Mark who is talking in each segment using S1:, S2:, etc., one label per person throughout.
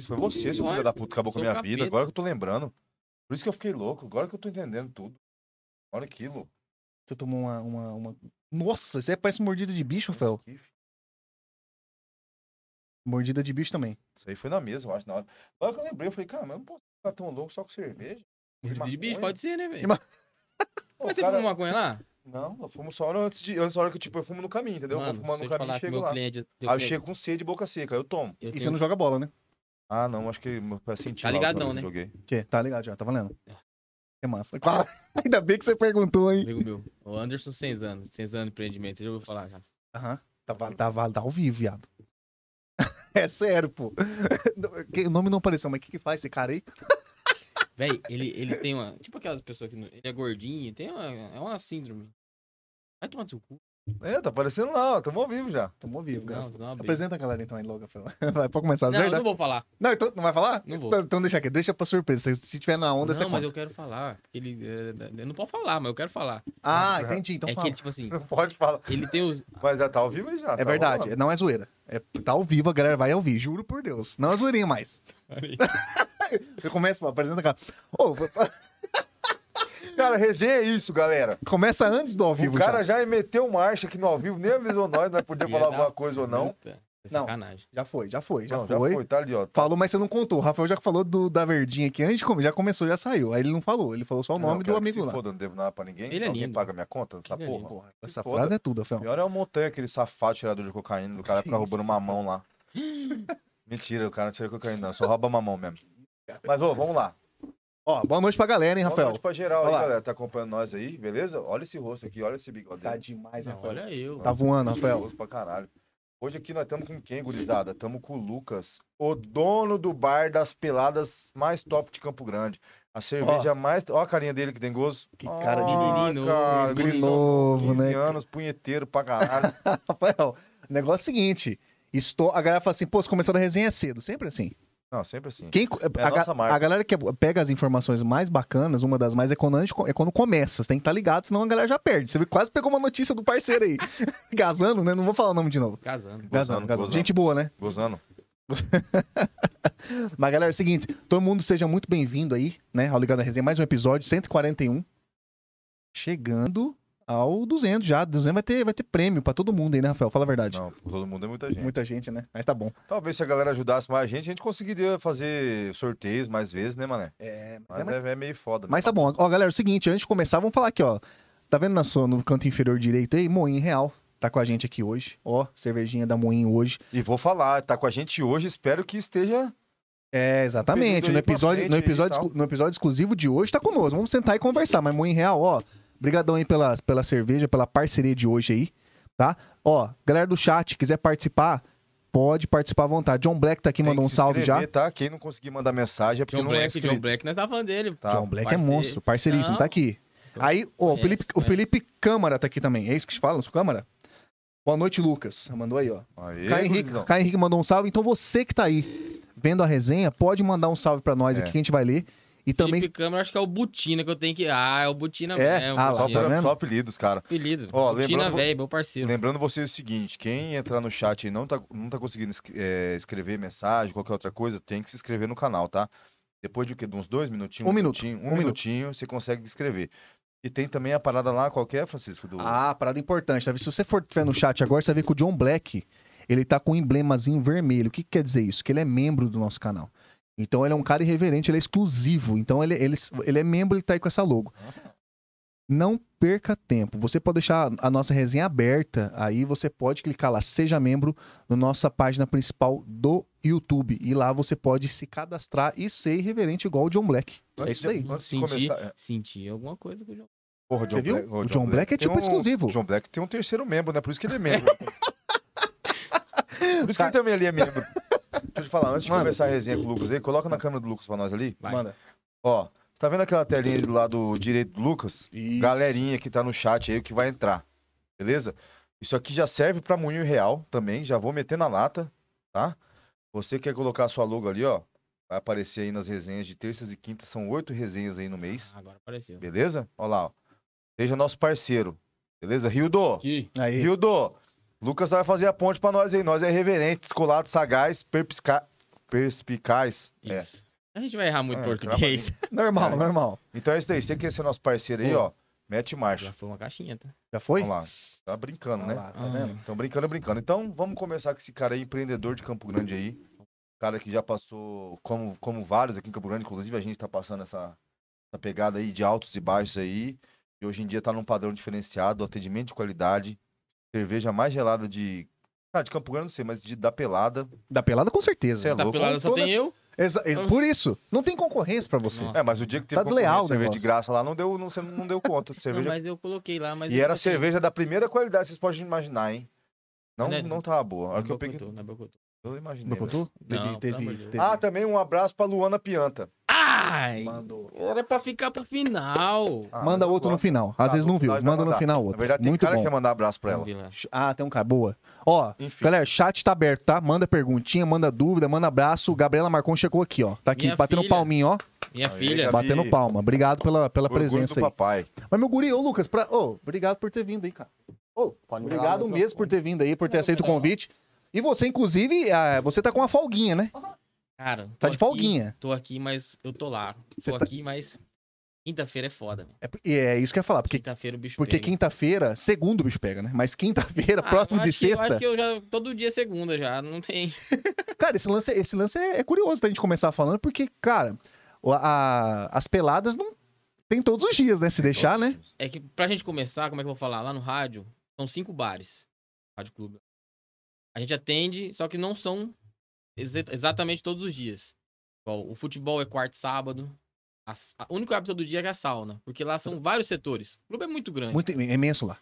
S1: Isso foi você, seu filho
S2: Olha,
S1: da puta, acabou com a
S2: sou
S1: minha
S2: capeta.
S1: vida. Agora que eu tô lembrando. Por isso que eu fiquei louco. Agora que eu tô entendendo tudo. Olha aquilo.
S3: Você tomou uma, uma, uma- Nossa, isso aí parece mordida de bicho, Rafael.
S1: Isso aqui, filho.
S3: Mordida de bicho também.
S1: Isso aí foi na mesa, eu acho, na hora. Agora que eu lembrei, eu falei, cara, mas eu não posso ficar tão louco só com cerveja.
S2: Mordida de bicho,
S1: maconha.
S2: pode ser, né, velho?
S3: E ma-
S1: Pô,
S2: Mas você
S1: cara,
S2: fumou maconha lá?
S1: Não, eu fumo só hora antes, de, antes da hora que tipo, eu fumo no caminho, entendeu? eu vou fumando no
S2: deixa eu
S1: caminho
S2: falar
S1: e
S2: que
S1: chego
S2: meu
S1: lá.
S2: cliente- meu
S1: Aí eu
S2: cliente-
S1: chego com sede, boca seca, aí eu tomo.
S2: eu
S3: E você
S2: tenho- um
S3: não joga bola, né?
S1: Ah, não, acho que meu pé sentiu.
S2: Tá
S1: lá,
S2: ligado
S1: outra
S2: não,
S1: vez que eu Joguei.
S3: Que? Tá ligado já, tá valendo. É massa. Ah, Ainda bem que você perguntou, hein?
S2: Amigo meu, o Anderson Senzano, Senzano Empreendimento, você já ouviu falar, cara?
S3: Aham. Tá, val- tá, val- tá ao vivo, viado. É sério, pô. Que- O nome não apareceu, mas o que, que faz esse cara aí?
S2: Véi, ele, ele tem uma. Tipo aquelas pessoas que. não- Ele é gordinho, tem uma. É uma síndrome. Vai tomar no seu cu.
S1: É, tá aparecendo lá, ó, tamo ao vivo já.
S3: Tamo ao vivo, cara.
S2: Não, dá uma briga.
S3: Apresenta a galera então aí logo, Rafael. Vai, pode começar,
S2: Não, eu
S3: verdade?
S2: não vou falar.
S3: Não, então não vai falar?
S2: Não vou.
S3: Então, então deixa aqui, deixa pra surpresa. Se- Se tiver na onda, você
S2: não, mas
S3: conta.
S2: eu quero falar. Ele, é, eu não posso falar, mas eu quero falar.
S3: Ah, entendi. Então
S2: é
S3: fala.
S2: que ele, tipo assim,
S1: Não pode falar.
S2: ele tem os.
S1: Mas já tá ao vivo aí já.
S3: É verdade, não é zoeira. É, tá ao vivo, a galera vai ouvir, juro por Deus. Não é zoeirinha mais. Eu começo, apresenta cá. Ô,
S1: Cara, resenha é isso, galera.
S3: começa antes do ao vivo.
S1: o cara
S3: já.
S1: já meteu marcha aqui no ao vivo, nem avisou nós, nós podíamos
S2: Filha
S1: falar
S2: da
S1: alguma coisa ou não.
S2: puta, é
S3: Não.
S2: Sacanagem.
S3: já foi, já foi, já
S1: Não, já
S3: foi.
S1: foi, tá ali, ó.
S3: Falou, mas você não contou. O Rafael já falou do, da verdinha aqui antes de comer, já começou, já saiu. Aí ele não falou, ele falou só o
S1: Não,
S3: nome
S1: cara,
S3: do
S1: que
S3: amigo
S1: se
S3: lá.
S1: Foda, não devo nada pra ninguém.
S2: Ele é
S1: Alguém
S2: lindo.
S1: paga minha conta dessa
S2: Ele é
S1: porra.
S2: lindo.
S3: Porra, Essa
S1: foda.
S3: frase é tudo, Rafael.
S1: Pior é o montanha, aquele safado tirador de cocaína do cara
S3: Que
S1: fica
S3: isso,
S1: roubando mamão lá. Mentira, o cara não tira cocaína, não. Só rouba mamão mesmo. Mas, ô, vamos lá.
S3: Ó, boa noite pra galera, hein,
S1: Boa
S3: Rafael.
S1: noite pra geral
S3: Vai
S1: aí,
S3: lá.
S1: galera. Tá acompanhando nós aí, beleza? Olha esse rosto aqui, olha esse bigode.
S3: Tá demais,
S2: Não,
S3: Rafael.
S2: olha eu.
S3: Tá voando, Rafael.
S1: Gostoso é pra caralho. Hoje aqui nós estamos com quem, gurizada? Estamos com o Lucas, o dono do bar das peladas mais top de Campo Grande. A cerveja mais. Ó a carinha dele que tem gozo.
S3: Que cara de
S1: Ai,
S2: menino,
S1: Cara,
S3: De
S1: gurizão,
S3: novo,
S1: 15
S3: né?
S1: anos, punheteiro pra caralho.
S3: Rafael, o negócio é o seguinte. Estou, a galera fala assim, pô, você começou a resenha cedo, sempre assim.
S1: Não, sempre assim.
S3: Quem, a, ga-
S1: nossa marca.
S3: a galera que pega as informações mais bacanas, uma das mais é quando, antes- é quando começa. Você tem que estar ligado, senão a galera já perde. Você quase pegou uma notícia do parceiro aí. Gazando, né? Não vou falar o nome de novo.
S2: Casando.
S3: Gazando,
S1: Gozando,
S3: Gazando.
S1: gozando.
S3: Gente boa, né?
S1: Gozando.
S3: Mas, galera, é o seguinte: todo mundo seja muito bem-vindo aí, né? Ao Ligado da Resenha, mais um episódio, 141. Chegando ao 200 já. 200 vai ter, vai ter prêmio pra todo mundo aí, né, Rafael? Fala a verdade.
S1: Não, todo mundo é muita gente.
S3: Muita gente, né? Mas tá bom.
S1: Talvez se a galera ajudasse mais a gente, a gente conseguiria fazer sorteios mais vezes, né, mané?
S3: É,
S1: Mas é, é meio foda. né?
S3: Mas tá bom. Ó, galera, é o seguinte, antes de começar, vamos falar aqui, ó. Tá vendo na sua, no canto inferior direito aí? Moinho Real. Tá com a gente aqui hoje. Ó, cervejinha da Moinho hoje.
S1: E vou falar, tá com a gente hoje, espero que esteja
S3: É, exatamente.
S1: Um período
S3: No
S1: aí pra
S3: episódio,
S1: frente
S3: no,
S1: aí e
S3: episódio,
S1: tal.
S3: exclu- no episódio exclusivo de hoje tá conosco. Vamos sentar e conversar. Mas Moinho Real, ó. Obrigadão aí pela, pela cerveja, pela parceria de hoje aí, tá? Ó, galera do chat, quiser participar, pode participar à vontade. John Black tá aqui,
S1: Tem
S3: mandou
S1: que
S3: um
S1: se
S3: salve já.
S1: inscrever, Tá? Quem não conseguir mandar mensagem é porque
S2: John
S1: não é
S2: Black,
S1: inscrito.
S2: John Black, nós tá falando dele.
S1: Tá.
S3: John Black
S2: Parceiro.
S3: é monstro, parceiríssimo,
S2: Não. É,
S3: tá aqui. Aí, ó, o,
S2: Conhece,
S3: Felipe, o
S2: conhece.
S3: Felipe Câmara tá aqui também. É isso que te fala, Câmara? Boa noite, Lucas. Mandou aí, ó.
S1: Aê,
S3: Caio Henrique,
S1: gurizão.
S3: Caio Henrique mandou um salve. Então você que tá aí vendo a resenha, pode mandar um salve pra nós
S1: É.
S3: aqui que a gente vai ler. E também.
S2: Felipe Câmara, acho que é o Butina que eu tenho que. Ah, é o Butina
S3: É?
S2: mesmo.
S3: Ah, lá,
S1: Só,
S2: Butina.
S3: tá
S1: pra,
S3: vendo?
S1: só apelidos, cara.
S2: Apelido.
S1: Ó,
S2: Butina,
S1: lembrando-
S2: velho, meu parceiro.
S1: Lembrando vocês o seguinte: quem entrar no chat e não tá, não tá conseguindo es- é, escrever mensagem, qualquer outra coisa, tem que se inscrever no canal, tá? Depois de o quê? De uns dois minutinhos?
S3: Um minuto,
S1: minutinho,
S3: um
S1: um, minutinho, você consegue escrever. E tem também a parada lá, qualquer, Francisco? Do...
S3: Ah, parada importante, tá? vendo? Se você for tiver no chat agora, você vai ver que o John Black, ele tá com um emblemazinho vermelho. O que, que quer dizer isso? Que ele é membro do nosso canal. Então ele é um cara irreverente, ele é exclusivo. Então ele, ele, ele é membro, ele tá aí com essa logo. Não perca tempo. Você pode deixar a nossa resenha aberta. Aí você pode clicar lá, seja membro, na nossa página principal do YouTube. E lá você pode se cadastrar e ser irreverente igual o John Black. é
S1: Antes
S3: isso
S1: de-
S3: aí.
S1: Antes de
S2: Senti.
S1: começar. é,
S2: Senti alguma coisa com o John.
S1: Porra,
S3: Você viu?
S1: ô,
S3: O John Black é
S1: tem
S3: tipo exclusivo.
S1: John Black tem um terceiro membro, né? Por isso que ele é membro. Por isso que ele também ali é membro. Deixa eu te falar, antes de
S3: Tá. Mano.
S1: começar a resenha com o Lucas aí, coloca na câmera do Lucas pra nós ali.
S2: Vai.
S3: Manda.
S1: Ó, tá vendo aquela telinha do lado direito do Lucas? Galerinha que tá no chat aí que vai entrar. Beleza? Isso aqui já serve pra Moinho Real também, já vou meter na lata, tá? Você quer colocar a sua logo ali, ó, vai aparecer aí nas resenhas de terças e quintas, são oito resenhas aí no mês,
S2: Ah, agora apareceu.
S1: beleza? Ó lá, ó. Seja nosso parceiro, beleza? Rildo,
S2: Aqui.
S3: Aí.
S1: Rildo, Lucas vai fazer a ponte pra nós aí, nós é reverente, descolado, sagaz, perpisca... perspicaz. É.
S2: Isso. A gente vai errar muito
S1: É,
S2: português.
S3: Normal,
S1: É.
S3: normal.
S1: Então é isso aí. Você quer ser nosso parceiro aí,
S2: Pô.
S1: ó. Mete
S2: Já
S1: marcha.
S2: foi uma caixinha, tá?
S3: Já foi?
S1: Vamos lá. Tá brincando,
S3: Ah
S1: né?
S3: lá, tá
S2: Ah.
S3: vendo?
S1: Então, brincando, brincando. Então, vamos começar com esse cara aí, empreendedor de Campo Grande aí. Cara que já passou, como, como vários aqui em Campo Grande, inclusive a gente tá passando essa, essa pegada aí de altos e baixos aí. E hoje em dia tá num padrão diferenciado, atendimento de qualidade, cerveja mais gelada de. Cara, de Campo Grande não sei, mas de da pelada.
S3: Da pelada, com certeza.
S1: Cê é
S2: Tá
S1: louco.
S2: pelada só
S3: todas-
S2: tem eu.
S3: Exa- é, Por isso, não tem concorrência pra você.
S2: Uhum. Nossa.
S1: É, mas o dia que teve
S3: Tá
S1: concorrência
S3: desleal o
S1: de cerveja
S3: negócio.
S1: de graça lá, não deu, não, você não deu conta de
S2: Não,
S1: cerveja.
S2: mas eu coloquei lá, mas. assim,
S1: E era cerveja da primeira qualidade, vocês podem imaginar, hein? Não,
S2: Né?
S1: não tava boa. A hora
S2: Olha
S1: que eu peguei,
S2: Na Bocotu.
S1: eu imaginei. velho.
S3: Bocotu? Teve,
S2: Não, pelo
S3: teve,
S2: amor de Deus.
S3: teve.
S1: Ah, também um abraço pra Luana Pianta.
S2: Ai!
S3: Mandou.
S2: Era pra ficar pro final.
S1: Ah,
S3: Manda
S1: eu
S3: outro no
S1: gosto.
S3: final.
S1: Ah,
S3: Às vezes
S1: no
S3: não viu.
S1: final ele vai
S3: Manda no
S1: mandar.
S3: final
S1: Na
S3: outro.
S1: verdade, tem
S3: Muito
S1: cara
S3: bom.
S1: que é quer mandar abraço pra ela.
S2: Vamos ver lá.
S3: Ah, tem um cara. Boa. Ó,
S1: Enfim.
S3: galera, chat tá aberto, tá? Manda perguntinha, manda dúvida, manda abraço. Gabriela Marcon chegou aqui, ó. Tá aqui,
S2: Minha
S3: batendo
S2: filha.
S3: palminho, ó.
S2: Minha
S1: Aí,
S2: filha.
S1: Gabi.
S3: Batendo palma. Obrigado pela, pela
S1: orgulho
S3: presença
S1: do
S3: aí.
S1: papai.
S3: Mas, meu guri, ô, Lucas, pra... ô, obrigado por ter vindo aí, cara. Ô,
S1: então.
S3: obrigado mesmo por ter vindo aí, por ter aceito o convite. E você, inclusive, ah, você tá com uma folguinha, né?
S2: Cara.
S3: Tá
S2: tô aqui,
S3: de folguinha.
S2: Tô aqui, mas eu tô lá.
S3: Cê
S2: tô
S3: tá-
S2: aqui, mas. Quinta-feira é foda, velho.
S3: É, e é isso que eu ia falar, porque,
S2: Quinta-feira o bicho
S3: porque
S2: pega.
S3: quinta-feira, segundo o bicho pega, né? Mas quinta-feira,
S2: Ah,
S3: próximo
S2: eu
S3: de
S2: acho que- eu
S3: sexta.
S2: acho que eu já. Todo dia é segunda já. Não tem.
S3: Cara, esse lance, esse lance é, é curioso da gente começar falando, porque, cara, o- a- as peladas não tem todos os dias, né? Se deixar, né?
S2: É que pra gente começar, como é que eu vou falar? Lá no rádio, são cinco bares. Rádio Clube. A gente atende, só que não são exe- exatamente todos os dias. Igual, o futebol é quarto e sábado. As- A, única hábito do dia é a sauna, porque lá são vários setores. O clube é muito grande.
S3: Muito é imenso lá.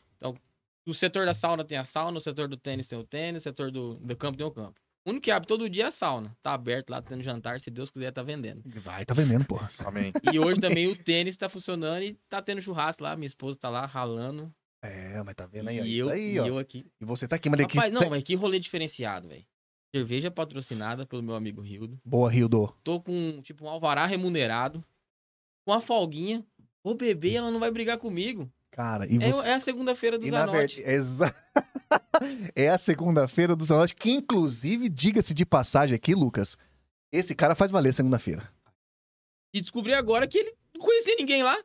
S2: O setor da sauna tem a sauna, o setor do tênis tem o tênis, o setor do, do campo tem o campo. O único que abre todo dia é a sauna. Tá aberto lá, tendo jantar, se Deus quiser, tá vendendo.
S3: Vai, tá vendendo, porra.
S1: Amém.
S2: E hoje também o tênis tá funcionando e tá tendo churrasco lá. Minha esposa tá lá ralando.
S3: É, mas tá vendo aí, ó.
S2: E
S3: isso
S2: eu,
S3: aí,
S2: e
S3: ó.
S2: eu aqui
S3: E você tá aqui, mas daqui.
S2: Rapaz, não,
S3: cê-
S2: mas que rolê diferenciado, velho. Cerveja patrocinada pelo meu amigo Rildo.
S3: Boa, Rildo.
S2: Tô com, tipo, um alvará remunerado. Com a folguinha. Vou beber ela não vai brigar comigo.
S3: Cara, e
S2: É,
S3: você.
S2: é a segunda-feira do
S3: E na
S2: Zanotti.
S3: verdade, exa- é a segunda-feira do Zanotti, que inclusive, diga-se de passagem aqui, Lucas, esse cara faz valer segunda-feira.
S2: E descobri agora que ele não conhecia ninguém lá.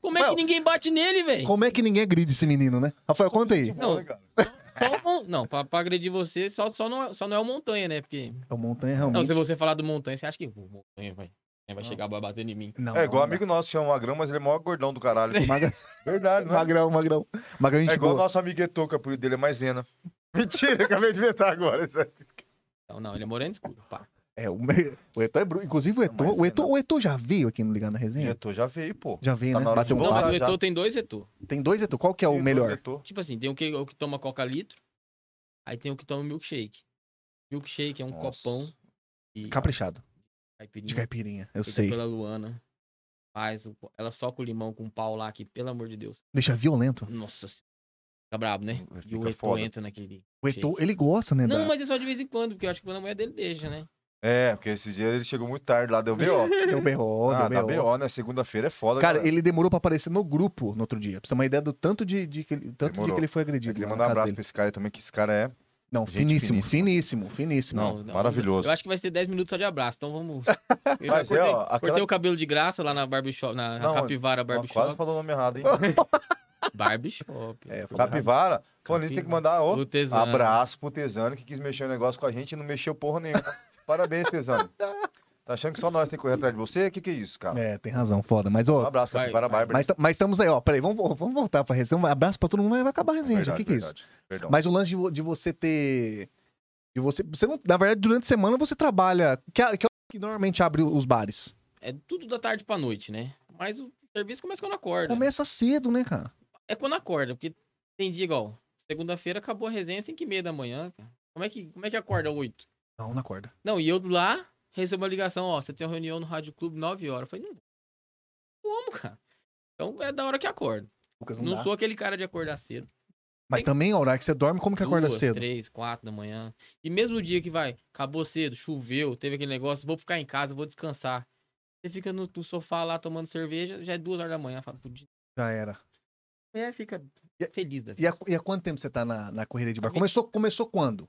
S2: Como é
S3: Não.
S2: que ninguém bate nele, velho?
S3: Como é que ninguém agride esse menino, né? Rafael, conta aí.
S2: Não.
S1: Bom, né, cara?
S2: Só o Mon- Não, pra, pra agredir você, só, só, não, é- só não é o Montanha, né? Porque.
S3: É o Montanha
S2: Não,
S3: realmente.
S2: se você falar do Montanha, você acha que. O Montanha vai, vai chegar vai bater em mim.
S3: Não,
S1: É igual
S3: não,
S1: amigo nosso, chama o Magrão, mas ele é o maior gordão do caralho.
S3: Magra-
S1: Verdade, né?
S3: Magrão, magrão. Magrão, gente
S1: É igual o
S3: boa.
S1: nosso amigo Etoca, por dele é maisena. Mentira, acabei de inventar agora. isso aí.
S2: Então, não, ele é moreno escuro. Pá.
S3: É, o, o Eto é bruto. Inclusive, o Eto,
S1: Mas
S3: o,
S1: é
S3: Eto,
S1: não.
S3: o Eto já veio aqui no Ligado na Resenha?
S1: Diretor já veio, pô.
S3: Já veio,
S1: Tá na
S3: né?
S1: hora
S3: Bateu um
S1: de
S2: Não,
S1: voltar.
S3: papo.
S2: mas o
S1: já.
S2: Etô tem dois Etô.
S3: Tem dois Eto. Qual que é o melhor?
S1: Diretor.
S2: Tipo assim, tem o que, o que toma Coca-Litro, aí tem o que toma milkshake. Milkshake é um
S1: Nossa.
S2: copão e
S3: Caprichado.
S2: caipirinha,
S3: De caipirinha. Eu
S2: feita
S3: sei.
S2: pela Luana. Faz o- ela só com limão, com um pau lá, que pelo amor de Deus.
S3: Deixa violento.
S2: Nossa senhora. Fica brabo, né? E o
S1: Fica
S2: Etô
S1: foda.
S2: entra naquele.
S3: O Eto, ele gosta, né?
S2: Não,
S3: da-
S2: mas é só de vez em quando, porque eu acho que quando a mulher dele deixa, né?
S1: É, porque esses dias ele chegou muito tarde lá, deu B.O.
S3: Deu B.O.,
S1: ah, dá
S3: deu B.O.
S1: B.O., né? Segunda-feira é foda,
S3: Cara,
S1: galera.
S3: ele demorou pra aparecer no grupo no outro dia. Pra você ter uma ideia do tanto de, de que, ele, tanto de
S1: Demorou.
S3: que ele foi
S1: Eu
S3: agredido.
S1: queria
S3: lá na
S1: mandar um
S3: casa
S1: abraço
S3: dele.
S1: pra esse cara aí também, que esse cara é...
S3: Não,
S1: Gente
S3: finíssimo, finíssimo, finíssimo.
S1: Não, maravilhoso.
S2: Eu acho que vai ser 10 minutos só de abraço, então vamos. Eu já
S1: Mas é,
S2: cortei,
S1: ó, aquela-
S2: cortei o cabelo de graça lá na barbershop, na
S1: Não,
S2: Capivara
S1: Ó, Quase
S2: Barbershop.
S1: falou o nome errado, hein?
S2: Barbershop.
S3: É, falou errado.
S1: Capivara. Pô, nisso tem que mandar outro.
S2: Do tesão.
S1: Abraço pro Tesano que quis mexer o negócio com a gente e não mexeu porra nenhuma. Parabéns, Tesano. Tá achando que só nós tem que correr atrás de você? O que, que é isso, cara?
S3: É, tem razão, foda. Mas, ó,
S1: Um abraço,
S2: Vai,
S1: Capivara
S2: vai.
S1: Bárbara.
S3: mas, ta- mas estamos aí, ó. Peraí, vamos, vo- vamos voltar pra resenha. Um abraço pra todo mundo, mas vai acabar a resenha já. O que, que é isso?
S1: Perdão.
S3: Mas o lance de, vo- de você ter. De você, você não, na verdade, durante a semana você trabalha. Que, é- que é o que normalmente abre os bares.
S2: É tudo da tarde pra noite, né? Mas o serviço começa quando acorda.
S3: Começa cedo, né, cara?
S2: É quando acorda, porque tem dia igual. Segunda-feira acabou a resenha às 5 e meia da manhã, cara. Como é que, como é que acorda 8?
S3: Não, não acorda.
S2: Não, e eu lá recebo a ligação, ó, você tem uma reunião no Rádio Clube 9 horas. Eu falei, não, como, cara? Então é da hora que acordo.
S3: Lucas, não,
S2: Não,
S3: dá.
S2: sou aquele cara de acordar cedo.
S3: Mas também a hora que você dorme, como que acorda
S2: Duas,
S3: cedo?
S2: Três, quatro da manhã. E mesmo o dia que vai, acabou cedo, choveu, teve aquele negócio, vou ficar em casa, vou descansar. Você fica no, no sofá lá tomando cerveja, já é duas horas da manhã. Fala, "Putz,
S3: Já era.
S2: É, fica
S3: E-
S2: feliz da vida.
S3: E há, e há quanto tempo você tá na, na correria de bar?
S2: Também-
S3: Começou, começou quando?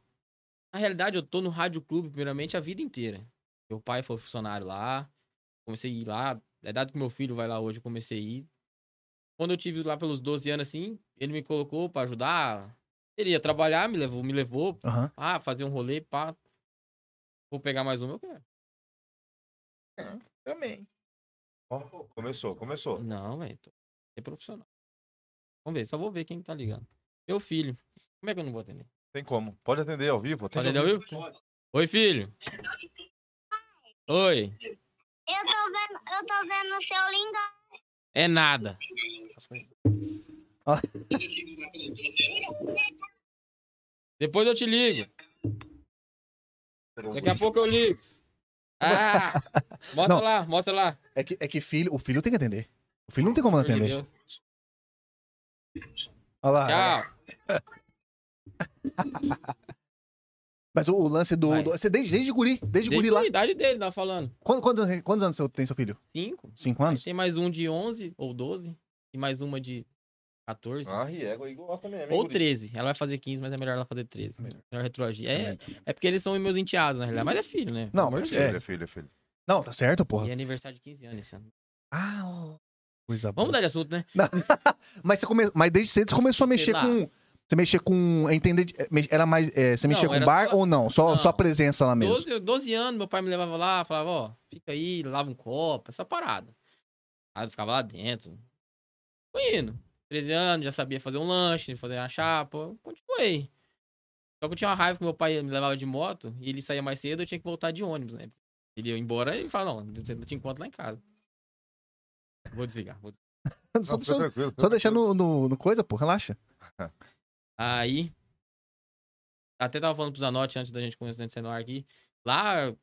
S2: Na realidade, eu tô no Rádio Clube, primeiramente, a vida inteira. Meu pai foi funcionário lá. Comecei a ir lá. É dado que meu filho vai lá hoje, eu comecei a ir. Quando eu tive lá pelos 12 anos, assim, ele me colocou pra ajudar. Ele ia trabalhar, me levou, me levou.
S3: Aham.
S2: Ah, fazer um rolê, pá. Vou pegar mais um, eu quero.
S1: Também. Ó, começou, começou.
S2: Não, velho. tô- É profissional. Vamos ver, só vou ver quem tá ligando. Meu filho. Como é que eu não vou atender?
S1: Tem como. Pode atender ao vivo.
S2: Pode
S1: Atende
S2: atender ao vivo? Oi, filho. Oi.
S4: Eu tô vendo, eu tô vendo o seu lindão.
S2: É nada.
S3: Ó.
S2: Depois eu te ligo.
S1: ao vivo.
S2: Daqui a pouco eu ligo. Ah! Mostra
S3: Não.
S2: lá, mostra lá.
S3: É que, é que filho, o filho tem que atender. O filho não tem como não
S2: Pelo amor de
S3: atender. Ah,
S2: Deus.
S3: Olha lá.
S2: Tchau.
S3: Mas o, o lance do.
S2: Vai.
S3: do- você desde, desde guri, desde,
S2: Desde
S3: guri lá.
S2: a idade dele, tá falando.
S3: Quantos, quantos, anos- quantos anos seu- tem seu filho?
S2: Cinco.
S3: Cinco
S2: Aí
S3: anos?
S2: Tem mais um de 11 ou 12. E mais uma de 14.
S1: Ah, Riego aí gosta mesmo. hein,
S2: Ou
S1: guri?
S2: 13. Ela vai fazer 15, mas é melhor ela fazer 13.
S3: Melhor.
S2: Melhor, retroagir. É, é porque eles são meus enteados, na realidade. Mas é filho, né?
S3: Não,
S2: amor de
S1: Filho,
S2: Deus.
S1: É, filho, é filho.
S3: Não, tá certo, porra.
S2: E é aniversário de 15 anos esse ano.
S3: Ah, ó, coisa boa.
S2: Vamos mudar de assunto, né?
S3: Mas, você come... Mas desde cedo você começou a
S2: Sei
S3: mexer
S2: lá.
S3: com. Você mexia com. é Entender. de- me- Era mais. é, você
S2: Não,
S3: mexia com
S2: era
S3: bar
S2: só-
S3: ou não? Só,
S2: Não.
S3: só a presença lá mesmo.
S2: 12, 12 anos, meu pai me levava lá, falava, ó, fica aí, lava um copo, essa parada. Aí eu ficava lá dentro. Fui indo. 13 anos, já sabia fazer um lanche, fazer uma chapa. eu Continuei. Só que eu tinha uma raiva que meu pai me levava de moto e ele saía mais cedo, eu tinha que voltar de ônibus, né? Ele ia embora e falava, não, você não te encontro lá em casa. Vou desligar. Vou... desligar.
S3: só,
S1: Não, fica
S3: só-
S1: tranquilo.
S3: só deixar no, no, no coisa, pô, relaxa.
S2: Aí, até tava falando pro Zanotti antes da gente começar a no ar aqui. Lá,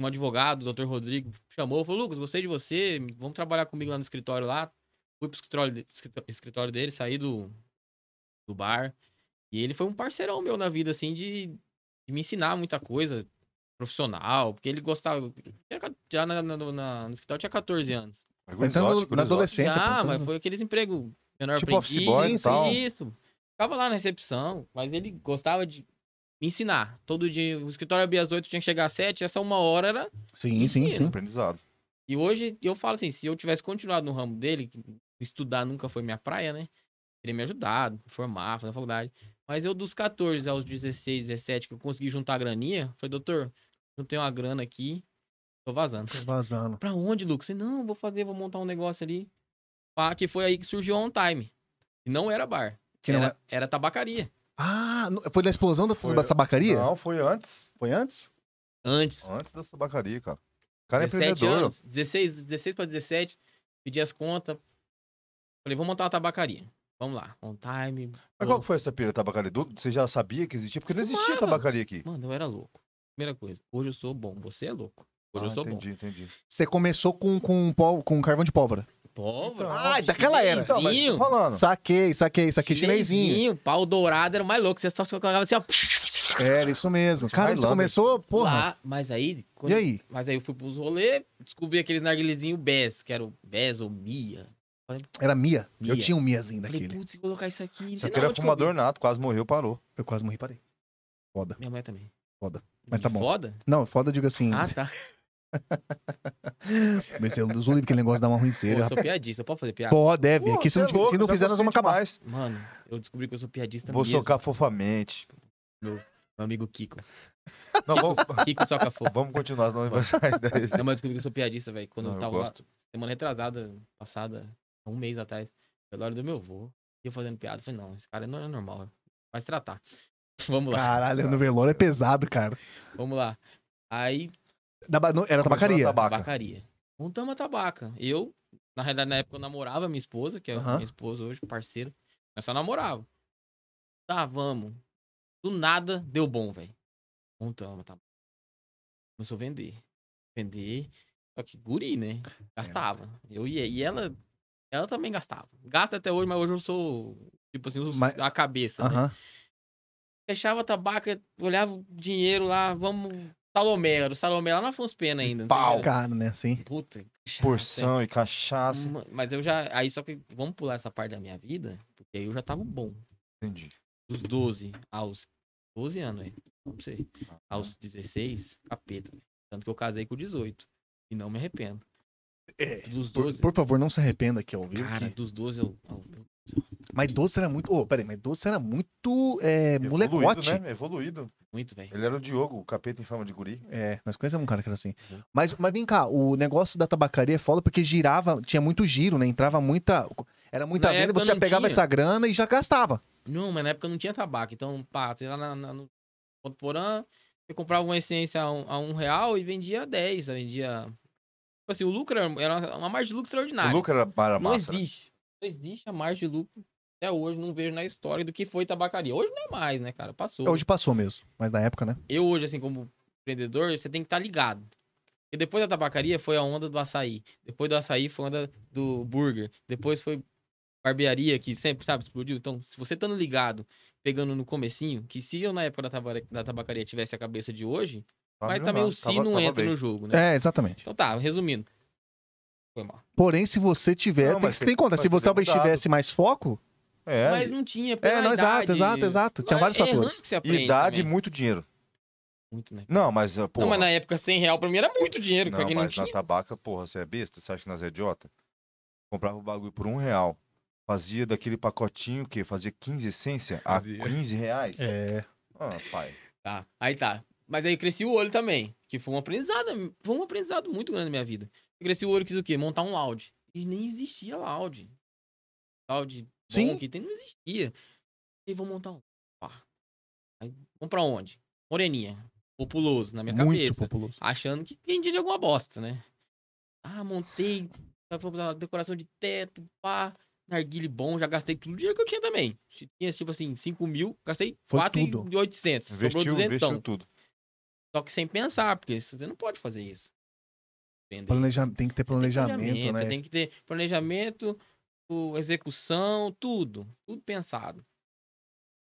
S2: um advogado, o doutor Rodrigo, chamou, falou, Lucas, gostei de você, vamos trabalhar comigo lá no escritório lá. Fui pro escritório, de- escritó- escritório dele, saí do, do bar. E ele foi um parceirão meu na vida, assim, de, de me ensinar muita coisa profissional, porque ele gostava. Já, já na- na- na- no escritório tinha 14 anos.
S1: Guri exótico,
S3: Entrando na
S1: guri exótico.
S3: adolescência.
S2: Ah,
S3: pô,
S2: mas
S3: tudo.
S2: foi aqueles empregos menor
S1: Tipo office
S2: aprendiz,
S1: boy e
S2: isso,
S1: tal.
S2: Isso. Ficava lá na recepção, mas ele gostava de me ensinar. Todo dia, o escritório abria às 8, tinha que chegar às 7, essa uma hora era.
S3: Sim, sim,
S2: ensino.
S3: sim.
S1: Aprendizado.
S2: E hoje eu falo assim, se eu tivesse continuado no ramo dele, que estudar nunca foi minha praia, né? Teria me ajudado, formar, fazer a faculdade. Mas eu dos 14 aos 16, 17 que eu consegui juntar a graninha, falei, doutor, não tenho uma grana aqui, tô vazando.
S3: Tô Vazando.
S2: Pra onde, Lucas? Eu, Não, eu vou fazer, vou montar um negócio ali. Pá, que foi aí que surgiu a On Time. Que não era bar.
S3: Que não
S2: era,
S3: é-
S2: era tabacaria.
S3: Ah, não- foi na explosão da
S1: Foi-
S2: um
S3: da sabacaria?
S1: Não, foi antes.
S3: Foi antes?
S2: Antes.
S1: Antes da sabacaria, cara. O cara é
S2: 17
S1: empreendedor.
S2: anos. 16, 16 pra 17. Pedi as contas. Falei, vou montar uma tabacaria. Vamos lá. On Time.
S1: Mas qual que foi essa pira tabacaria? Do- Você já sabia que existia? Porque não existia
S2: Fumava.
S1: tabacaria aqui.
S2: Mano, eu era louco. Primeira coisa. Hoje eu sou bom. Você é louco. Hoje eu
S1: Ah,
S2: sou
S1: entendi, entendi.
S3: Você começou com, com, pó- com carvão de pólvora.
S2: bom. Pólvora.
S3: Ah, daquela era.
S1: Então, mas tô
S2: Chinesinho.
S1: falando.
S3: Saquei, saquei, saquei chinesinho.
S2: Pau dourado era o mais louco. Você só só colocava assim, ó.
S3: Era isso mesmo. Cara, você
S1: Highlander.
S3: começou, porra.
S2: Lá, mas aí. quando-
S3: E aí?
S2: Mas aí eu fui pros rolê, descobri aqueles narguilezinhos Bez, que era o Bez ou Mia.
S3: Era Mia. Eu
S2: Mia.
S3: tinha um Miazinho
S2: Falei,
S3: daquele.
S2: putz, se colocar isso aqui. Não
S1: Isso
S2: sei
S1: aqui
S3: é
S2: não,
S1: era
S2: onde que eu vi.
S1: fumador nato, quase morreu, parou.
S3: Eu quase morri, parei. Foda.
S2: Minha mãe também.
S3: Foda. Mas tá bom.
S2: Foda?
S3: Não, foda, eu digo assim.
S2: Ah, tá.
S3: Mas é eu uso livre aquele negócio dá uma
S2: Pô,
S3: ruinceira.
S2: eu
S3: é rapaz.
S2: sou piadista, eu posso fazer piada?
S3: Pô, deve.
S1: Pô,
S3: Aqui se não,
S1: você é louco,
S3: se não
S1: já
S3: fizer, nós
S1: gostei
S3: vamos acabar.
S1: demais.
S2: Mano, eu descobri que eu sou piadista
S1: Vou
S2: mesmo.
S1: socar fofamente.
S2: Meu amigo Kiko.
S1: Não, vamos,
S2: Kiko soca fogo.
S1: vamos continuar, senão não vai sair desse.
S2: Não, mas eu descobri que eu sou piadista, velho. Quando
S1: Não,
S2: eu
S1: eu
S2: tava lá,
S1: gosto.
S2: semana retrasada, passada, um mês atrás, pela hora do meu avô, e eu fazendo piada. eu Falei, não, esse cara não é normal. Vai se tratar. Vamos lá,
S3: Caralho, no velório é pesado, cara.
S2: vamos lá. Aí
S3: Da ba- no- Era
S1: Começou na
S3: tabacaria.
S1: Tabaca.
S2: tabacaria. Montamos a tabaca. Eu, na realidade, na época eu namorava minha esposa, que é
S3: Aham.
S2: minha esposa hoje, parceira. Nós só namorava. Tá, vamos. Do nada, deu bom, velho. Montamos a tabaca. Começou a vender. Vender. Só que guri,
S3: É,
S2: né? Gastava. Eu ia. E ela, ela também gastava. Gasta até hoje, mas hoje eu sou, tipo assim, os-
S3: Mas-
S2: a cabeça. né?
S3: Aham.
S2: Fechava a tabaca, olhava o dinheiro lá, vamos. Salomero, Salomero lá na Afonso Pena ainda. não sei
S1: Pau.
S2: se era.
S3: Cara, né? Assim.
S2: Puta, cachaça,
S1: Porção e cachaça.
S2: ma- Mas eu já. Aí só que vamos pular essa parte da minha vida, porque aí eu já tava bom.
S1: Entendi.
S2: Dos né? 12 aos 12 anos, aí. Não sei. Aos 16, capeta. velho. Tanto que eu casei com 18. E não me arrependo.
S3: É,
S2: Dos
S3: Por,
S2: 12.
S3: por favor, não se arrependa aqui ao vivo.
S2: Cara,
S3: que-
S2: dos 12 eu. eu- eu-
S3: Mas doce era muito. Ô, peraí, mas doce era muito é,
S1: Evoluído,
S3: molecote.
S1: né? Evoluído.
S2: Muito, velho.
S1: Ele era o Diogo, o capeta em fama de guri.
S3: É, nós conhecemos um cara que era assim.
S2: Uhum.
S3: Mas, mas vem cá, o negócio da tabacaria é foda porque girava, tinha muito giro, né? Entrava muita. Era muita
S2: Na
S3: venda,
S2: época
S3: você já
S2: não
S3: pegava
S2: tinha.
S3: essa grana e já gastava.
S2: Não, mas na época não tinha tabaco. Então, pá, sei lá, na, na, no Ponto Porã, eu comprava uma essência a um, a um real e vendia a 10. Eu vendia. Tipo assim, o lucro era era uma margem de lucro
S1: O
S2: extraordinária.
S1: Lucas era para
S2: Ah, não
S1: massa. né?
S2: existe. Não existe a margem de lucro. Até hoje, não vejo na história do que foi tabacaria. Hoje não é mais, né, cara? Passou.
S3: Hoje passou mesmo, mas na época, né?
S2: Eu hoje, assim, como empreendedor, você tem que estar ligado. Porque depois da tabacaria foi a onda do açaí. Depois do açaí foi a onda do burger. Depois foi barbearia, que sempre, sabe, explodiu. Então, se você estando ligado, pegando no comecinho, que se eu na época da, taba- da tabacaria tivesse a cabeça de hoje,
S1: Tava
S2: mas também o
S1: milionário,
S2: si
S1: tava-
S2: não
S1: tava
S2: entra
S1: bem.
S2: no jogo, né?
S3: É, exatamente.
S2: Então tá, resumindo. Foi mal.
S3: Porém, se você tiver,
S1: Não,
S3: tem,
S1: mas
S3: que- tem um que contar.
S1: mas
S3: Se você
S1: tem
S3: talvez
S1: mudado.
S3: tivesse mais foco.
S1: É,
S2: Mas não tinha,
S3: É,
S2: pela
S3: não, exato,
S2: idade.
S3: exato, exato. Tinha
S2: É-
S3: vários
S2: é
S3: fatores.
S2: errando que você aprende
S1: idade e
S2: também.
S1: muito dinheiro.
S2: Muito, né?
S1: Não, mas, eh,
S2: Não,
S1: porra.
S2: mas na época, 100 real pra mim era muito dinheiro. pra
S1: Não,
S2: quem não
S1: mas
S2: tinha.
S1: na tabaca, porra, você é besta? Você acha que nós é idiota? Comprava o bagulho por um real. Fazia daquele pacotinho o quê? Fazia 15 essência a
S2: Fazia.
S1: 15 reais?
S3: É.
S1: Ah, pai.
S2: Tá, aí tá. Mas aí cresci o olho também, que foi um aprendizado, foi um aprendizado muito grande na minha vida. Eu cresci o olho, quis o quê? Montar um loud. E nem existia loud. Loud bom
S3: Sim.
S2: que tem, não existia. E aí, vou montar um. Pá. Aí, vamos pra onde? Moreninha. Populoso, na minha
S3: Muito
S2: cabeça.
S3: populoso.
S2: Achando que vendia de alguma bosta, né? Ah, montei tá, vou botar decoração de teto, pá, narguile bom, já gastei tudo o dinheiro que eu tinha também. Se Tinha, tipo assim, 5 mil, gastei
S3: Foi
S2: 4,800. Sobrou
S1: Investiu, investiu
S2: 200.
S1: tudo.
S2: Só que sem pensar, porque isso- você não pode fazer isso. Vender.
S3: Planeja... Tem que ter planejamento, né?
S2: Você tem que ter planejamento, o- execução, tudo. Tudo pensado.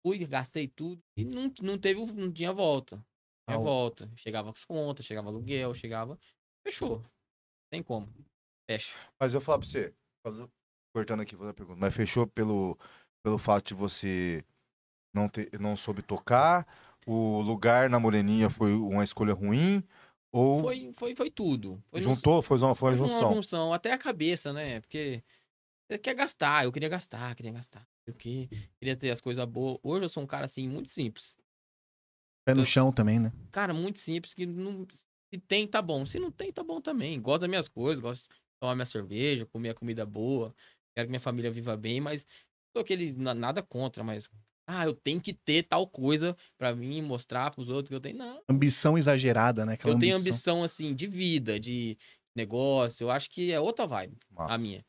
S2: Fui, gastei tudo e não, não teve, não tinha volta. Não tinha
S3: Ah, o-
S2: volta. Chegava com as contas, chegava aluguel, chegava. Fechou. Tem como. Fecha.
S1: Mas eu vou falar pra você, fazer- cortando aqui, fazer a pergunta. Mas fechou pelo, pelo fato de você não, ter, não soube tocar? O lugar na Moreninha foi uma escolha ruim? Ou
S2: Foi, foi, foi tudo. Foi num-
S1: juntou? Foi uma, foi uma
S2: Foi
S1: junção.
S2: até a cabeça, né? Porque você quer gastar, eu queria gastar, queria gastar. Eu que queria ter as coisas boas. Hoje eu sou um cara assim, muito simples.
S3: Pé no chão também, né?
S2: Cara, muito simples, que não. Se tem, tá bom. Se não tem, tá bom também. Gosto das minhas coisas, gosto de tomar minha cerveja, comer a comida boa. Quero que minha família viva bem, mas sou aquele na- nada contra, mas. Ah, eu tenho que ter tal coisa pra mim mostrar pros outros que eu tenho. Não,
S3: Ambição exagerada, né? Aquela
S2: eu tenho
S3: ambição.
S2: ambição assim de vida, de negócio. Eu acho que é outra vibe.
S1: Massa.
S2: a minha.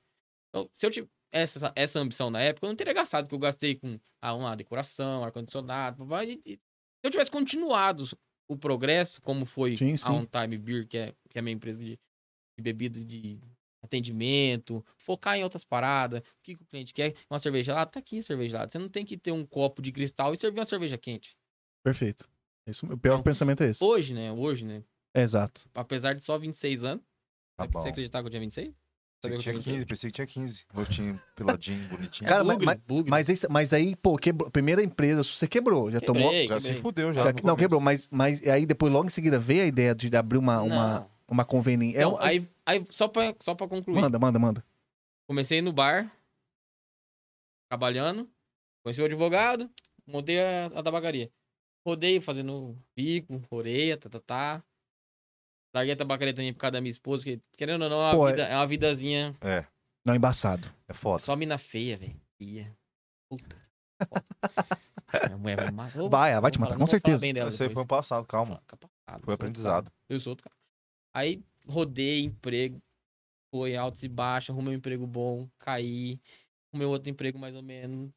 S2: Então, se eu tivesse essa, essa ambição na época, eu não teria gastado o que eu gastei com ah, uma decoração, ar-condicionado, babá, e- e- se eu tivesse continuado o progresso, como foi
S3: Sim,
S2: a
S3: sim.
S2: On Time Beer, que é, que é a minha empresa de, de bebida de atendimento, focar em outras paradas, o que, que o cliente quer, uma cerveja lá, tá aqui a cerveja lá. Você não tem que ter um copo de cristal e servir uma cerveja quente.
S3: Perfeito. É Isso, o pior
S2: Não.
S3: pensamento é esse.
S2: Hoje, né? Hoje, né?
S3: É, exato.
S2: Apesar de só 26 anos,
S1: Tá
S2: né,
S1: bom.
S2: você acreditar que eu tinha 26?
S1: Pensei
S2: Sabia
S1: que
S2: que eu
S1: tinha
S2: tinha
S1: 15, pensei que tinha 15. Rotinho, peladinho, bonitinho.
S3: Cara, mas-
S2: bugre,
S3: mas-
S2: bugre.
S3: Mas, esse- mas aí, pô, quebrou. Primeira empresa, você quebrou. Já
S2: Quebrei,
S3: tomou.
S1: já
S2: quebrei.
S1: se fudeu, já.
S3: já-
S1: no
S3: não,
S1: começo.
S3: quebrou, mas, mas aí depois, logo em seguida, veio a ideia de abrir uma, né? uma,
S2: Não.
S3: uma conveniência. É
S2: Então,
S3: um-
S2: aí, aí, só pra, só pra concluir.
S3: Manda, manda, manda.
S2: Comecei no bar, trabalhando, conheci o advogado, montei a, a tabagaria. Rodei fazendo bico, orelha, tá, tá, tá. Larguei a tabacaria também por causa da minha esposa, que querendo ou não, é uma,
S3: Pô,
S2: vida- é uma vidazinha.
S3: Não, embaçado.
S1: É foda.
S2: Só mina feia, velho. Ia. Puta. Foda. Minha mulher vai, me matar. Ô,
S3: Vai, ela vai te
S2: vou
S3: matar,
S2: falar-
S3: com
S2: não vou falar
S3: certeza.
S2: bem dela
S1: Isso aí
S2: depois.
S1: foi um passado, calma.
S2: Fica passado,
S1: Foi
S2: sou
S1: aprendizado.
S2: outro cara. Eu sou outro cara. Aí rodei emprego, foi altos e baixos, arrumei um emprego bom, caí, arrumei outro emprego mais ou menos.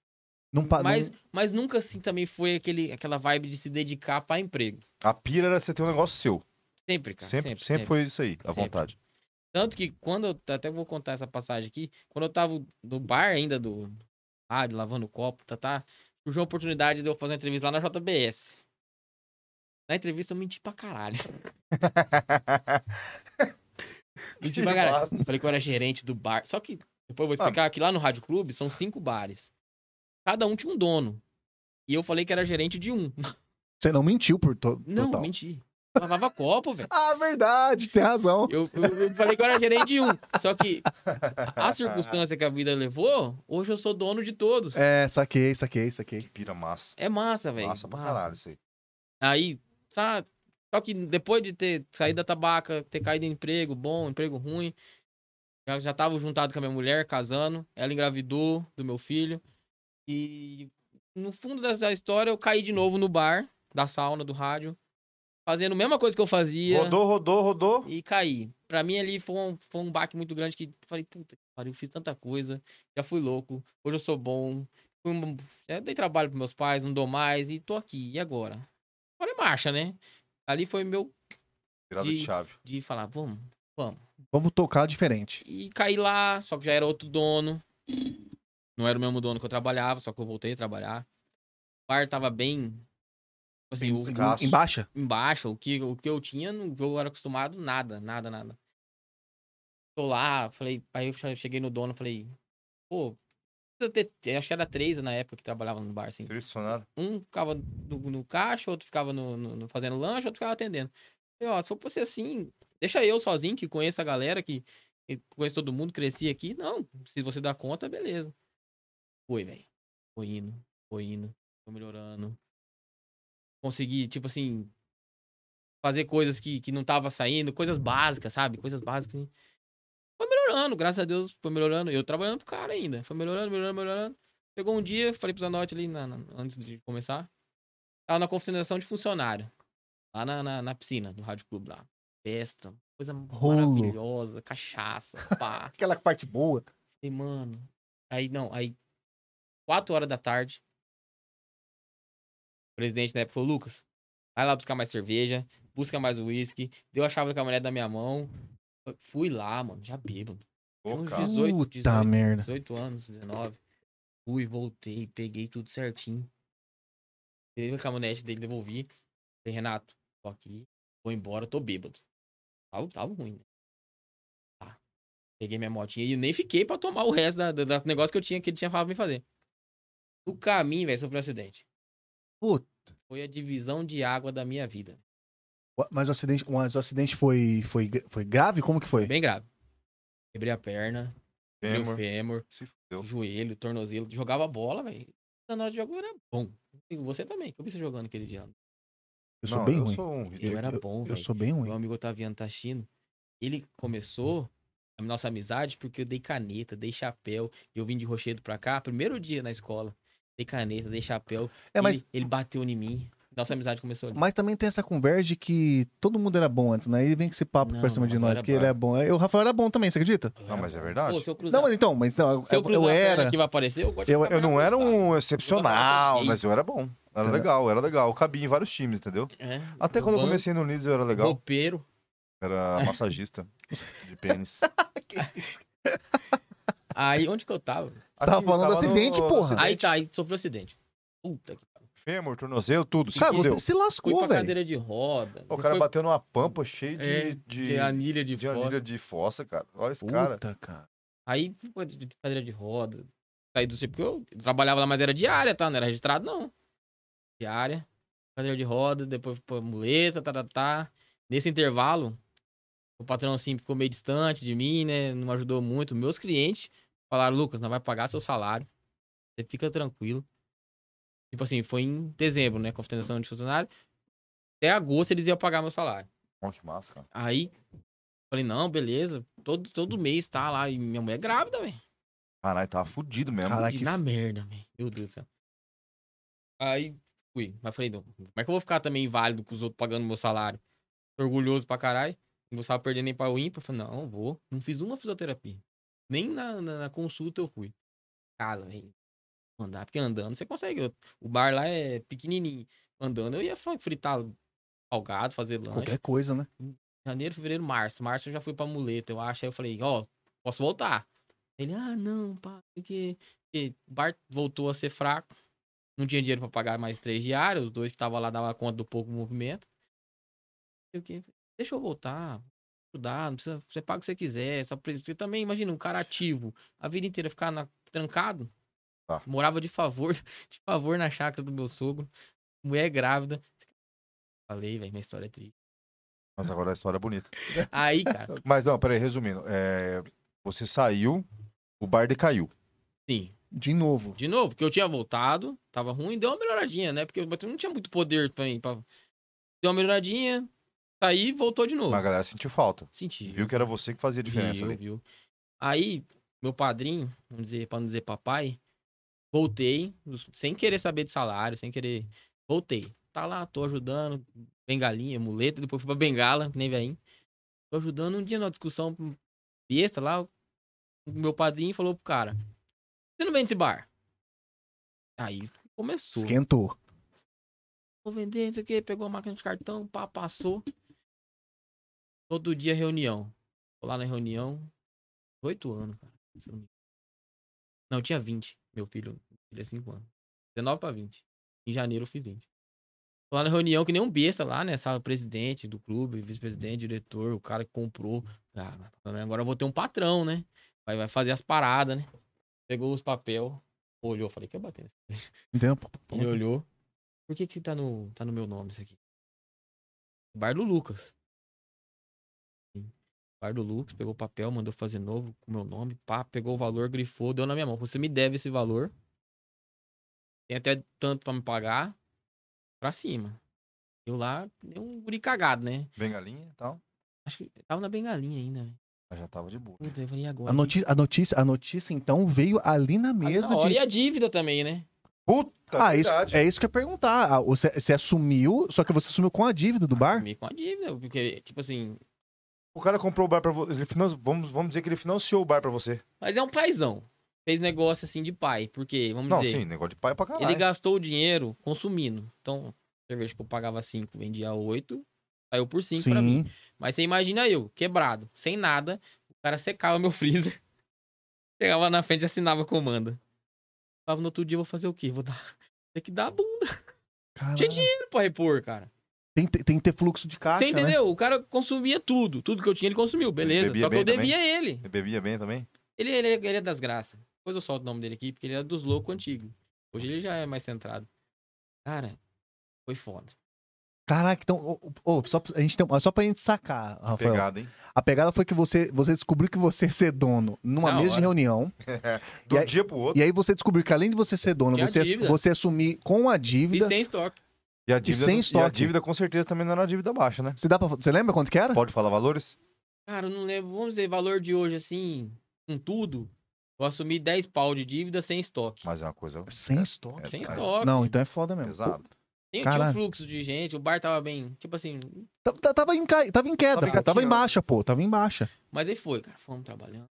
S3: Não, pa- não-
S2: mas, mas nunca assim também foi aquele, aquela vibe de se dedicar pra emprego.
S1: A pira era você ter um negócio seu.
S2: Sempre, cara.
S1: Sempre, sempre, foi isso aí, à
S2: Sempre.
S1: vontade.
S2: Tanto que quando eu até vou contar essa passagem aqui, quando eu tava no bar ainda do rádio, lavando o copo, tá, tá, surgiu a oportunidade de eu fazer uma entrevista lá na JBS. Na entrevista eu menti pra caralho. menti pra
S1: Que
S2: caralho. Ah.
S1: massa.
S2: Falei que eu era gerente do bar. Só que depois eu vou explicar que lá no Rádio Clube são cinco bares. Cada um tinha um dono. E eu falei que era gerente de um.
S3: Você não mentiu por to...
S2: Não,
S3: total.
S2: menti. Lavava copo, velho.
S3: Ah, verdade, tem razão.
S2: Eu, eu- eu falei que eu era gerente de um. Só que a circunstância que a vida levou, hoje eu sou dono de todos. É,
S3: É, saquei, saquei, saquei.
S1: Que pira massa.
S2: massa, velho.
S1: Massa pra caralho isso aí.
S2: Aí, sabe? Só que depois de ter saído da tabaca, ter caído em emprego bom, emprego ruim, já, já tava juntado com a minha mulher, casando. Ela engravidou do meu filho. E no fundo dessa história, eu caí de novo no bar, da sauna, do rádio, fazendo a mesma coisa que eu fazia.
S1: Rodou, rodou, rodou.
S2: E caí. Pra mim ali foi um, foi um baque muito grande que falei, puta que pariu, fiz tanta coisa, já fui louco, hoje eu sou bom, fui um- já dei trabalho pros meus pais, não dou mais, e tô aqui, e agora? Agora é marcha, né? Ali foi meu
S1: Virada
S2: de-
S1: de chave.
S2: de falar, vamos, vamos.
S3: Vamos tocar diferente.
S2: E caí lá, só que já era outro dono. Não era o mesmo dono que eu trabalhava, só que eu voltei a trabalhar. O bar tava bem. tipo Assim, o,
S1: escasso. Aço.
S3: Embaixa.
S2: embaixo, o que, o que eu tinha, não- eu era acostumado, nada, nada, nada. Tô lá, falei, aí eu che- cheguei no dono, falei, pô, precisa ter- eu acho que era três na época que trabalhava no bar, assim.
S1: Impressionaram.
S2: Um ficava no, no caixa, outro ficava no, no- no- fazendo lanche, outro ficava atendendo. Falei, ó, se for pra ser assim, deixa eu sozinho, que conheço a galera, que, que conheço todo mundo, cresci aqui. Não, se você dá conta, beleza. Foi, velho. Foi indo, foi indo, foi melhorando. Consegui, tipo assim, fazer coisas que, que não tava saindo, coisas básicas, sabe? Coisas básicas. assim. Foi melhorando, graças a Deus, foi melhorando. Eu trabalhando pro cara ainda. Foi melhorando, melhorando, melhorando. Pegou um dia, falei pro Zanotti ali na- na- antes de começar. Tava na confraternização de funcionário. Lá na, na, na piscina do Rádio Clube lá. Festa, coisa
S3: Rolo.
S2: maravilhosa, cachaça, pá.
S3: Aquela parte boa.
S2: Falei, mano. Aí não, aí. 4 horas da tarde. O presidente na época falou, Lucas, vai lá buscar mais cerveja, busca mais uísque. Deu a chave da caminhonete da minha mão. Fui lá, mano, já bêbado. Tinha
S1: Ô,
S2: uns
S1: cara.
S2: 18,
S3: Puta
S2: 18,
S3: merda.
S2: 18 anos, 19. Fui, voltei, peguei tudo certinho. Peguei a caminhonete dele, devolvi. Falei, Renato, tô aqui, vou embora, tô bêbado. Tava, tava ruim, né? Tá. Peguei minha motinha e nem fiquei pra tomar o resto da, da- da- do negócio que eu tinha, que ele tinha falado pra mim fazer. No caminho, velho, sofri um acidente.
S3: Puta.
S2: Foi a divisão de água da minha vida.
S3: Ué, Mas o acidente, mas o acidente foi, foi, gra- foi grave? Como que foi?
S2: Bem grave. Quebrei a perna, quebrei o
S1: Fêmur.
S2: fêmur.
S1: Se fudeu.
S2: joelho, tornozelo. Jogava bola, velho. Na hora de jogo eu era bom. E Você também, que eu vi você jogando aquele dia.
S3: Eu sou
S1: Não,
S3: bem
S1: eu
S3: ruim.
S1: sou um
S2: Eu
S1: ridículo.
S2: era bom,
S3: Eu
S2: velho.
S3: sou bem ruim.
S2: Meu amigo Otaviano Tachino, ele começou a nossa amizade porque eu dei caneta, dei chapéu. E eu vim de Rochedo pra cá, primeiro dia na escola. Dei caneta, dei chapéu.
S3: É, mas,
S2: ele, ele bateu em mim. Nossa amizade começou ali.
S3: mas também tem essa conversa de que todo mundo era bom antes, né? E vem com esse papo
S2: Não,
S3: pra cima
S2: mas
S3: de
S2: eu
S3: nós,
S2: era
S3: que ele é bom. Eu, o Rafael era bom também, você acredita?
S2: Eu
S1: Não,
S2: era
S1: mas é
S2: bom.
S1: verdade.
S2: Pô, se eu cruzar,
S3: Não, mas então, mas não, eu,
S2: se eu
S3: eu
S2: cruzar a perna
S3: era.
S2: que vai aparecer, eu gosto de
S3: Eu-
S2: ficar
S1: Eu não
S2: mais
S1: era
S2: atrás.
S1: um excepcional,
S2: Sim.
S1: mas eu era bom. Era
S3: Entendeu?
S1: legal, era legal. Eu cabia em vários times, entendeu?
S2: É,
S1: Até
S2: no
S1: quando eu
S2: banco,
S1: comecei no Leeds eu era legal.
S2: Roupeiro.
S1: Era massagista de pênis.
S2: Aí, onde que eu tava?
S3: Você tava
S1: Aqui,
S3: falando do
S1: no-
S3: acidente,
S1: no
S3: porra.
S2: Aí
S1: acidente.
S2: tá, aí sofreu um acidente. Puta que
S1: Fêmur, tornozelo, tudo. Se
S3: Cara,
S1: fudeu.
S3: você se
S2: Fui
S3: lascou,
S2: pra
S3: velho.
S2: cadeira de roda.
S1: O cara
S2: foi
S1: bateu numa pampa cheia de,
S2: É,
S1: de,
S2: de anilha de,
S1: de
S2: foto.
S1: anilha de fossa, cara. Olha esse cara.
S3: Puta, cara.
S2: Aí fui pra de- de cadeira de roda. Saí do circo, porque eu trabalhava lá, mas era diária, tá? Não era registrado, não. Diária. Cadeira de roda, depois fui pra muleta, tá, tá, tá. Nesse intervalo, o patrão, assim, ficou meio distante de mim, né? Não me ajudou muito. Meus clientes falaram, Lucas, não vai pagar seu salário. Você fica tranquilo. Tipo assim, foi em dezembro, né? Confederação de funcionário. Até agosto eles iam pagar meu salário.
S1: Ó, que massa, cara.
S2: Aí, falei, não, beleza. Todo, todo mês tá lá. E minha mulher é grávida, velho.
S1: Caralho, tava fudido mesmo.
S3: Caralho. Ah,
S2: E
S3: que
S2: na
S3: f-
S2: merda, velho. Meu Deus do céu. Aí, fui. Mas falei, não, como é que eu vou ficar também inválido com os outros pagando meu salário? Orgulhoso pra caralho. Não gostava de perder nem pra ímpar. Falei, não, vou. Não fiz uma fisioterapia. Nem na, na- na consulta eu fui. Cara, velho. Andar, porque andando você consegue. Eu- O bar lá é pequenininho. Andando eu ia fa- fritar salgado, fazer lanche.
S3: Qualquer coisa, né?
S2: Janeiro, fevereiro, março. Março eu já fui pra muleta, eu acho. Aí eu falei, ó, posso voltar. Ele, ah, não, pá, porque porque o bar voltou a ser fraco. Não tinha dinheiro pra pagar mais três diários. Os dois que estavam lá davam conta do pouco movimento. Eu que, deixa eu voltar. Estudar, não precisa, você paga o que você quiser. Só pre- você também, imagina, um cara ativo, a vida inteira ficar na- trancado.
S1: Tá.
S2: Morava de favor, de favor na chácara do meu sogro. Mulher grávida. Falei, velho, minha história é triste.
S1: Mas agora a história é bonita.
S2: Aí, cara,
S1: Mas não, peraí, resumindo. é, Você saiu, o bar decaiu.
S2: sim.
S3: De novo.
S2: De novo, porque eu tinha voltado, tava ruim, deu uma melhoradinha, né? Porque eu não tinha muito poder pra mim. pra- Deu uma melhoradinha, saí e voltou de novo.
S1: Mas a galera sentiu falta.
S2: Senti.
S1: Viu que era você que fazia a diferença né?
S2: viu,
S1: ali.
S2: viu. Aí, meu padrinho, vamos dizer, pra não dizer papai, voltei, sem querer saber de salário, sem querer. Voltei. Tá lá, tô ajudando, bengalinha, muleta, depois fui pra bengala, que nem vem. Tô ajudando um dia numa discussão besta lá. O meu padrinho falou pro cara: Você não vende esse bar? Aí começou.
S3: Esquentou.
S2: Vou vender, não sei o que, pegou a máquina de cartão, pá, passou. Todo dia reunião. Vou lá na reunião. Oito anos, cara. se eu não me engano. Não, eu tinha 20. Meu filho, meu filho é 5 anos. 19 pra 20. Em janeiro eu fiz 20. Tô lá na reunião, que nem um besta lá, né? Sabe, o presidente do clube, vice-presidente, diretor, o cara que comprou. Cara, agora eu vou ter um patrão, né? Vai, vai fazer as paradas, né? Pegou os papel, olhou, falei, que eu bater nesse
S3: Entendeu?
S2: ele olhou. Por que que tá no, tá no meu nome isso aqui? Bar do Lucas. Bar do Lucas, pegou o papel, mandou fazer novo com o meu nome, pá, pegou o valor, grifou, deu na minha mão. Você me deve esse valor. Tem até tanto pra me pagar. Pra cima. Eu lá, dei um guri cagado, né?
S1: Bengalinha e tal.
S2: Acho que tava na bengalinha ainda. né?
S1: Mas já tava de boa.
S2: Puta, eu falei, e agora?
S3: A notícia, a, notícia, a notícia, então, veio ali na
S2: Ali na
S3: mesa
S2: hora,
S3: de.
S2: E a dívida também, né?
S1: Puta,
S3: Ah, isso,
S1: Tá, verdade.
S3: é isso que eu ia perguntar. Ah, Você, você assumiu, só que você assumiu com a dívida do bar?
S2: Assumi Com a dívida, porque, tipo assim...
S1: O cara comprou o bar pra você. Ele finan... vamos, vamos dizer que ele financiou o bar pra você.
S2: Mas é um paizão. Fez negócio assim de pai, porque, vamos
S1: não,
S2: dizer...
S1: sim, é. negócio de pai pra caralho.
S2: Ele gastou o dinheiro consumindo. Então, cerveja que eu pagava 5, vendia 8, saiu por 5 pra mim. Mas você imagina eu, quebrado, sem nada, o cara secava meu freezer, chegava na frente e assinava comanda. Falava no outro dia, vou fazer o quê? Vou dar... Tem que dar a bunda
S3: Caralho.
S2: Tinha pra repor, cara.
S3: Tem, que ter- tem que ter fluxo de caixa,
S2: você
S3: né?
S2: entendeu? O cara consumia tudo. Tudo que eu tinha, ele consumiu, beleza.
S1: bebia
S2: Só que eu
S1: bem
S2: devia ele.
S1: Ele bebia bem também?
S2: Ele, ele, ele é das graças. Depois eu solto o nome dele aqui, porque ele era dos loucos antigos. Hoje ele já é mais centrado. Cara, foi foda.
S3: Caraca, então, ô, ô, ô, só, pra- a gente tem, só pra gente sacar, Rafael.
S1: Pegada, hein?
S3: A pegada foi que você, você descobriu que você ia ser dono numa
S2: Na
S3: mesa de
S2: hora.
S3: reunião.
S1: De
S3: E
S1: um
S3: aí-
S1: dia pro outro.
S3: E aí você descobriu que além de você ser dono,
S2: Tinha
S3: você,
S2: dívida.
S3: você assumir com a
S2: E
S3: dívida.
S2: sem estoque.
S1: E a dívida,
S3: sem
S1: não- e a
S3: estoque. Ah.
S1: dívida com certeza também não era uma dívida baixa, né?
S3: Você, dá pra, você lembra quanto que era?
S1: Pode falar valores?
S2: Cara, eu não lembro. Vamos dizer, valor de hoje, assim, com tudo. Eu assumi 10 pau de dívida sem estoque.
S1: Mas é uma coisa
S3: Sem estoque.
S2: sem
S1: cara,
S2: estoque.
S3: é, Não, então é foda mesmo.
S1: pesada.
S2: Tinha, tinha um
S3: caralho.
S2: fluxo de gente, o bar tava bem. Tipo assim.
S3: Tá- tá- Tava em, ca- tava em queda,
S1: Tava em
S3: pô, tava em
S1: gatinho,
S3: baixa, pô. Tava em baixa.
S2: Mas aí foi, cara. Fomos trabalhando.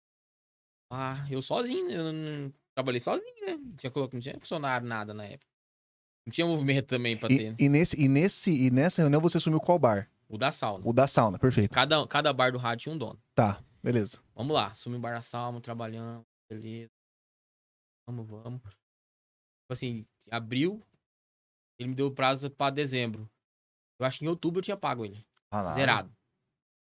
S2: Ah, eu sozinho, né? eu não... trabalhei sozinho, né? Não tinha, colo- não tinha funcionário nada na época. Não tinha movimento também pra ter. né?
S3: E, e nesse, e, nesse, e nessa reunião você assumiu qual bar?
S2: O da sauna.
S3: O da sauna, perfeito.
S2: Cada, cada bar do rádio tinha um dono.
S3: Tá, beleza.
S2: Vamos lá, assumi o bar na salma, trabalhamos, beleza. Vamos, vamos. Tipo assim, abril, ele me deu o prazo pra dezembro. Eu acho que em outubro eu tinha pago ele,
S1: Caralho.
S2: zerado.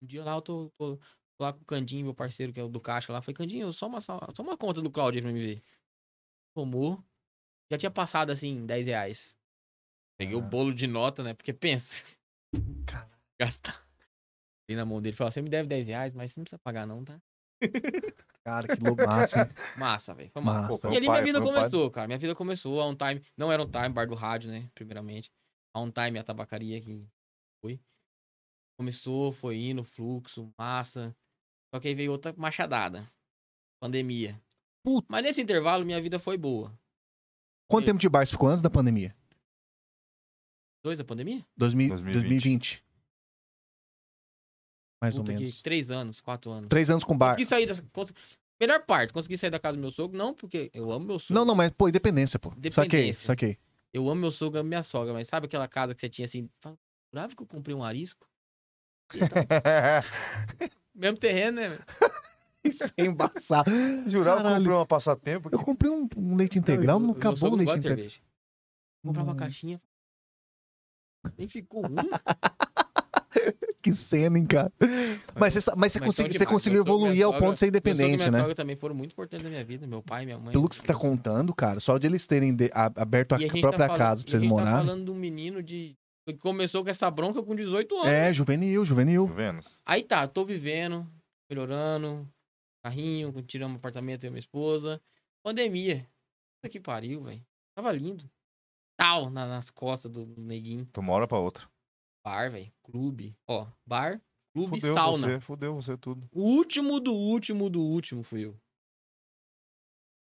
S2: Um dia lá eu tô, tô- tô lá com o Candinho, meu parceiro, que é o do caixa lá. Falei, Candinho, só uma, sal- só uma conta do Claudio aí pra me ver. Tomou. Já tinha passado, assim, 10 reais. Peguei o
S1: Caralho.
S2: bolo de nota, né? Porque pensa.
S3: Caralho.
S2: Gastar. Dei na mão dele, falou, você me deve 10 reais, mas você não precisa pagar não, tá?
S3: Cara, que louco. Massa, hein?
S2: Massa, velho. Foi massa.
S1: Pô,
S3: Massa.
S1: foi
S2: E
S1: o
S2: ali
S1: pai,
S2: minha vida
S1: foi o pai.
S2: começou, cara. Minha vida começou a on time. Não era on time, bar do rádio, né? Primeiramente. A on time, a tabacaria que foi. Começou, foi indo, fluxo, massa. Só que aí veio outra machadada. Pandemia.
S3: Puta.
S2: Mas nesse intervalo, minha vida foi boa.
S3: Quanto tempo de bar você ficou antes da pandemia?
S2: Dois da pandemia?
S3: 2000
S1: 2020.
S3: 2020. Mais
S2: Puta
S3: ou
S2: que-
S3: menos.
S2: três anos, quatro anos.
S3: Três anos com bar.
S2: Consegui sair dessa. cons- Melhor parte, consegui sair da casa do meu sogro, não porque eu amo meu sogro.
S3: Não, não, mas, pô, independência, pô. Saquei,
S2: Dependência.
S3: saquei.
S2: Eu amo meu sogro, amo minha sogra, mas sabe aquela casa que você tinha assim? fala, Jurava que eu comprei um arisco? Eita, mesmo terreno, né?
S3: Isso é embaçado.
S1: Jurava que
S3: Caralho.
S1: comprou uma passatempo.
S3: Eu comprei um, um leite integral, não acabou Hum. o
S2: o
S3: leite integral.
S2: cerveja. Comprava uma
S3: Não.
S2: caixinha. Nem
S3: Ah,
S2: ficou
S3: tá
S2: um.
S3: Que cena, hein, cara. Mas você, sa- mas você,
S2: Mas
S3: consegui-
S2: são
S3: você
S2: demais.
S3: conseguiu
S2: Meu sogro, minha
S3: evoluir ao
S2: sogra-
S3: ponto de ser
S2: Meu sogro e
S3: independente,
S2: minha
S3: né?
S2: sogra também foram muito importantes na minha vida. Meu pai, minha mãe.
S3: Pelo que você tá contando, cara, só de eles terem de- a- aberto a,
S2: E a
S3: ca-
S2: gente tá
S3: própria
S2: falando-
S3: casa
S2: e
S3: pra
S2: a
S3: vocês
S2: gente tá
S3: morarem.
S2: falando de um menino de Ele Começou com essa bronca com 18 anos.
S3: É, juvenil, juvenil.
S1: Juventus.
S2: Aí tá, tô vivendo, melhorando, carrinho, tiramos um apartamento eu e minha esposa. Pandemia. Puta que pariu, velho. Tava lindo. Tal, na- nas costas do neguinho.
S1: De uma hora pra outra.
S2: Bar, velho. Clube. Ó, bar, clube, né?
S1: Fudeu
S2: sauna.
S1: você, fudeu você tudo.
S2: O último do último do último fui eu.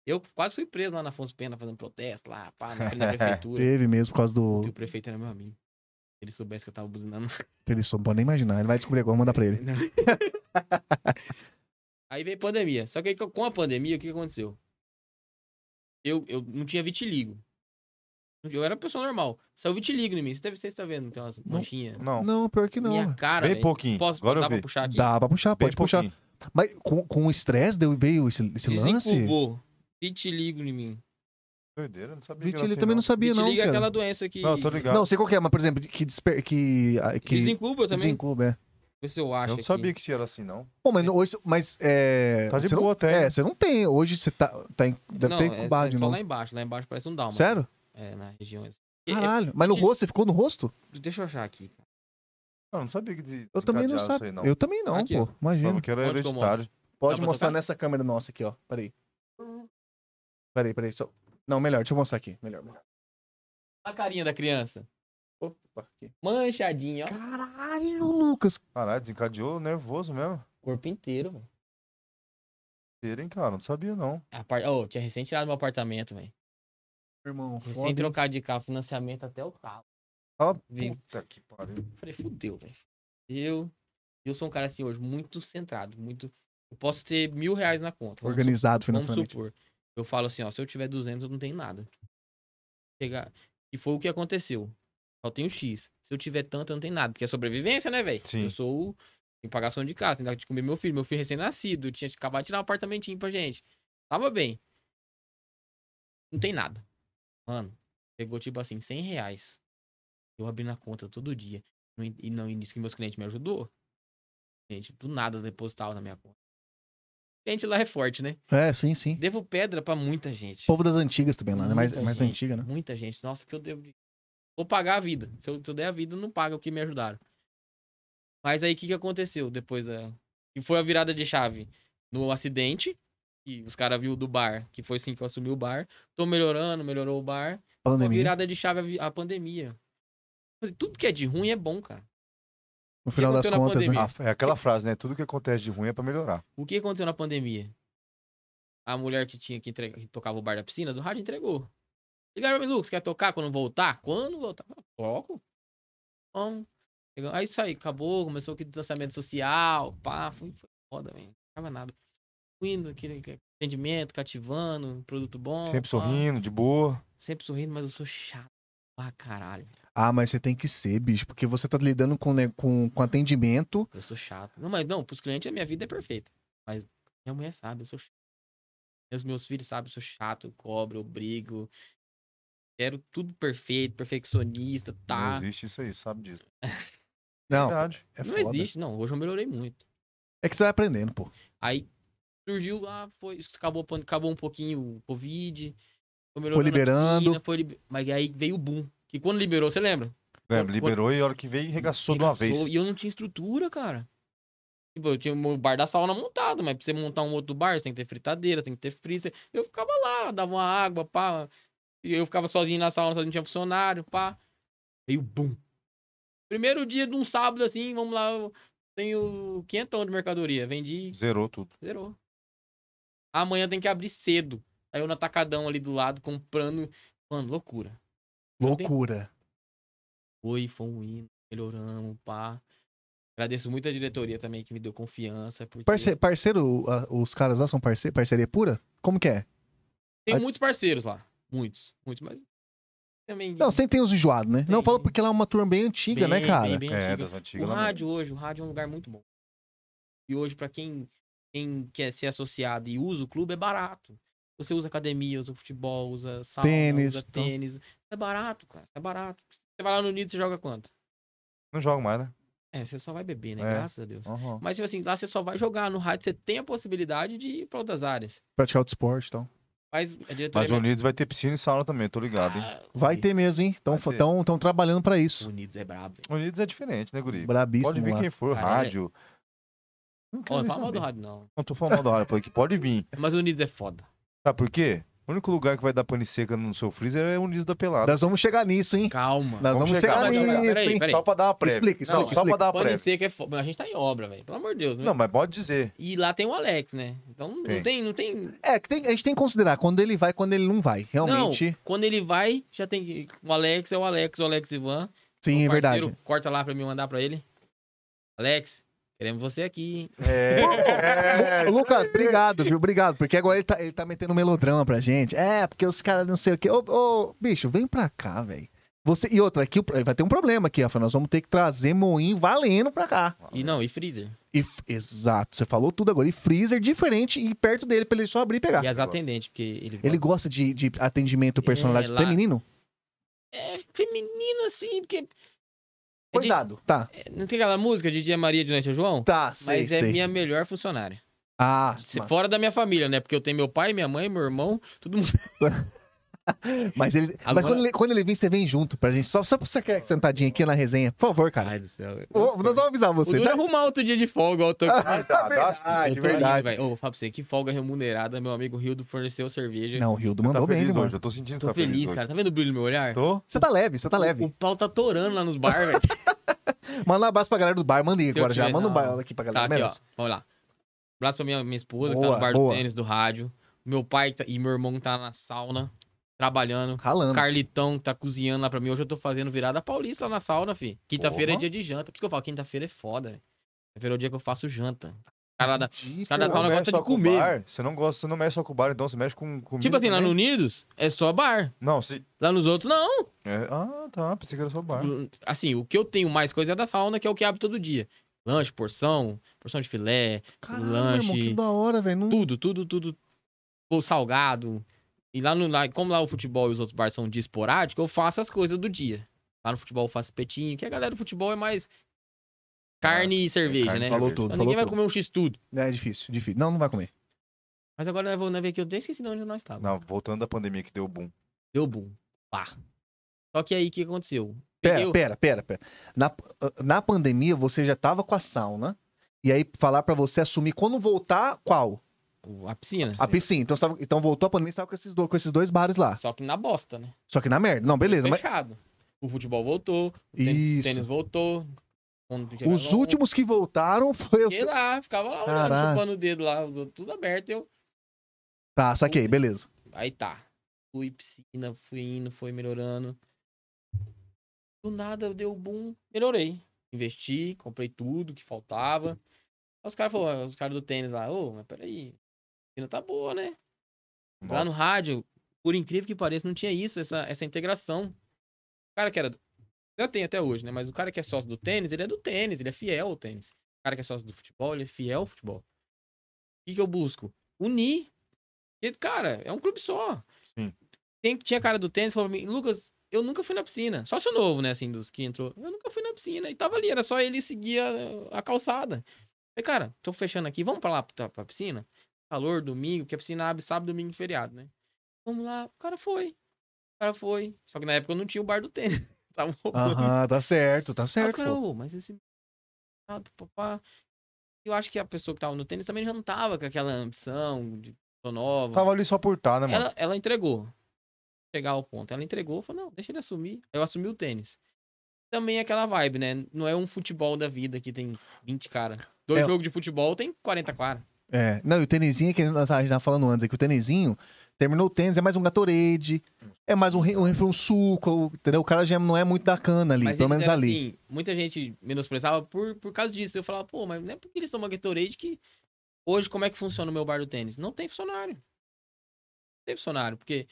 S2: Eu quase fui preso lá na Afonso Pena fazendo protesto lá, pá, na frente da prefeitura.
S3: Teve mesmo, por causa do.
S2: E o prefeito era meu amigo. Se ele soubesse que eu tava buzinando.
S3: Ele só não pode nem imaginar. Ele vai descobrir agora, vou mandar pra ele.
S2: Não. aí veio pandemia. Só que aí com a pandemia, o que que aconteceu? Eu, eu não tinha vitiligo. Eu era uma pessoa normal. Saiu vitiligo em mim. Você deve você está vendo, tem umas manchinhas.
S1: Não,
S3: Não, pior que não.
S2: Minha cara,
S1: bem
S2: velho.
S1: pouquinho.
S2: Posso
S1: Agora
S2: dá
S1: eu
S2: pra
S1: vi.
S2: puxar aqui?
S3: Dá pra puxar,
S1: bem
S3: pode puxar.
S1: pouquinho.
S3: Mas com, com o estresse deu- veio esse, esse lance?
S2: Desencubou. Vitiligo em mim.
S1: Doideira, não sabia que
S3: Vitiligo,
S1: era assim,
S3: também não sabia, não,
S2: vitiligo é
S3: cara.
S2: aquela doença que...
S1: Não, eu tô ligado.
S3: Não, sei qual que é, mas, por exemplo, que, desper... que, ah, que...
S2: Desencuba também.
S3: desencuba, é.
S2: Vê se eu acho
S1: eu não
S2: aqui.
S1: sabia que era assim, não.
S3: Pô, mas, não- hoje, mas é...
S1: Tá de
S3: você
S1: boa
S3: não...
S1: até.
S3: É, você não tem. Hoje você tá... tá em- Deve
S2: não,
S3: ter
S2: é,
S3: incubado
S2: é
S3: de
S2: só
S3: novo.
S2: lá embaixo. Lá embaixo parece um dálmata.
S3: Sério?
S2: É, na região. assim. É- é-
S3: Caralho. Mas no
S2: de-
S3: rosto? Você ficou no rosto?
S2: deixa eu achar aqui. cara.
S1: Eu não sabia que de,
S3: Eu também
S1: desencadeava
S3: não
S1: isso
S3: sabia.
S1: aí, não. Uhum.
S3: Eu também não,
S2: Aqui,
S3: pô.
S2: ó.
S1: Falava
S3: Imagina.
S1: que era
S2: Onde que eu
S1: hereditário.
S3: Pode
S2: pra Hum.
S3: mostrar
S2: tocar?
S3: nessa câmera nossa aqui, ó. Peraí. Peraí, peraí. só- Não, melhor. Deixa eu mostrar aqui. Melhor, melhor.
S2: A carinha da criança.
S3: Opa, aqui.
S2: Manchadinha, ó.
S3: Caralho, Lucas.
S1: Caralho, desencadeou nervoso mesmo.
S2: Corpo inteiro, velho.
S1: Tira, hein, cara? Não sabia, não.
S2: Apar... Ô, tinha recém tirado meu apartamento, velho.
S3: Irmão,
S2: Recém
S3: foda, hein?
S2: trocado de carro, financiamento até o carro.
S1: Ah,
S2: Vivo.
S1: puta que pariu.
S2: Falei, fudeu, velho. Eu... eu sou um cara assim hoje, muito centrado, muito... Eu posso ter mil reais na conta. vamos
S3: Organizado
S2: Vamos
S3: financeiramente.
S2: supor, eu falo assim, ó, se eu tiver 200, eu não tenho nada. Chegar... E foi o que aconteceu. Só tenho X. Se eu tiver tanto, eu não tenho nada. Porque é sobrevivência, né, velho?
S1: Sim.
S2: Eu sou o... Tem que pagar som de casa, tem que dar de comer meu filho. Meu filho recém-nascido, tinha que acabar de tirar um apartamentinho pra gente. Tava bem. Não tem nada. Mano, pegou tipo assim, 100 reais. Eu abri na conta todo dia. No in- E não, e disse que meus clientes me ajudou. Gente, do nada depositava na minha conta. Gente lá é forte, né?
S3: É, sim, sim.
S2: Devo pedra pra muita gente.
S3: Povo das antigas também lá, né? Mais,
S2: Muita
S3: mais
S2: gente,
S3: antiga, né?
S2: Muita gente. Nossa, que eu devo. de- Vou pagar a vida. Se eu, se eu der a vida, não paga o que me ajudaram. Mas aí o que, que aconteceu depois da. Que foi a virada de chave no acidente. E os caras viu do bar, que foi assim que eu assumi o bar. Tô melhorando, melhorou o bar. Uma
S3: Pandemia.
S2: virada de chave a vi- a pandemia. Falei, Tudo que é de ruim é bom, cara.
S3: No final das
S2: aconteceu na
S3: contas, né?
S1: Ah,
S2: pandemia?
S1: é aquela frase, né? Tudo que acontece de ruim é pra melhorar.
S2: O que aconteceu na pandemia? A mulher que tinha que, entregar, que tocava o bar da piscina do rádio entregou. Ligaram pra mim, Lucas, quer tocar quando voltar? Quando voltar? Eu Toco. Vamos. Chegou- Aí isso aí, acabou, começou aquele distanciamento social, pá, foi, foi foda, velho. Não tava nada. Fui indo, aquele atendimento, cativando, um produto bom.
S1: Sempre
S2: pá.
S1: sorrindo, de boa.
S2: Sempre sorrindo, mas eu sou chato pra caralho. velho.
S3: Ah, mas você tem que ser, bicho, porque você tá lidando com, né, com, com atendimento.
S2: Eu sou chato. Não, mas não, pros clientes a minha vida é perfeita. Mas minha mulher sabe, eu sou chato. Os meus filhos sabem, eu sou chato, eu cobro, eu brigo. Quero tudo perfeito, perfeccionista,
S1: Não
S2: tá.
S1: existe isso aí, sabe disso.
S3: Não,
S1: Verdade.
S3: é
S2: Não,
S3: foda.
S2: existe, não. Hoje eu melhorei muito.
S3: É que você vai aprendendo, pô.
S2: Aí surgiu lá, foi, acabou, a pan- acabou um pouquinho o Covid. Foi melhorando.
S3: Foi
S2: a
S3: liberando.
S2: piscina, foi libe- Mas aí veio o boom. Que quando liberou, você lembra?
S1: Lembra, liberou e a hora que veio, regaçou de uma
S2: Arregaçou,
S1: vez.
S2: E eu não tinha estrutura, cara. Tipo, eu tinha o meu bar da sauna montado, mas pra você montar um outro bar, você tem que ter fritadeira, tem que ter freezer. Eu ficava lá, dava uma água, pá. E eu ficava sozinho na sauna, sozinho tinha funcionário, pá. Veio bum. Primeiro dia de um sábado, assim, vamos lá, eu tenho 500 de mercadoria. Vendi,
S1: Zerou tudo.
S2: zerou. Amanhã tem que abrir cedo. Aí eu no atacadão ali do lado, comprando. Mano, loucura.
S3: Loucura.
S2: Foi, foi um hino, melhoramos, pá. Agradeço muito a diretoria também que me deu confiança. Porque
S3: Parce- parceiro, ah, os caras lá são parce- parceria pura? Como que é?
S2: Tem
S3: a-
S2: muitos parceiros lá. Muitos, muitos, mas. Também.
S3: Não, sempre tem os enjoados, né? Não,
S2: Tem,
S3: fala
S2: tem.
S3: porque lá é uma turma bem antiga, né, cara?
S2: Bem, bem
S1: é,
S2: antiga.
S1: das
S2: O
S1: antigas. lá mesmo.
S2: rádio hoje, o rádio é um lugar muito bom. E hoje, pra quem, quem quer ser associado e usa o clube, é barato. Você usa academia, usa futebol, usa sauna,
S3: Tênis,
S2: usa
S3: então.
S2: tênis. É barato, cara. É barato. Você vai lá no Unido, você joga quanto?
S1: Não joga mais, né?
S2: É, você só vai beber, né?
S1: É.
S2: Graças a Deus.
S1: Aham.
S2: Mas, tipo assim, lá você só vai jogar. No rádio você tem a possibilidade de ir pra outras áreas.
S3: Praticar outro esporte então. e tal.
S2: Mas a diretoria. é
S1: Mas o Unidos vai ter piscina e sauna também, eu tô ligado, hein?
S2: Ah,
S3: Vai ter mesmo, hein? Estão
S1: Vai ter.
S3: tão, tão trabalhando pra isso.
S2: Unidos é brabo. velho.
S1: O Unidos é diferente, né, guri?
S3: Brabíssimo
S1: Pode vir
S3: lá.
S1: quem for,
S2: Caralho,
S1: rádio. Não
S2: Ó,
S1: quero
S2: não
S1: nem
S2: fala mal do
S1: saber.
S2: rádio, não.
S1: Não tô falando mal do rádio, eu falei que pode vir.
S2: Mas o Unidos é foda.
S1: Sabe por quê? O único lugar que vai dar pane seca no seu freezer é o Unidos da Pelada.
S3: Nós vamos chegar nisso, hein?
S2: Calma.
S3: Nós vamos,
S1: Vamos chegar,
S3: chegar,
S1: vai
S2: chegar.
S3: nisso,
S2: Peraí,
S3: hein?
S2: peraí.
S1: Só pra dar uma prévia.
S3: Explica, explica,
S1: Não, só
S3: explica.
S1: pra dar uma
S2: Pode
S1: prévia.
S2: ser que é foda. A gente tá em obra, velho. Pelo amor de Deus. né?
S1: Não, mas pode dizer.
S2: E lá tem o Alex, né? Então não
S1: Tem.
S2: tem, não tem
S3: É, que tem- a gente tem que considerar quando ele vai, quando ele não vai. Realmente.
S2: Não, quando ele vai, já tem que- o Alex, é o Alex, o Alex Ivan.
S3: Sim,
S2: O
S3: é verdade.
S2: parceiro Corta lá pra mim mandar pra ele. Alex, queremos você aqui.
S1: É. é,
S3: Ô, Lucas, obrigado, viu? Obrigado. Porque agora ele tá, ele tá metendo melodrama pra gente. É, porque os caras não sei o quê. Ô, ô, bicho, vem pra cá, velho. Você, e outra, aqui o pro- vai ter um problema aqui, Rafa. Nós vamos ter que trazer moinho valendo pra cá.
S2: E não, e Freezer.
S3: E f- exato, você falou tudo agora. E freezer diferente e perto dele pra ele só abrir e pegar.
S2: E as
S1: gosto.
S2: atendentes, porque ele.
S3: Ele gosta de, de atendimento personalizado
S2: lá.
S3: feminino?
S2: É feminino assim, porque. É de-
S3: Cuidado. Tá,
S2: é, Não tem aquela música de Dia Maria de Noite ao João?
S3: tá, sei,
S2: Mas é
S3: sei.
S2: minha melhor funcionária.
S3: Ah,
S2: Se-
S3: mas-
S2: Fora da minha família, né? Porque eu tenho meu pai, minha mãe, meu irmão, todo mundo.
S3: mas, ele, mas
S2: Agora-
S3: quando, ele, quando ele vir, você vem junto pra gente. Só, só pra você quer sentadinho aqui na resenha. Por favor, cara.
S2: Ai, do céu.
S3: Ô, nós vamos avisar
S2: O
S3: tá? vocês.
S2: duro é arrumar outro dia de folga, ó, eu tô-
S1: Ah, tá, dá sim.
S2: Eu
S3: verdade,
S2: tô
S3: é verdade.
S2: lindo, velho. Ô, vou falar pra você, que folga remunerada, meu amigo Rildo forneceu cerveja.
S3: Não, o Rildo
S1: Tá
S3: mandou bem,
S1: feliz
S3: né,
S1: hoje,
S3: mano.
S1: eu tô sentindo que
S2: tô
S1: tá
S2: feliz,
S1: feliz hoje.
S2: cara. Tá vendo o brilho no meu olhar?
S1: Tô?
S3: Você tá leve, você tá
S2: O,
S3: leve.
S2: o pau tá torando lá nos bar, velho.
S3: Manda um abraço pra galera do bar. Manda aí
S2: Se eu
S3: agora já.
S2: tiver-
S3: Manda um
S2: não.
S3: bar aqui pra
S2: tá
S3: galera.
S2: aqui, ó.
S3: Menos.
S2: Vamos lá. Abraço pra minha, minha esposa, que tá
S3: Boa,
S2: no bar
S3: boa.
S2: do tênis, do rádio. Meu pai tá- e meu irmão que tá na sauna, trabalhando.
S3: Ralando.
S2: Carlitão que tá cozinhando lá pra mim. Hoje eu tô fazendo virada paulista lá na sauna, fi. Quinta-feira é
S1: Porra.
S2: dia de janta. Por isso que eu falo, quinta-feira é foda, velho. Quinta-feira é o dia que eu faço janta.
S1: Tá
S2: Cara lá da-
S3: Dito.
S2: cada
S1: Você
S2: sala-
S1: não
S2: negócio
S1: mexe
S2: é de
S1: só com
S2: comer.
S1: bar? Você não gosta, você não mexe só com bar, então você mexe com comida
S2: Tipo assim, lá no
S1: também?
S2: Unidos é só bar.
S1: Não, se...
S2: Lá nos outros, não.
S1: é, Ah, tá, pensei que era só bar.
S2: Assim, o que eu tenho mais coisa é da sauna, que é o que abre todo dia. Lanche, porção, porção de filé,
S3: Caralho,
S2: lanche.
S3: irmão, que da hora, velho. Não-
S2: tudo, tudo, tudo. O salgado. E lá no. Lá, como lá o futebol e os outros bares são de esporádico, eu faço as coisas do dia. Lá no futebol eu faço espetinho, que a galera do futebol é mais carne e cerveja,
S1: é carne,
S2: né?
S1: salada,
S3: Falou
S1: Cerveja.
S3: tudo,
S2: Então,
S3: falou
S2: ninguém vai
S3: tudo.
S2: comer um X-tudo.
S3: É difícil, difícil. Não, não vai comer.
S2: Mas agora eu vou na ver que eu até esqueci de onde nós estávamos.
S1: Não, voltando da pandemia que deu boom.
S2: Deu boom. Pá. Só que aí o que aconteceu?
S3: Pera,
S2: Peguei o-
S3: pera, pera, pera. Na, na pandemia, você já tava com a sauna. E aí, falar pra você assumir quando voltar, qual?
S2: o- a piscina.
S3: A piscina. Então, você tava- então voltou a pandemia, você tava com esses, do- com esses dois bares lá.
S2: Só que na bosta, né?
S3: Só que na merda. Não, beleza. Mas,
S2: Fechado. O futebol voltou, o tênis, o
S3: isso.
S2: tênis voltou. quando chegava
S3: Os
S2: um-
S3: últimos que voltaram foi
S2: Fiquei
S3: o.
S2: lá, ficava lá olhando,
S3: Caraca.
S2: chupando o dedo lá, tudo aberto. Eu
S3: Tá, saquei,
S2: um
S3: beleza.
S2: Aí tá. Fui piscina, fui indo, foi melhorando. Do nada eu dei o boom, melhorei. Investi, comprei tudo que faltava. Aí os caras falaram, os caras do tênis lá, ô, mas peraí, a piscina tá boa, né? Lá no
S1: Nossa,
S2: rádio, por incrível que pareça, não tinha isso, essa, essa integração. O cara que era. Já tem até hoje, né? Mas o cara que é sócio do tênis, ele é do tênis, ele é fiel ao tênis. O cara que é sócio do futebol, ele é fiel ao futebol. O que, que eu busco? Unir. E, cara, é um clube só.
S1: Sim.
S2: Tem, tinha cara do tênis que falou pra mim, Lucas, eu nunca fui na piscina. Sócio novo, né? Assim, dos que entrou. Eu nunca fui na piscina. E tava ali, era só ele seguir a, a calçada. Falei, cara, tô fechando aqui, vamos pra lá pra, pra piscina? Calor, domingo, porque a piscina abre sábado, domingo e feriado, né? Vamos lá. O cara foi. O cara foi. Só que na época eu não tinha o bar do tênis. Tava um roubando.
S3: Aham, tá certo, tá
S2: Aí os
S3: certo.
S2: caras,
S3: pô.
S2: "Ô, mas esse. ah, pá, pá." Eu acho que a pessoa que tava no tênis também já não tava com aquela ambição de tô nova.
S1: tava ali só por tá, né, mano?
S2: ela, ela entregou. Chegar ao ponto. Ela entregou, falou, não, deixa ele assumir. Eu assumi o tênis. Também é aquela vibe, né? Não é um futebol da vida que tem 20 caras. Dois
S3: É.
S2: jogos de futebol tem 40 caras.
S3: É. Não, e o tênisinho que nós- a gente tava falando antes, é que o tênisinho terminou o tênis, é mais um Gatorade, é mais um, re- um, refri- um suco, o- entendeu? O cara já não é muito da cana ali,
S2: Mas
S3: pelo
S2: eles
S3: menos
S2: eram
S3: ali.
S2: assim, muita gente menosprezava por, por causa disso. Eu falava, pô, mas não é porque eles tomam Gatorade que. Hoje, como é que funciona o meu bar do tênis? Não tem funcionário. Não tem funcionário, porque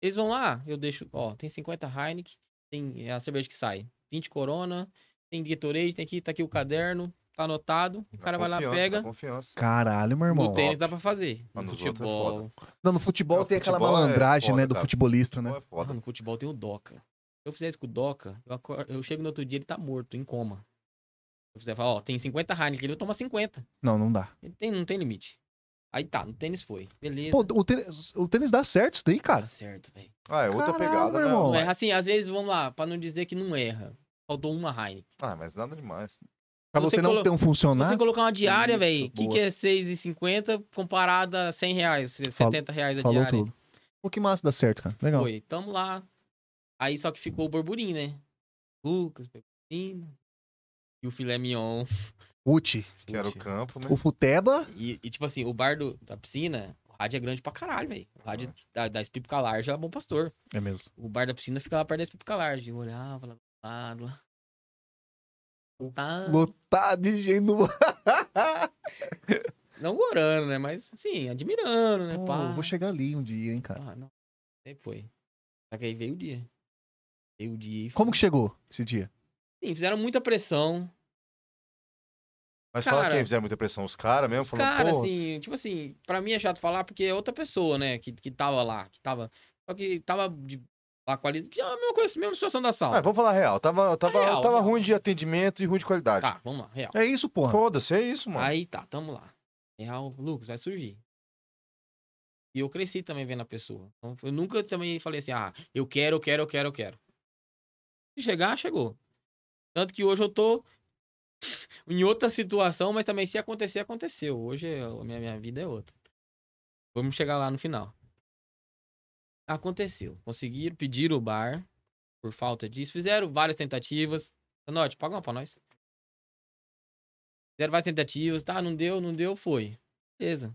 S2: eles vão lá, eu deixo, ó, tem 50 Heineken, tem é a cerveja que sai, 20 Corona, tem Gatorade, tem aqui, tá aqui o caderno, tá anotado, o
S1: Dá
S2: cara vai lá,
S1: confiança, dá
S2: pega.
S1: Confiança.
S3: Caralho, meu irmão.
S2: No tênis dá pra fazer.
S1: Mas
S2: No
S1: nos outros é
S2: futebol.
S3: Não, no futebol
S1: Não,
S3: tem aquela
S1: futebol é
S3: malandragem,
S1: foda,
S3: né, do
S1: cara.
S3: futebolista, né?
S1: Não é
S2: Ah,
S1: foda.
S2: no futebol tem o Doca. Se eu fizer isso com o Doca, eu, acor- eu chego no outro dia, ele tá morto, em coma. Se eu fizer falar, ó, tem 50 Heineken, ele toma 50.
S3: Não, não dá.
S2: Ele tem, não tem limite. Aí tá, no tênis foi. Beleza.
S3: Pô, o tênis, o tênis dá certo isso daí,
S2: tá
S3: cara.
S2: certo, velho.
S1: Ah, é outra
S3: Caramba,
S1: pegada, né?
S3: irmão.
S2: Não
S3: Bom,
S2: erra assim, às vezes, vamos lá, pra não dizer que não erra. Faltou uma Heineken.
S1: Ah, mas nada demais.
S3: Pra
S2: você
S3: você, não
S2: colo-
S3: ter um
S2: Se você
S3: funcionário,
S2: colocar uma diária,
S1: Isso,
S2: velho, o que,
S1: boa.
S2: que é 6,50 comparada a 100 reais, 70 reais a
S3: falou
S2: diária?
S3: tudo. Pô, que massa, dá certo, cara. Legal.
S2: Foi, tamo lá. Aí só que ficou o burburinho, né? Lucas, Pepino, e o filé mignon.
S3: Uti,
S1: Que era o
S2: Putz.
S1: campo, né?
S3: o Futeba,
S2: E, e, tipo assim, o bar do- da piscina, o rádio é grande pra caralho, velho. O rádio
S3: Uhum.
S2: da, da Espípica Large é bom pastor.
S3: é mesmo.
S2: O bar da piscina ficava perto da Espípica Large. Eu olhava lá do lado. lá. Tá...
S3: Lotado de gente no
S2: Não orando, né? Mas, assim, admirando, né?
S3: Pô,
S2: Pá.
S3: eu vou chegar ali um dia, hein, cara.
S2: Ah, não. Aí foi. Só que aí veio o dia. Veio o dia e...
S3: Como que chegou esse dia?
S2: Sim, fizeram muita pressão.
S1: Mas fala
S2: Cara.
S1: quem fizeram muita pressão. Os caras mesmo
S2: Os
S1: falaram,
S2: caras,
S1: porra.
S2: assim, tipo assim, pra mim é chato falar porque é outra pessoa, né? Que, que tava lá, que tava. Só que tava de lá qualidade. É a mesma coisa, mesma situação da
S1: Ah,
S2: sala.
S1: vamos falar real. Tava, tava,
S2: real,
S1: tava
S2: real.
S1: ruim de atendimento e ruim de qualidade.
S2: Tá, vamos lá, real.
S3: É isso, porra.
S1: Foda-se, é isso, mano.
S2: Aí tá, tamo lá. Real, Lucas, vai surgir. E eu cresci também vendo a pessoa. Então, eu nunca também falei assim, ah, eu quero, eu quero, eu quero, eu quero. Se chegar, chegou. Tanto que hoje eu tô em outra situação, mas também se acontecer, aconteceu. Hoje eu- a minha, minha vida é outra. Vamos chegar lá no final. Aconteceu. Conseguiram pedir o bar por falta disso. Fizeram várias tentativas. Note, paga uma pra nós. Fizeram várias tentativas, tá? Não deu, não deu, foi. Beleza.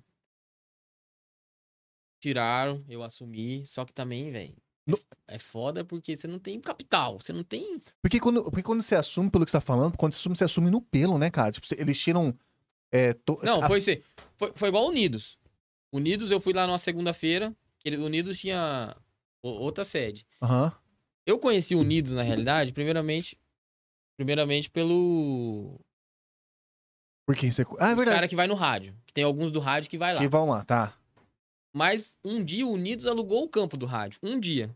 S2: Tiraram, eu assumi, só que também, velho.
S3: No-
S2: É foda porque você não tem capital, você não tem.
S3: Porque quando, porque quando você assume, pelo que você tá falando, quando você assume, você assume no pelo, né, cara? Tipo, você- eles tiram. É, to-
S2: Não,
S3: a-
S2: foi, ser- foi, foi igual o Unidos. Unidos, eu fui lá numa segunda-feira, que ele- o Unidos tinha o- outra sede.
S3: Aham.
S2: Eu conheci o Unidos, na realidade, primeiramente. Primeiramente pelo.
S3: Por quem você. Ah, é
S2: os
S3: verdade.
S2: cara que vai no rádio. Que tem alguns do rádio que vai lá.
S3: Que vão lá, tá.
S2: Mas um dia o Unidos alugou o campo do rádio. Um dia.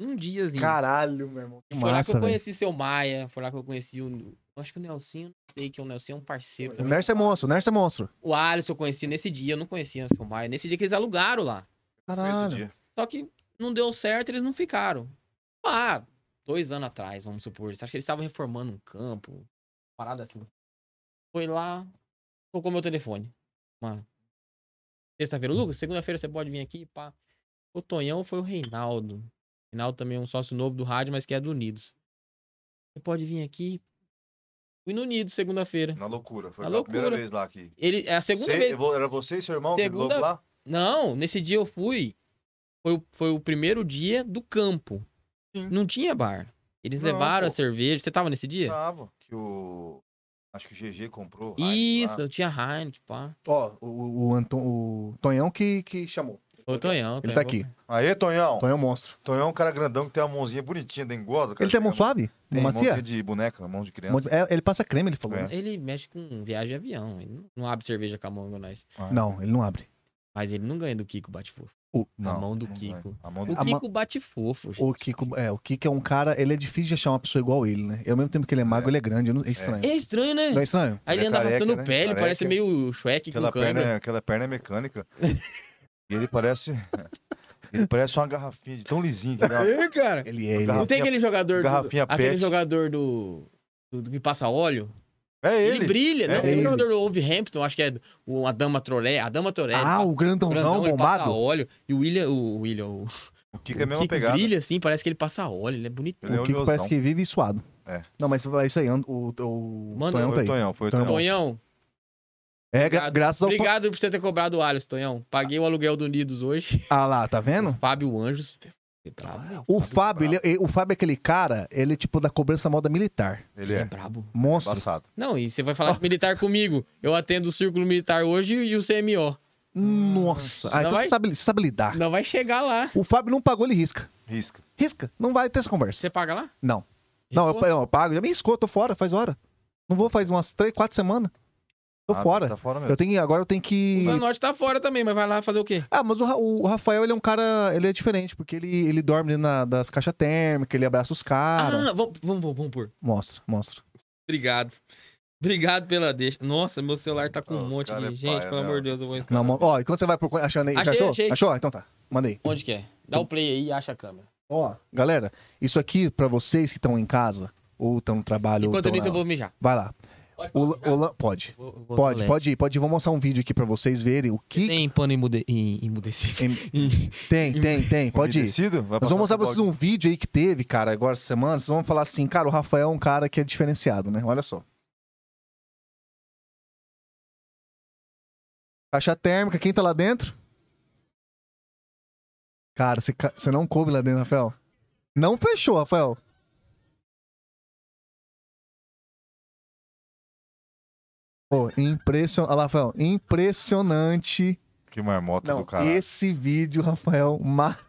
S2: Um diazinho.
S3: Caralho, meu irmão.
S2: foi
S3: Que
S2: lá que eu
S3: massa, velho.
S2: conheci seu Maia, foi lá que eu conheci o. eu Acho que o Nelsinho, não sei que o Nelsinho é um parceiro
S3: O
S2: também.
S3: Nerce é monstro, o Nerce é monstro.
S2: O Alisson eu conheci nesse dia, eu não conhecia o seu Maia. Nesse dia que eles alugaram lá.
S1: Mesmo
S3: Caralho.
S1: dia.
S2: Só que não deu certo, eles não ficaram. Ah, dois anos atrás, vamos supor. Acho que eles estavam reformando um campo, uma parada assim. Foi lá, tocou meu telefone. Mano. Sexta-feira, Lucas, segunda-feira você pode vir aqui, pá. O Tonhão foi o Reinaldo. O Reinaldo também é um sócio novo do rádio, mas que é do Unidos. Você pode vir aqui. Fui no Unidos segunda-feira.
S1: Na loucura. Foi
S2: Na
S1: a
S2: loucura.
S1: primeira vez lá aqui.
S2: Ele, é a segunda
S1: Cê-
S2: vez.
S1: eu vou- Era você e seu irmão que
S2: Segunda-
S1: logo lá?
S2: Não, nesse dia eu fui. Foi, o- foi o primeiro dia do campo.
S1: Sim.
S2: Não tinha bar. Eles
S1: Não,
S2: levaram a
S1: pô. Ah,
S2: cerveja. Você tava nesse dia?
S1: Tava. Que o... Acho que o GG comprou. Heineken
S2: Isso,
S1: lá.
S2: eu tinha Heineken, pá.
S3: Ó, o, o, Anton, o Tonhão que, que chamou.
S2: Ô, Tonhão.
S3: Ele
S1: É,
S2: Tonhão,
S3: tá
S2: vou-
S3: aqui.
S1: Aê, Tonhão.
S3: Tonhão é um monstro.
S1: Tonhão é um cara grandão que tem uma mãozinha bonitinha, dengosa. cara.
S3: Ele tem mão
S1: Chega-
S3: suave? Mão
S1: é Tem, mãozinha
S3: macia?
S1: de boneca, mão de
S3: Mão
S1: criança.
S3: de- é, ele passa creme, ele falou.
S1: É.
S3: né?
S2: Ele mexe com viagem de avião. Ele não- não abre cerveja com a mão igual nós.
S1: Ah,
S3: Não, ele não abre.
S2: Mas ele não ganha do Kiko Bate Fofo.
S1: não,
S2: a mão do
S1: não
S2: Kiko.
S1: vai. A mão do
S2: O
S3: A mão-
S2: Kiko Bate Fofo, gente.
S3: O Kiko, é, o Kiko é um cara, ele é difícil de achar uma pessoa igual ele, né? E ao mesmo tempo que ele é magro,
S1: É.
S3: ele é grande, eu não- é estranho.
S2: É estranho, né?
S3: Não é estranho?
S2: Aí
S1: Ele
S2: ele
S1: é
S2: anda
S1: careca,
S2: arrastando
S1: né?
S2: pele,
S1: Careca.
S2: parece meio o Shrek com
S1: Aquela
S2: câmera.
S1: perna, aquela perna é mecânica. e ele parece. Ele parece uma garrafinha de tão lisinho que dá.
S2: É, cara.
S3: Ele é, ele é.
S2: Não tem
S1: né? Garrafinha-
S2: aquele jogador do...
S1: garrafinha
S2: Aquele
S1: pet.
S2: jogador do... do... do que passa óleo?
S1: É
S2: Ele,
S1: ele.
S2: brilha, né?
S1: É
S2: O
S3: ele.
S2: jogador do Wolverhampton, acho que é o Adama Trolé, Adama Trolé.
S3: Ah, o grandãozão bombado.
S2: óleo. E o William, o William, o,
S1: O Kiko é a
S2: o
S1: mesma
S2: Kiko
S1: pegada.
S2: brilha assim, parece que ele passa óleo, ele é bonito.
S1: Ele é
S3: o Kiko
S1: oleosão.
S3: parece que vive suado.
S1: É.
S3: Não, mas é isso aí. and- O, o,
S2: Manda-
S3: Tonhão tá
S1: Foi o
S3: aí.
S1: Tonhão, foi o
S3: Tonhão.
S1: Tonhão.
S2: Tonhão,
S3: É, gra- graças ao...
S2: obrigado por você ter cobrado o Alisson, Tonhão. Paguei o aluguel do Unidos hoje.
S3: Ah lá, tá
S2: O
S3: vendo?
S2: Fábio Anjos. É brabo, velho.
S1: Tá
S3: O Fábio, ele, é- o Fábio é aquele cara, ele é tipo da cobrança moda militar.
S1: Ele
S2: É
S1: é.
S2: brabo.
S3: Monstro.
S1: Passado.
S2: Não, e você vai falar de militar comigo. Eu atendo o Círculo Militar hoje e o CMO.
S3: Nossa. Ah,
S2: Não
S3: então
S2: vai?
S3: você sabe, você sabe lidar.
S2: Não vai chegar lá.
S3: O Fábio não pagou, ele risca.
S1: Risca.
S3: Risca. Não vai ter essa conversa.
S2: Você paga lá?
S3: Não. Não, eu,
S2: Riscou?
S3: não, eu pago. Já me riscou, tô fora, faz hora. Não vou faz umas três, quatro semanas. Tô
S1: Ah,
S3: fora.
S1: Tá fora mesmo.
S3: Eu tenho, agora eu tenho
S2: O
S3: que.
S2: Zanotti tá fora também, mas vai lá fazer o quê?
S3: Ah, mas o, Ra- o Rafael, ele é um cara. Ele é diferente, porque ele, ele dorme dentro na- das caixas térmicas, ele abraça os caras.
S2: Ah, vamos, vamos, vamos pôr.
S3: Mostra, mostra.
S2: Obrigado. Obrigado pela deixa. Nossa, meu celular tá com
S1: Ah,
S2: um
S1: os
S2: monte
S1: cara é
S2: de. Gente,
S1: paia
S2: pelo
S1: mesmo.
S2: amor de Deus, eu vou escrever.
S3: Na mão- Ó, e quando você vai procurando. Achando aí.
S2: Achei,
S3: já achou?
S2: achei.
S3: Achou? Então tá. Mandei.
S2: Onde que é? Dá o play aí e acha a câmera.
S3: Ó, galera, isso aqui pra vocês que estão em casa, ou estão no trabalho, ou
S2: Enquanto
S3: estão
S2: isso, eu
S3: na...
S2: vou mijar.
S3: Vai lá. O, o lan- pode. Pode, pode ir, pode ir. Vou mostrar um vídeo aqui pra vocês verem o que.
S2: Tem pano imude... im- imudecido.
S3: Em- Tem, tem, tem. Pode ir.
S1: Umedecido? Vai
S3: Nós
S1: passar
S3: vamos mostrar pra
S1: pro
S3: vocês um vídeo aí que teve, cara, agora essa semana. Vocês vão falar assim, cara, o Rafael é um cara que é diferenciado, né? Olha só. Caixa térmica, quem tá lá dentro? Cara, você ca- você não coube lá dentro, Rafael. Não fechou, Rafael. Pô, impression... Olha lá, Rafael. Impressionante
S1: blog. Que marmota
S3: não,
S1: do cara.
S3: esse vídeo, Rafael, ma...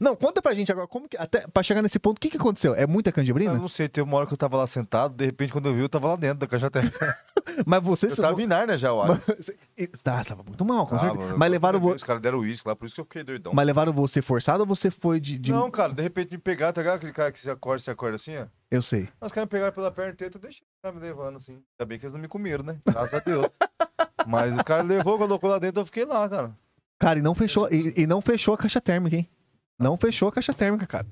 S3: Não, conta pra gente agora, como que. Até pra chegar nesse ponto, o que, que aconteceu? É muita
S1: Eu
S3: canjibrina?
S1: não sei, teve uma hora que eu tava lá sentado, de repente, quando eu vi, eu tava lá dentro da caixa térmica.
S3: Mas vocês.
S1: Eu tava em Narnia já, eu acho.
S3: Mas- e- Tá, tava muito mal, com
S1: Ah,
S3: certeza.
S1: mano,
S3: mas,
S1: eu-
S3: levaram
S1: de repente
S3: vo...
S1: Os caras deram uísque lá, por isso que eu fiquei doidão.
S3: mas levaram você forçado ou você foi de. de-
S1: Não, cara, de repente me pegaram, tá ligado? Aquele cara que se acorda, se acorda assim, ó.
S3: Eu sei.
S1: Os caras me pegaram pela perna teta, eu deixei o cara me levando assim. Ainda bem que eles não me comeram, né? Graças a Deus. Mas o cara levou, colocou lá dentro, eu fiquei lá, cara.
S3: Cara, e não fechou, e, e não fechou a caixa térmica, hein? Não fechou a caixa térmica, cara.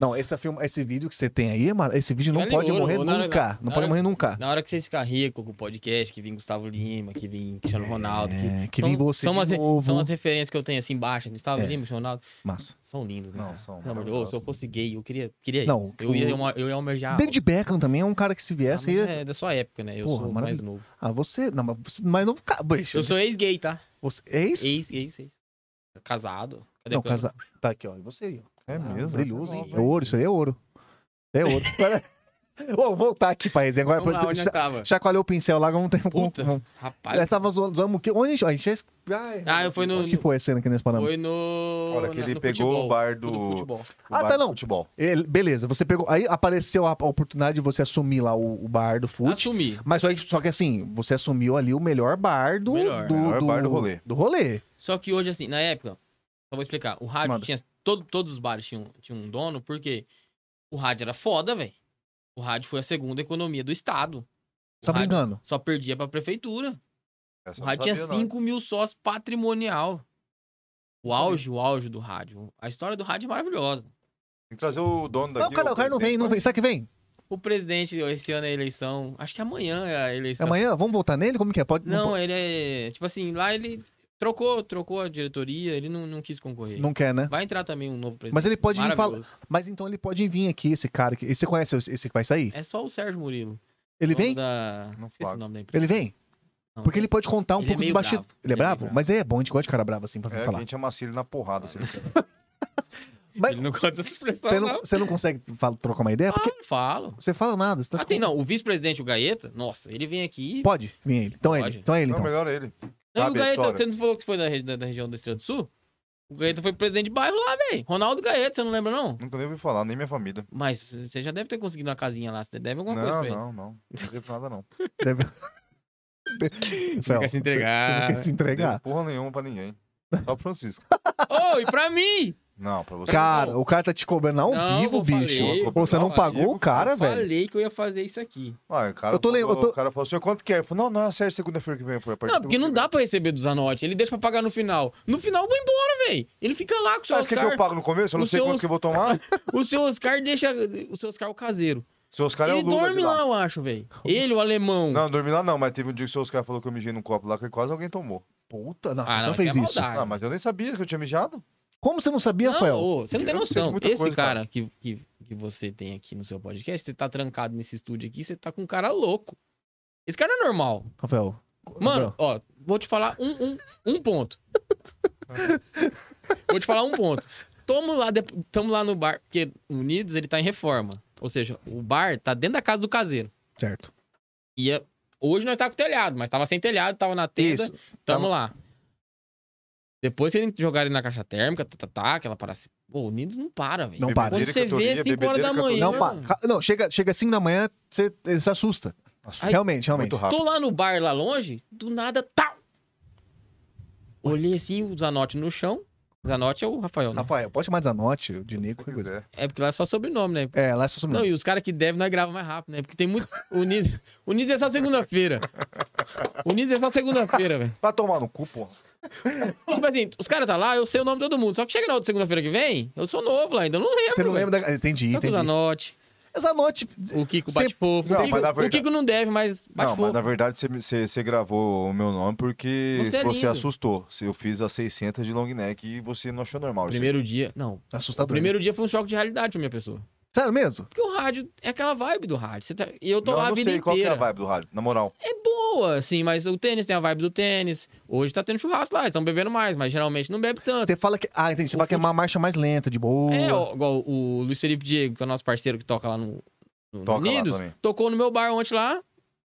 S3: Não, esse, filme, esse vídeo que você tem aí, mano, esse vídeo não
S2: Vale
S3: pode
S2: ouro,
S3: morrer
S2: não, não,
S3: nunca. Não
S2: não,
S3: pode
S2: não.
S3: morrer nunca.
S2: Na hora que vocês ficarem ricos com o podcast, que vem Gustavo Lima, que vem Cristiano Ronaldo. Que...
S3: É, que
S2: são-
S3: vem você
S2: são
S3: de
S2: as, re-
S3: novo.
S2: São as referências que eu tenho assim embaixo. Gustavo
S3: É.
S2: Lima, Cristiano Ronaldo.
S3: Massa.
S2: São lindos, né?
S1: Não,
S2: cara?
S1: são
S2: Pelo amor de Deus, se eu
S1: maravilhosos.
S2: fosse gay, eu queria. queria
S3: Não,
S2: eu, ia,
S3: o-
S2: eu, eu ia almejar.
S3: David Beckham também é um cara que se
S2: Ah,
S3: viesse,
S2: mas
S3: ia-
S2: é da sua época, né? Eu
S3: Porra,
S2: sou mais
S3: maravilha.
S2: novo.
S3: Ah, você. Não, mas, você- mas não. ca- Bicho,
S2: Eu sou ex-gay, tá?
S3: Você, é isso?
S2: Ex, ex, ex. Casado. Cadê
S3: não,
S2: a câmera?
S3: casa... Tá aqui, ó. E você aí, ó.
S1: É mesmo.
S3: Brilhoso,
S1: essa
S3: hein?
S1: nova,
S3: É ouro, isso aí é ouro. É ouro. Pera- Vou voltar aqui pra resenha agora.
S2: Vamos lá,
S3: Pra...
S2: onde
S3: cha-
S2: eu tava?
S3: Chacoalhou o pincel lá, vamos ter um
S2: Puta.
S3: Vamos...
S2: Rapaz.
S3: Nós tava zoando, zoando o quê? Onde a gente. A gente... já- Ai,
S2: Ah, eu fui no.
S3: O que foi é a cena que nós paramos?
S2: Foi no.
S1: Olha, que
S2: na-
S1: ele
S2: no
S1: pegou
S2: futebol.
S1: o bar do.
S2: No futebol.
S1: o
S3: Ah,
S1: bar
S3: tá,
S1: do
S3: não.
S1: Futebol.
S3: Ele- Beleza, você pegou. Aí apareceu a, a oportunidade de você assumir lá o, o bar do fute.
S2: Assumi.
S3: Mas só que, só que assim, você assumiu ali o melhor bar do.
S2: Melhor.
S3: do,
S1: Melhor bar do rolê.
S3: Do rolê.
S2: Só que hoje, assim, na época, só vou explicar. O rádio
S3: Manda.
S2: tinha. Todo, todos os bares tinham, tinham um dono, porque o rádio era foda, velho. O rádio foi a segunda economia do Estado. O
S3: Você tá
S2: rádio
S3: brincando?
S2: Só perdia pra prefeitura.
S1: Essa
S2: O
S1: eu
S2: rádio
S1: não
S2: tinha
S1: sabia, não.
S2: 5 mil sócios patrimonial. O auge, o auge do rádio. A história do rádio é maravilhosa.
S1: Tem que trazer o dono daqui.
S3: Não, o cara, o cara não vem, não vem. Sabe que vem?
S2: O presidente, esse ano é a eleição. Acho que amanhã é a eleição.
S3: Amanhã, vamos voltar nele? Como que é? Pode,
S2: Não, ele é. Tipo assim, lá ele trocou, trocou a diretoria, ele não, não quis concorrer.
S3: Não quer, né?
S2: Vai entrar também um novo presidente.
S3: Mas ele pode vir falar.
S2: maravilhoso.
S3: Mas então ele pode vir aqui, esse cara. Que... Esse você conhece esse que vai sair?
S2: É só o Sérgio Murilo.
S3: Ele
S2: dono
S3: vem?
S2: Da...
S1: Não
S2: Esqueci o
S1: pago.
S2: nome da empresa.
S3: Ele vem?
S2: Não.
S3: Porque ele pode contar um
S2: Ele é
S3: pouco dos
S2: meio
S3: bastidores.
S2: bravo.
S3: Ele é
S2: Ele é meio
S3: bravo?
S2: bravo.
S3: Mas é bom, a gente gosta de cara bravo assim pra
S1: É, que a
S3: falar. tá
S1: gente amacia ele na porrada. Assim.
S3: Mas
S2: Ele não conta essas
S3: você
S2: pessoas,
S3: não,
S2: não.
S3: você não consegue fal- trocar uma ideia? Porque
S2: Ah, não falo.
S3: você fala nada. Você tá
S2: Ah, tem não. O vice-presidente, o Gaeta, nossa, ele vem aqui.
S3: Pode vir ele. Então é ele.
S2: Pode.
S3: Então é ele,
S1: Não,
S3: então.
S1: melhor ele.
S2: Não, e o
S1: Sabe a
S2: Gaeta,
S1: história?
S2: você não falou que foi da, re- da- da região do Estrela do Sul? O Gaeta foi presidente de bairro lá, velho. Ronaldo Gaeta, você não lembra, não?
S1: Nunca nem ouvi falar, nem minha família.
S2: Mas você já deve ter conseguido uma casinha lá. Você deve alguma coisa
S1: Não,
S2: pra ele.
S1: não, não. Não devo nada, não.
S3: Deve... Rafael,
S2: quer se
S3: você- Você,
S2: entregar.
S3: não quer se
S1: Não
S3: entregar.
S1: porra nenhuma pra ninguém. Só pro Francisco.
S2: Ô, e pra mim?
S1: Não, pra você.
S3: Cara, o cara tá te cobrando ao
S2: Não,
S3: vivo,
S2: eu
S3: bicho.
S2: falei,
S3: Ou você
S2: eu
S3: não
S2: falei,
S3: pagou o cara,
S2: eu
S3: velho.
S2: falei que eu ia fazer isso aqui.
S1: Ah, o cara
S3: Eu tô
S1: falou,
S3: lem- eu tô-
S1: O cara falou, senhor, quanto quer? Eu falei, não, não, acerta segunda-feira que vem. Eu falei, a partir
S2: Não,
S1: de
S2: porque não
S1: segunda-feira.
S2: dá pra receber do Zanotti. Ele deixa pra pagar no final. No final eu vou embora, velho. Ele fica lá com o seu
S1: Mas o que, que eu
S2: Oscar.
S1: pago no começo? Eu não
S2: O
S1: sei
S2: seu-
S1: quanto que eu vou tomar.
S2: O seu Oscar deixa. O seu Oscar é o caseiro.
S1: Seu Oscar é o
S2: ele
S1: Lula
S2: dorme
S1: de lá.
S2: lá. eu acho, velho. Ele, o alemão.
S1: Não, dormi lá não, mas teve um dia que o seu Oscar falou que eu mijei num copo lá que quase alguém tomou.
S3: Puta, não,
S2: Ah,
S3: você
S2: não,
S3: não fez
S2: isso é
S3: isso.
S2: maldade.
S1: Ah, mas eu nem sabia que eu tinha mijado.
S3: Como você não sabia,
S2: Não,
S3: Rafael?
S2: ô, você não tem
S1: Eu não sei de
S2: noção.
S1: muita
S2: Esse
S1: coisa,
S2: cara,
S1: cara.
S2: Que, que, que você tem aqui no seu podcast, você tá trancado nesse estúdio aqui, você tá com um cara louco. Esse cara é normal.
S3: Rafael.
S2: Mano, ó, vou te falar um, um, um ponto. vou te falar um ponto. Tamo lá, dep- tamo lá no bar, porque Unidos ele tá em reforma. Ou seja, o bar tá dentro da casa do caseiro.
S3: Certo.
S2: E é- hoje nós tá com telhado, mas tava sem telhado, tava na telha.
S3: Isso.
S2: Tamo
S3: Tava-
S2: lá. Depois que eles jogarem na caixa térmica, tá, tá, tá aquela parada assim. Pô, o Nidos não para, velho.
S3: Não
S1: Bebedeira,
S3: para.
S2: Quando você
S1: cantoria,
S2: vê 5
S1: bebedeira,
S2: horas da manhã.
S1: cantoria.
S3: Não, pá. Ca- Não, chega, chega 5 da manhã, você você se assusta.
S1: Nossa,
S3: realmente, realmente.
S1: Muito rápido.
S2: Tô lá no bar, tá! lá longe, do nada, tal. Olhei assim, o Zanotti no chão, Zanotti é o Rafael, né?
S3: Rafael, pode chamar de Zanotti, o de Nico. qualquer coisa.
S2: É porque lá é só sobrenome, né?
S3: É, lá é só
S2: Não,
S3: sobrenome.
S2: e os caras que devem, nós gravamos mais rápido, né? Porque tem muito. O Niz, o Niz é só segunda-feira. O Niz é só segunda-feira, velho.
S1: Vai tomar no cu, porra.
S2: Tipo assim, os caras tá lá, eu sei o nome de todo mundo. Só que chega na outra segunda-feira que vem, eu sou novo lá ainda, eu não lembro.
S3: Você não
S2: velho.
S3: lembra da. é, Entendi,
S2: Só que o
S3: entendi. É
S2: Zanotti,
S3: Zanotti.
S2: o Kiko
S3: Sempre-
S2: bate fofo.
S1: Não,
S2: O Kiko-
S1: mas na
S2: O
S1: verdade-
S2: Kiko não deve, mas bate
S1: não, mas
S2: fofo.
S1: na verdade você, me- você, você gravou o meu nome porque
S2: Você
S1: você,
S2: é lindo.
S1: assustou. Se Eu fiz as 600 de long neck e você não achou normal. isso aí.
S2: Primeiro dia. Não. O
S3: é Assustador.
S2: primeiro dia foi um choque de realidade pra minha pessoa.
S3: Sério mesmo?
S2: Porque o rádio é aquela vibe do rádio. Você tá- E eu tô
S1: não,
S2: lá
S1: eu
S2: a
S1: não
S2: vida
S1: sei qual que é
S2: inteira.
S1: a vibe do rádio, na moral.
S2: é boa, assim, mas o tênis tem a vibe do tênis. Hoje tá tendo churrasco lá, estão bebendo mais, mas geralmente não bebe tanto.
S3: Você fala que. Ah, entendi. Você
S2: O
S3: fala que é uma marcha mais lenta, de boa.
S2: É, ó, igual o Luiz Felipe Diego, que é o nosso parceiro que toca lá no, no
S1: Toca lá
S2: Unidos,
S1: também.
S2: tocou no meu bar ontem lá.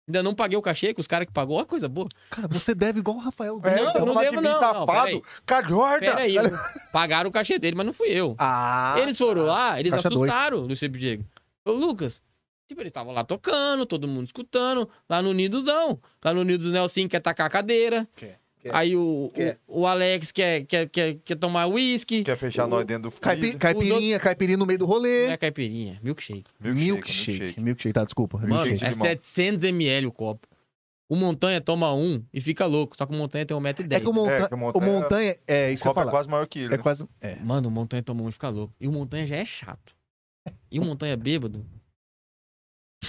S2: Ainda não paguei o cachê, que os caras que pagou, ó, coisa boa.
S3: Cara, você deve igual o Rafael.
S1: É,
S2: não,
S1: então,
S2: eu não
S1: falar de
S2: devo,
S1: mim,
S2: não, não,
S1: safado,
S2: peraí.
S1: calhorda.
S2: Pera aí, eu- pagaram o cachê dele, mas não fui eu.
S3: Ah.
S2: eles foram lá, eles
S3: Caixa dois.
S2: assustaram o Luiz Felipe Diego. Ô, Lucas, tipo, eles estavam lá tocando, todo mundo escutando. Lá no Unidos não. Lá no Unidos o Nelson quer tacar a cadeira.
S3: Quer, quer,
S2: Aí o,
S3: quer.
S2: o, o Alex quer, quer, quer, quer tomar uísque.
S1: Quer fechar
S2: O-
S1: nós dentro do freezer?
S3: Caipi- Caipirinha, caipirinha no meio do rolê.
S2: Não é caipirinha, milkshake.
S3: Milkshake. Milkshake. tá, desculpa.
S2: Mano,
S1: Milkshake
S2: é
S1: de limão.
S2: 700ml o copo. O Montanha toma um e fica louco. Só que o Montanha tem 1,10m.
S3: É que o
S1: É,
S3: montanha.
S1: que o
S3: o
S1: Montanha-
S3: montanha.
S1: O
S3: É, isso que eu ia
S1: copo é
S3: falar.
S1: quase maior que ele. né?
S3: É quase. É.
S2: Mano, o Montanha toma um e fica louco. E o Montanha já é chato. E o Montanha bêbado.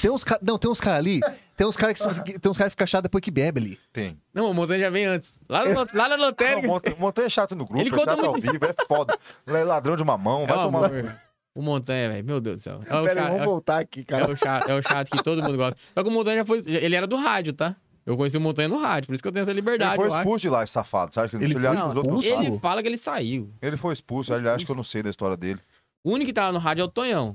S3: Tem uns caras. Não, tem uns caras ali. Tem uns caras que, são- tem uns cara que ficam chato depois que bebe ali.
S1: Tem.
S2: Não, o Montanha já vem antes. Lá, na- lá na
S1: Não,
S2: lotérica.
S1: Monta- Montanha é chato no grupo,
S2: Ele
S1: é
S2: conta
S1: chato ao vivo, é foda. Ele é ladrão de mamão, vai
S2: é um
S1: tomar.
S2: amor. O Montanha, velho. Meu Deus do céu. É o,
S3: Pera aí,
S2: cara-
S3: vamos
S2: é o-
S3: voltar aqui,
S2: é
S3: cara.
S2: o chato, é o chato que todo mundo gosta. Só que o Montanha já foi. já- Ele era do rádio, tá? Eu conheci o Montanha no rádio, por isso que eu tenho essa
S1: Ele
S2: liberdade.
S1: foi
S2: eu acho.
S1: expulso de lá, esse safado, sabe? Que
S3: Ele
S1: ele, olhar
S3: foi
S1: pros outros,
S3: expulso?
S1: sabe?
S2: Ele fala que ele saiu.
S1: ele foi expulso, ele acha que eu não sei da história dele.
S2: O único que tá no rádio é o Tonhão.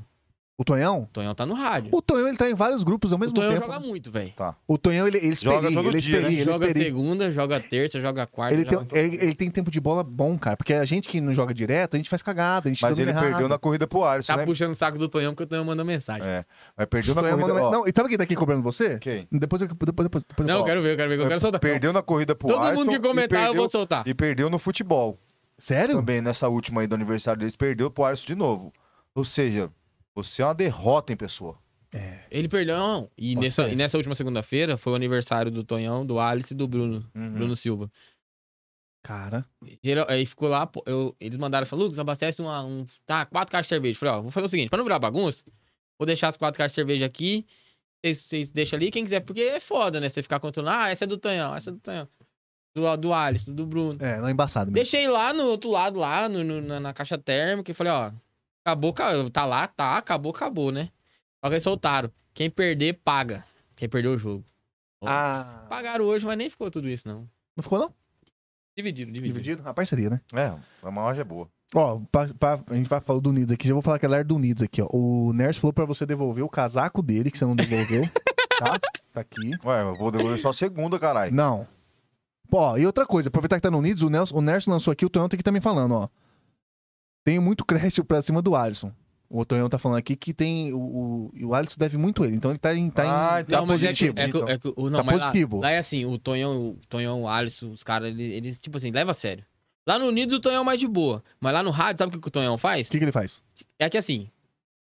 S3: O Tonhão?
S2: O Tonhão tá no rádio.
S3: O Tonhão, ele tá em vários grupos ao
S2: O
S3: mesmo
S2: Tonhão
S3: tempo.
S2: joga muito, velho.
S3: O Tonhão, ele, ele
S1: Joga
S3: esperi,
S1: todo
S3: ele
S1: dia, né?
S3: esperi, ele
S2: Joga né?
S3: esperi.
S2: segunda, joga terça, joga quarta.
S3: Ele
S2: joga...
S3: tem, um- ele, ele tem tempo de bola bom, cara. Porque a gente que não joga direto, a gente faz cagada, a gente
S1: Mas
S3: fica
S1: ele
S3: dando
S1: perdeu
S3: errado.
S1: na corrida pro Alisson,
S2: Tá
S3: é-
S1: né?
S2: puxando o saco do Tonhão porque o Tonhão manda mensagem.
S1: É. Mas perdeu na
S3: Tonhão
S1: corrida.
S3: manda-
S1: ó,
S3: Não, e sabe quem tá aqui cobrando você?
S1: Quem?
S3: Depois eu. Depois, depois, depois eu
S2: Não, eu
S3: falo.
S2: quero ver, eu quero ver, eu quero soltar.
S1: Perdeu na corrida pro
S2: Todo
S1: Alisson.
S2: mundo que
S1: e
S2: comentar, eu
S1: perdeu-
S2: vou soltar.
S1: E perdeu no futebol.
S3: Sério?
S1: Também nessa última aí do aniversário deles, perdeu pro Alisson de novo. Ou seja, você é uma derrota em pessoa.
S2: Ele perdeu. não. E
S3: Pode
S2: nessa,
S3: ser.
S2: e nessa última segunda-feira foi o aniversário do Tonhão, do Alice e do Bruno.
S1: Uhum.
S2: Bruno Silva.
S3: Cara.
S2: Geral- Aí ficou lá, pô, eu- eles mandaram, falou, Lucas, abastece uma, um, tá, quatro caixas de cerveja. Falei, ó, vou fazer o seguinte, pra não virar bagunça, vou deixar as quatro caixas de cerveja aqui, vocês- vocês deixam ali, quem quiser, porque é foda, né, você ficar controlando, ah, essa é do Tonhão, essa é do Tonhão, do, do Alice, do Bruno.
S3: É, não é embaçado mesmo.
S2: Deixei lá no outro lado, lá no- no- na, na caixa térmica, e falei, ó, acabou, ca- tá lá, tá, acabou, acabou, né? Só que eles soltaram. Quem perder, paga. Quem perdeu o jogo.
S3: Ah.
S2: Pagaram hoje, mas nem ficou tudo isso, não.
S3: Não ficou, não?
S2: Dividiram, dividiram.
S3: Dividido? A parceria, né?
S1: É, a margem é boa.
S3: Ó, pra, pra- a gente vai falar do Unidos aqui. Já vou falar que ela era do Unidos aqui, ó. O Ners falou pra você devolver o casaco dele, que você não devolveu. tá? Tá aqui.
S1: Ué, eu vou devolver só segunda, caralho.
S3: Não. Ó, e outra coisa, aproveitar que tá no Unidos, o Nelson, o Nelson lançou aqui, o Tonhão tá aqui também falando, ó. Tenho muito crédito pra cima do Alisson. O Tonhão tá falando aqui que tem. O, o, e o Alisson deve muito ele, então ele tá em. Tá
S1: Ah,
S3: em
S1: então- Tá
S2: mas é que-
S1: positivo,
S2: É que, é
S1: então.
S2: que o- não,
S3: Tá
S2: mas lá-
S3: positivo.
S2: Lá, é assim, o Tonhão, o Tonhão, o Alisson, os caras, eles, eles, tipo assim, leva a sério. Lá no Unidos o Tonhão é mais de boa. Mas lá no rádio, sabe o que que o Tonhão faz?
S3: O que, que ele faz?
S2: É que assim,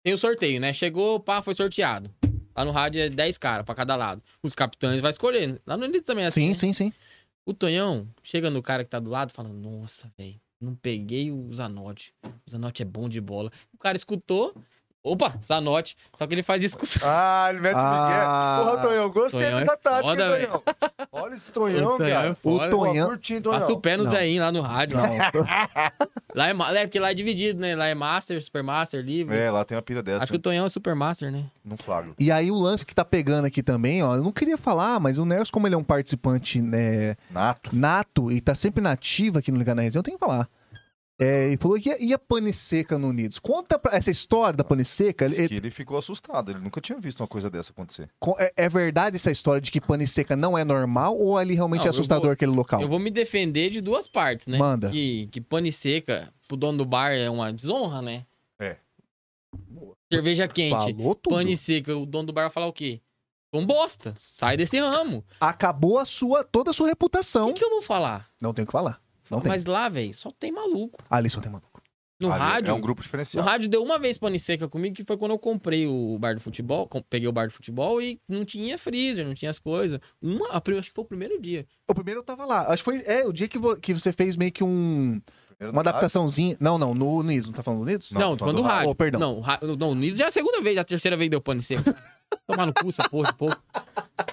S2: tem o sorteio, né? Chegou, pá, foi sorteado. Lá no rádio é 10 caras pra cada lado. Os capitães vai escolhendo. Lá no Unidos também é assim.
S3: Sim,
S2: né?
S3: sim, sim.
S2: O Tonhão chega no cara que tá do lado e fala: Nossa, velho, não peguei o Zanotti. O Zanotti é bom de bola. O cara escutou. Opa, Zanotti. Só que ele faz isso com o
S1: Ah, ele mete
S3: Ah.
S1: o Miguel. Porra, Tonhão, gostei
S2: Tonhão é
S1: dessa tática,
S2: foda,
S1: hein, Tonhão. Olha esse Tonhão,
S2: O Tonhão é
S1: cara.
S3: O
S2: foda.
S1: Tô
S3: Tonhão.
S1: curtindo,
S2: Passa o
S1: Tonhão.
S2: pé nos
S3: Não.
S2: veinhos lá no rádio.
S3: Não, tô-
S2: Lá é, ma- é porque lá é dividido, né? Lá é Master, Supermaster, Livre.
S1: É, lá tem uma pira dessa,
S2: Acho que o Tonhão é Supermaster, né?
S1: não flagro.
S3: E aí o lance que tá pegando aqui também, ó, eu não queria falar, mas o Nelson, como ele é um participante né,
S1: Nato.
S3: nato e tá sempre nativo aqui no Ligar na Resenha, eu tenho que falar. É, e falou que ia, ia pane seca no Unidos. Conta pra, essa história da pane seca.
S1: Diz
S3: ele-
S1: que ele ficou assustado, ele nunca tinha visto uma coisa dessa acontecer.
S3: Co- É, é verdade essa história de que pane seca não é normal ou ali realmente
S2: Não, eu
S3: é assustador
S2: vou-
S3: aquele local?
S2: Eu vou me defender de duas partes, né?
S3: Manda.
S2: Que, que pane seca pro dono do bar é uma desonra, né?
S1: É.
S2: Cerveja quente.
S3: Falou tudo.
S2: Pane seca, o dono do bar vai falar o quê? Um bosta. Sai desse ramo.
S3: Acabou a sua toda a sua
S2: O
S3: reputação.
S2: que, que eu vou falar?
S3: Então, Não tenho o que falar. Não tem.
S2: Mas lá, velho, só tem maluco.
S3: Ali só tem maluco.
S2: No
S1: Ali
S2: rádio.
S1: É um grupo
S2: No
S1: diferenciado.
S2: rádio deu uma vez pane seca comigo, que foi quando eu comprei o bar do futebol, com- peguei o bar do futebol e não tinha freezer, não tinha as coisas. Uma, a pri- acho que foi o primeiro dia.
S3: O primeiro eu tava lá. Acho que foi. É, o dia que, vo- que você fez meio que um.
S1: Primeiro
S3: Uma
S1: no rádio.
S3: adaptaçãozinha. Não, não, no Nidos. Não tá falando do Nidos?
S1: Não,
S2: Não, tô falando do rádio.
S3: Oh, perdão.
S2: Não, o ra- não, nisso já é a segunda vez, já a terceira vez deu pane seca. Tomar no cu essa porra de pouco.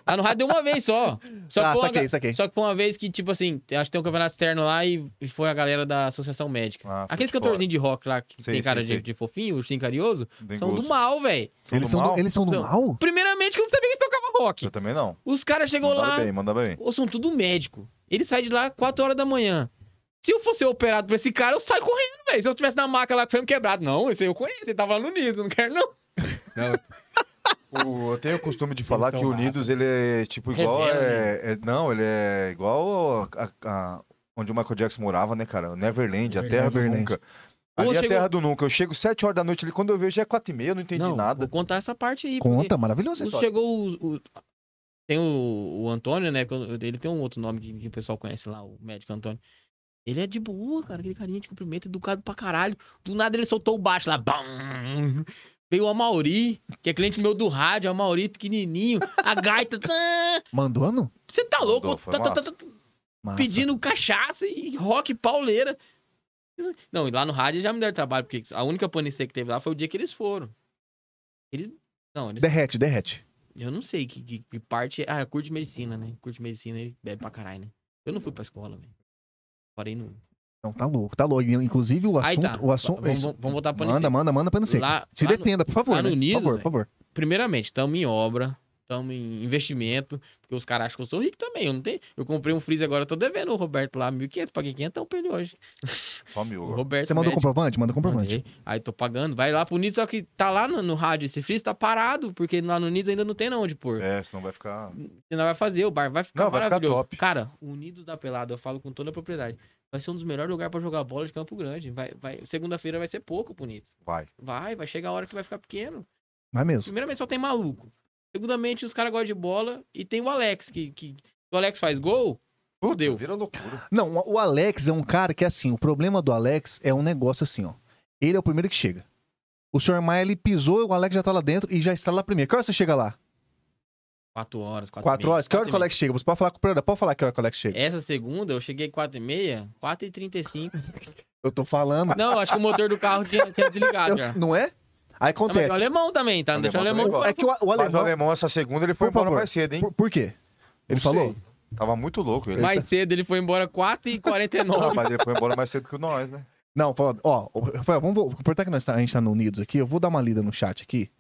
S2: Ah, no rádio deu uma vez só. Só que
S3: ah,
S2: foi uma,
S3: saquei, saquei.
S2: Só que foi uma vez que, tipo assim, acho que tem um campeonato externo lá e e foi a galera da Associação Médica.
S1: Ah, foi
S2: Aqueles
S1: de fora.
S2: cantorzinhos de rock lá que
S1: Sei,
S2: tem cara
S1: sei,
S2: de,
S1: sei.
S2: de fofinho, ursinho carinhoso,
S1: Tem
S2: são do
S1: gosto.
S2: mal, velho.
S3: Eles,
S1: do
S3: são do,
S1: mal?
S3: eles são do
S2: Não.
S3: mal?
S2: Primeiramente que eu não sabia que eles tocavam rock.
S1: Eu também não.
S2: Os caras chegou
S1: Mandaram
S2: lá,
S1: bem, manda bem.
S2: ou são tudo médico. Ele sai de lá 4 horas da manhã. Se eu fosse operado por esse cara, eu saio correndo, velho. Se eu tivesse na maca lá com o fêmur quebrado. Não, esse aí eu conheço, ele tava lá no Nido, não quero não.
S1: O- eu tenho o costume de falar
S2: são
S3: Então,
S1: que o
S2: massa.
S1: Unidos, ele é tipo igual.
S2: Rebelde.
S1: É, é- não, ele é igual a- a- onde o Michael Jackson morava, né, cara? Neverland, a terra do
S3: Neverland.
S1: nunca.
S2: Ou
S1: Ali é a
S2: chegou-
S1: terra do nunca. Eu chego 7 horas da noite ali, quando eu vejo já é 4 e meia, eu não entendi
S2: não,
S1: nada.
S2: Vou contar essa parte aí. porque-
S3: Conta, maravilhosa
S2: O-
S3: a história.
S2: chegou o, o- tem o, o Antônio, né? que eu- Ele tem um outro nome que, que o pessoal conhece lá, o médico Antônio. Ele é de boa, cara. Aquele carinha de cumprimento, educado pra caralho. Do nada ele soltou o baixo lá. Bam! Veio o Amauri, que é cliente meu do rádio, o Amauri pequenininho. A gaita. tã.
S3: Mandando?
S2: Você tá louco?
S1: Mandou, foi
S2: Tá, tá, tá,
S1: massa.
S2: tá,
S3: Massa.
S2: pedindo cachaça e rock pauleira. Não, e lá no rádio já me deram trabalho, porque a única panicê que teve lá foi o dia que eles foram. Ele. Não, eles
S3: Derrete, derrete.
S2: eu não sei que, que- que parte. Ah, curte medicina, né? Curte medicina e bebe pra caralho, né? Eu não fui pra escola, velho. Parei no.
S3: Não, tá louco, tá louco. Inclusive o
S2: Aí tá.
S3: assunto. O assunto é
S2: Vamos-
S3: isso.
S2: vamos- vamos voltar pra
S3: Manda,
S2: Niceca.
S3: manda, manda pra Niceca.
S2: Lá,
S3: Se
S2: lá no-
S3: defenda, por favor.
S2: lá no
S3: né?
S2: Nidos,
S3: por favor,
S2: velho.
S3: por favor.
S2: Primeiramente, tamo em obra, tamo em investimento, porque os caras acham que eu sou rico também. Eu não tenho. Eu comprei um freezer agora, eu tô devendo o Roberto lá, 1.500, paguei 500, pra ele hoje.
S1: Só
S2: O
S1: miúdo.
S2: Roberto.
S3: Você mandou um
S2: médico,
S3: comprovante? Manda comprovante.
S2: mandei. Aí tô pagando, vai lá pro Nidos, só que tá lá no, no rádio esse freezer, tá parado, porque lá no Nidos ainda não tem não onde pôr.
S1: É, senão vai ficar.
S2: Você não vai fazer, o bar vai ficar
S1: Não, vai ficar
S2: maravilhoso.
S1: top.
S2: Cara, Unidos da Pelada, eu falo com toda a propriedade. Vai ser um dos melhores lugares pra jogar bola de Campo Grande. Vai, vai, Segunda-feira vai ser pouco, bonito.
S1: Vai.
S2: Vai, vai chegar a hora que vai ficar pequeno.
S3: Vai mesmo.
S2: Primeiramente, só tem maluco. Segundamente, os caras gostam de bola e tem o Alex, que, que o Alex faz gol. Fudeu.
S1: Vira loucura.
S3: Não, o Alex é um cara que, assim, o problema do Alex é um negócio assim, ó. Ele é o primeiro que chega. O senhor Maia, ele pisou, o Alex já tá lá dentro e já está lá primeiro. Que hora você chega lá?
S2: Quatro horas, quatro, e
S3: Quatro
S2: meia, É.
S3: horas? Que hora que o
S2: quatro e
S3: Alex chega? Você pode falar com o Pereira, pode falar que hora que o Alex chega.
S2: meia. Essa segunda, eu cheguei quatro e meia, quatro e trinta e cinco.
S3: Eu tô falando.
S2: Não, acho que o motor do carro tinha, tinha desligado já.
S3: Eu- não é? Aí
S2: Não, mas
S3: acontece.
S2: o alemão também, tá? Não deixa o
S1: Alemão
S2: alemão...
S1: também
S3: É que o, o
S1: Mas o
S3: alemão.
S1: alemão, essa segunda, ele foi
S3: Por
S1: embora
S3: favor.
S1: mais cedo, hein?
S3: Por, por quê?
S1: Não
S3: Ele falou?
S1: sei. Tava muito louco ele.
S2: Mais cedo, ele foi embora quatro e quarenta e
S1: Ah,
S2: nove.
S1: mas ele foi embora mais cedo que nós, né?
S3: Não, falou. Ó, o- Rafael, vamos vo- aproveitar que nós tá- a gente tá no Unidos aqui. Eu vou dar uma lida no chat aqui.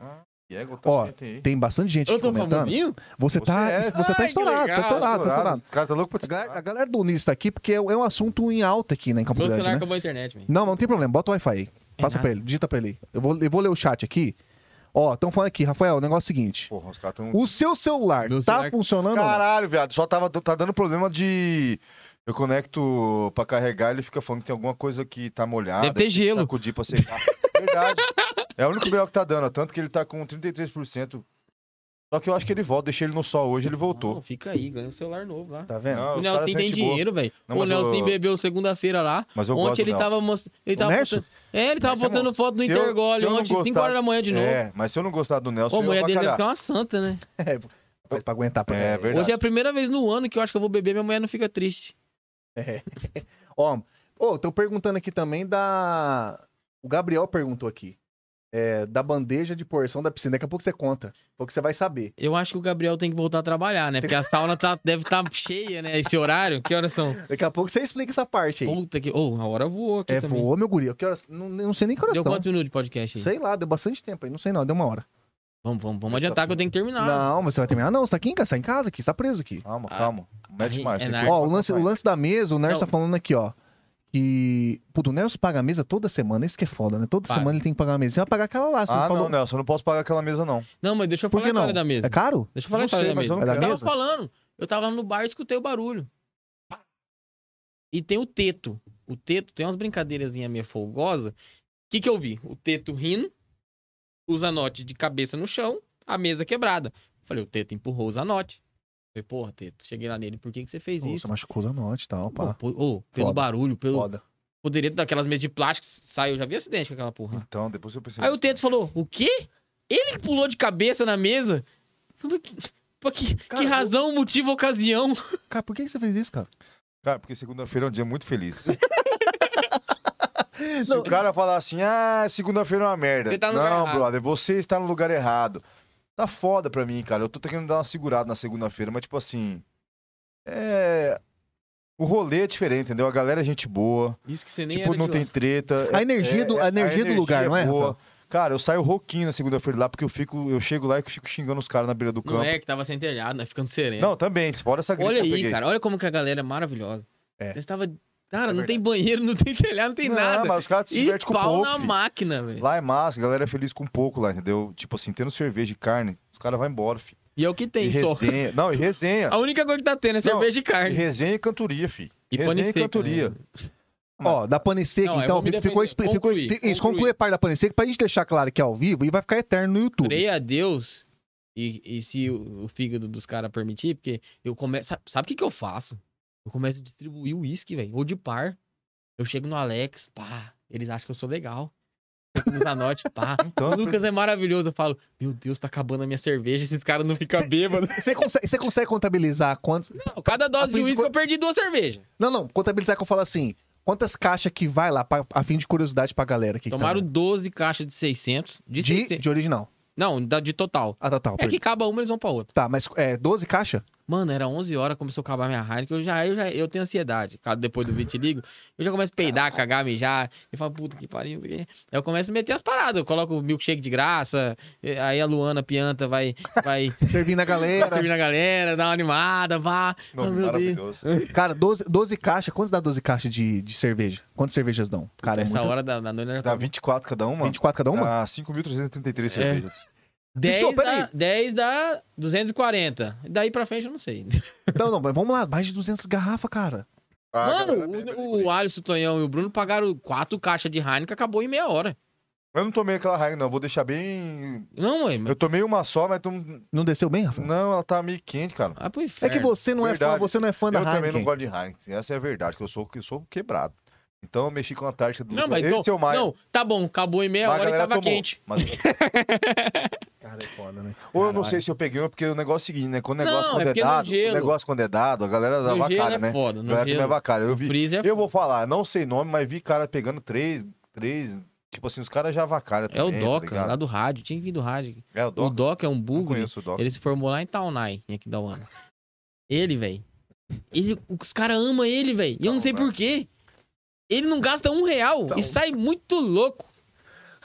S1: Diego também
S3: Ó,
S1: tem aí.
S3: Tem bastante gente
S2: Tá Eu
S3: aqui
S2: tô
S3: comentando.
S2: famosinho?
S3: Você, tá,
S1: Você é.
S3: você tá
S2: Ai,
S3: estourado,
S2: que
S3: tá
S2: legal,
S3: estourado, tá estourado.
S1: O cara tá louco pra
S3: A galera, a
S1: descansar.
S3: galera do Unidos tá aqui porque é, um é um assunto em alta aqui né, em Campo
S2: Meu
S3: Grande,
S2: celular
S3: né?
S2: acabou a internet, velho.
S3: Não, não tem problema. Bota o Wi-Fi aí. Passa
S2: nada.
S3: pra ele, digita pra ele. aí. Eu vou, eu vou ler o chat aqui. Ó, estão falando aqui, Rafael, o negócio é o seguinte.
S1: Porra, os caras tão.
S3: O seu celular
S2: Meu
S3: tá
S2: celular- é
S3: funcionando? ou não?
S1: Caralho, viado. Só tava, tá dando problema de. Eu conecto pra carregar, ele fica falando que tem alguma coisa que tá molhada.
S2: Deve ter
S1: que tem que
S2: gelo.
S1: Sacudir pra secar. Verdade. É o único B.O. que tá dando. Tanto que ele tá com 33%. Só que eu acho que ele volta. Deixei ele no sol hoje, ele
S2: Não,
S1: voltou.
S2: fica aí, ganha um celular novo lá.
S3: Tá vendo?
S1: Não,
S2: o
S1: os caras é
S2: Nelson tem
S1: gente boa.
S2: dinheiro, velho.
S1: Não,
S2: O
S1: mas
S2: Nelson
S1: eu-
S2: bebeu segunda-feira lá.
S1: Mas eu gosto
S2: Ontem ele
S1: do
S2: tava mostrando. Ele
S3: O
S2: tava
S3: Nerson?
S2: postando... É, ele tava
S1: Nelson é
S2: postando
S1: bom.
S2: foto do
S1: Se eu- se
S2: Intergole
S1: eu não
S2: ontem, 5
S1: gostasse-
S2: horas da manhã de novo.
S1: É, mas se eu não gostar do Nelson,
S2: Ô, a
S1: eu
S2: mulher
S1: vou
S2: dele deve
S1: bacalhar.
S2: ficar uma santa, né?
S3: Pra, pra aguentar. Pra...
S1: É, verdade.
S2: Hoje é a primeira vez no ano que eu acho que eu vou beber, minha mulher não fica triste.
S3: É. Ó, oh, tô perguntando aqui também da. O Gabriel perguntou aqui. É, da bandeja de porção da piscina. Daqui a pouco você conta. Daqui a pouco você vai saber.
S2: Eu acho que o Gabriel tem que voltar a trabalhar, né? Porque a sauna tá, deve estar cheia, né? Esse horário. Que horas são?
S3: Daqui a pouco você explica essa parte aí.
S2: Puta que. Ô, a hora voou aqui
S3: É,
S2: também.
S3: voou, meu guri. Que horas? Não, não sei nem que horas
S2: Deu
S3: são.
S2: quantos minutos de podcast aí?
S3: Sei lá, deu bastante tempo aí. Não sei não, deu uma hora.
S2: Vamos, vamos, vamos adiantar que eu tenho que terminar.
S3: Não, mas você vai terminar? Não, você tá aqui em casa, tá em casa aqui, você tá preso aqui.
S1: Calma,
S2: Ah,
S1: calma. Mete
S2: aí
S1: mais.
S2: é
S1: tem
S2: na-
S1: coisa
S3: Ó, o
S1: pra
S3: lance, o
S1: contar
S3: lance da mesa, o Nerson
S2: Não.
S3: tá falando aqui, ó. Que. Puta, o Nerson paga a mesa toda semana, isso que é foda, né? Toda
S2: Paga.
S3: semana ele tem que pagar a mesa. Você vai pagar aquela lá,
S1: ainda.
S3: você
S1: Ah,
S3: não falou.
S1: não, Nelson, eu não posso pagar aquela mesa, não.
S2: Não, mas deixa eu
S3: Por
S2: falar
S3: que
S2: a
S3: não?
S2: história da mesa.
S3: É caro?
S2: Deixa eu falar
S1: Não
S2: a história
S1: sei,
S2: da
S1: mas
S2: mesa.
S1: eu
S3: É
S1: não
S3: da
S1: quero.
S2: Eu tava
S3: mesa?
S2: falando. Eu tava lá no bar e escutei o barulho. E tem o teto. O teto tem umas brincadeirazinhas meio folgosas. O que, que eu vi? O teto rindo, o Zanotti de cabeça no chão, a mesa quebrada. Falei, o teto empurrou o Zanotti. Falei, porra, Teto, cheguei lá nele, por que, que você fez
S3: Pô,
S2: isso?
S3: Você machucou a noite e tal,
S2: Pô,
S3: pá.
S2: pô, ô, pelo
S3: Foda.
S2: barulho, pelo
S3: Foda.
S2: poderia daquelas mesas de plástico, saiu, já vi acidente com aquela porra.
S1: Então, depois eu percebi.
S2: Aí o Teto falou, o quê? Ele que pulou de cabeça na mesa? Falei, "Mas que- Pra que,
S3: Cara,
S2: que razão, motivo, ocasião?
S3: Cara, por que que você fez isso, cara?
S1: Cara, porque segunda-feira é um dia muito feliz. Se
S3: Não,
S1: o cara falar assim, ah, segunda-feira é uma merda.
S2: Você tá no lugar
S1: não,
S2: errado.
S1: brother, você está no lugar errado. Tá foda pra mim, cara. Eu tô querendo dar uma segurada na segunda-feira, mas tipo assim. É. O rolê é diferente, entendeu? A galera é gente boa.
S2: Isso que você nem
S1: tipo,
S2: era
S1: não
S2: de
S1: tem
S2: lá.
S1: treta.
S3: A
S1: é-
S3: energia do- a energia do lugar, não é, Rafa?
S1: Cara, eu saio rouquinho na segunda-feira lá, porque eu fico, eu chego lá e fico xingando os caras na beira do
S2: Não
S1: campo.
S2: é que tava sem telhado, né? Ficando sereno.
S1: Não, também, fora essa grita
S2: olha
S1: que eu
S2: aí,
S1: peguei.
S2: cara, olha como que a galera é maravilhosa.
S3: É.
S2: Eles tava... Cara,
S1: É
S2: não tem
S1: verdade.
S2: banheiro, não tem telhado, não tem
S1: não,
S2: nada.
S1: mas os caras se
S2: E
S1: divertem com
S2: pau
S1: pouco.
S2: na
S1: filho.
S2: máquina, velho.
S1: Lá é massa, a galera é feliz com pouco lá, entendeu? Tipo assim, tendo cerveja e carne, os caras vão embora, filho.
S2: E é o que
S1: E
S2: tem só.
S1: resenha. Não, e resenha.
S2: A única coisa que tá tendo é cerveja de
S1: E
S2: carne.
S1: resenha e cantoria, filho.
S2: E pane
S1: resenha e
S2: seca,
S1: cantoria.
S2: né?
S3: Ó, da pane seca,
S2: Não, eu
S3: então,
S2: vou me
S3: fi- ficou,
S2: defender.
S3: expli- ficou
S2: Conclui,
S3: fi- isso,
S2: conclui.
S3: conclui a parte da pane seca pra gente deixar claro que é ao vivo e vai ficar eterno no YouTube.
S2: Creia a Deus. E, e se o, o fígado dos caras permitir, porque eu começo. Sabe, sabe o que, que eu faço? Eu começo a distribuir o uísque, velho. Ou de par. Eu chego no Alex, pá, eles acham que eu sou legal. Eu no Zanotti, pá.
S1: Então,
S2: O Lucas é maravilhoso. Eu falo, meu Deus, tá acabando a minha cerveja, esses caras não ficam bêbados.
S3: Você consegue, você consegue contabilizar quantos.
S2: Não, Cada dose de
S3: Afinal de
S2: uísque eu perdi duas cervejas.
S3: Não, não, contabilizar que eu falo assim. Quantas caixas que vai lá, pra- a fim de curiosidade pra galera que
S2: Tomaram
S3: que tá,
S2: 12 caixas de 600. De,
S3: vendo? de,
S2: 600.
S3: de original.
S2: Não, da- de total.
S3: Ah, tá, tá.
S2: É
S3: perdi.
S2: que acaba uma, eles vão pra outra.
S3: Tá, mas é 12 caixas?
S2: Mano, era 11 horas, começou a acabar minha raiva, que eu já, eu já eu tenho ansiedade. Cara, Depois do vitiligo, eu já começo a peidar, cagar, mijar. Eu falo, puta que pariu. não sei o quê. Aí eu começo a meter as paradas. Eu coloco o milkshake de graça. eh, Aí a Luana Pianta vai, vai
S3: Servindo a galera.
S2: servir na galera, dar uma animada, vá. Ah,
S1: nome
S2: meu Deus.
S1: maravilhoso.
S3: Cara, 12, 12 caixas. Quantos dá 12 caixas de, de cerveja? Quantas cervejas dão? Cara, é
S2: Essa
S3: muita-
S2: hora da, da noite, né,
S1: Dá
S2: era
S1: 24 cada uma?
S3: 24 cada uma?
S1: Dá 5.333
S2: É.
S1: cervejas.
S2: 10,
S3: Bicho, peraí.
S2: da, 10 da 240. Daí pra frente eu não sei.
S3: Não, não, mas vamos lá. Mais de 200 garrafas, cara.
S1: Ah, galera,
S2: Mano,
S1: bebe,
S2: o,
S1: bebe.
S2: o Alisson, o Tonhão e o Bruno pagaram quatro caixas de Heineken, acabou em meia hora.
S1: Eu não tomei aquela raia, não. Vou deixar bem.
S2: Não, mãe.
S1: Eu tomei uma só, mas. Tom...
S3: Não desceu bem, Rafa?
S1: Não, ela tá meio quente, cara.
S2: Vai pro
S3: É
S2: inferno.
S3: que você não é fã,
S1: Verdade.
S3: você não é fã da
S1: eu também não
S3: Heineken.
S1: gosto de Heineken. Essa é a verdade, que eu sou, que eu sou quebrado. Então eu mexi com a tática do
S2: Não, mas
S1: eu e
S2: não,
S1: seu Maia.
S2: não, tá bom, acabou em meia
S1: é Mas a
S2: hora e
S1: galera
S2: tava
S1: tomou.
S2: quente.
S1: Mas-
S3: Cara, é foda, né?
S1: Ou eu
S2: Caralho.
S1: não sei se eu peguei, porque o negócio é o seguinte, né? Quando o negócio
S2: Não,
S1: quando
S2: é
S1: é,
S2: porque no
S1: dado,
S2: gelo-
S1: o negócio quando é dado, a galera dá
S2: No gelo
S1: vacalha,
S2: é
S1: né?
S2: foda,
S1: A
S2: no
S1: galera também é
S2: gelo.
S1: vacalha. Eu vi.
S2: Freezer é,
S1: Eu vou falar, não sei nome, mas vi cara pegando três, três. Tipo assim, os caras já vacalham
S2: é o
S1: também. tá
S2: Doca,
S1: ligado?
S2: lá do rádio, tinha que vir do rádio.
S1: É o
S2: O
S1: Doca.
S2: Doca é um
S1: Não
S2: bugre,
S1: conheço o Doca.
S2: ele se formou lá em Taunai, em Aquidauana. Ele, velho, ele, os caras amam ele, velho, e eu não
S1: Não,
S2: sei
S1: velho.
S2: porquê. Ele não gasta um real
S3: Então.
S2: e sai muito louco.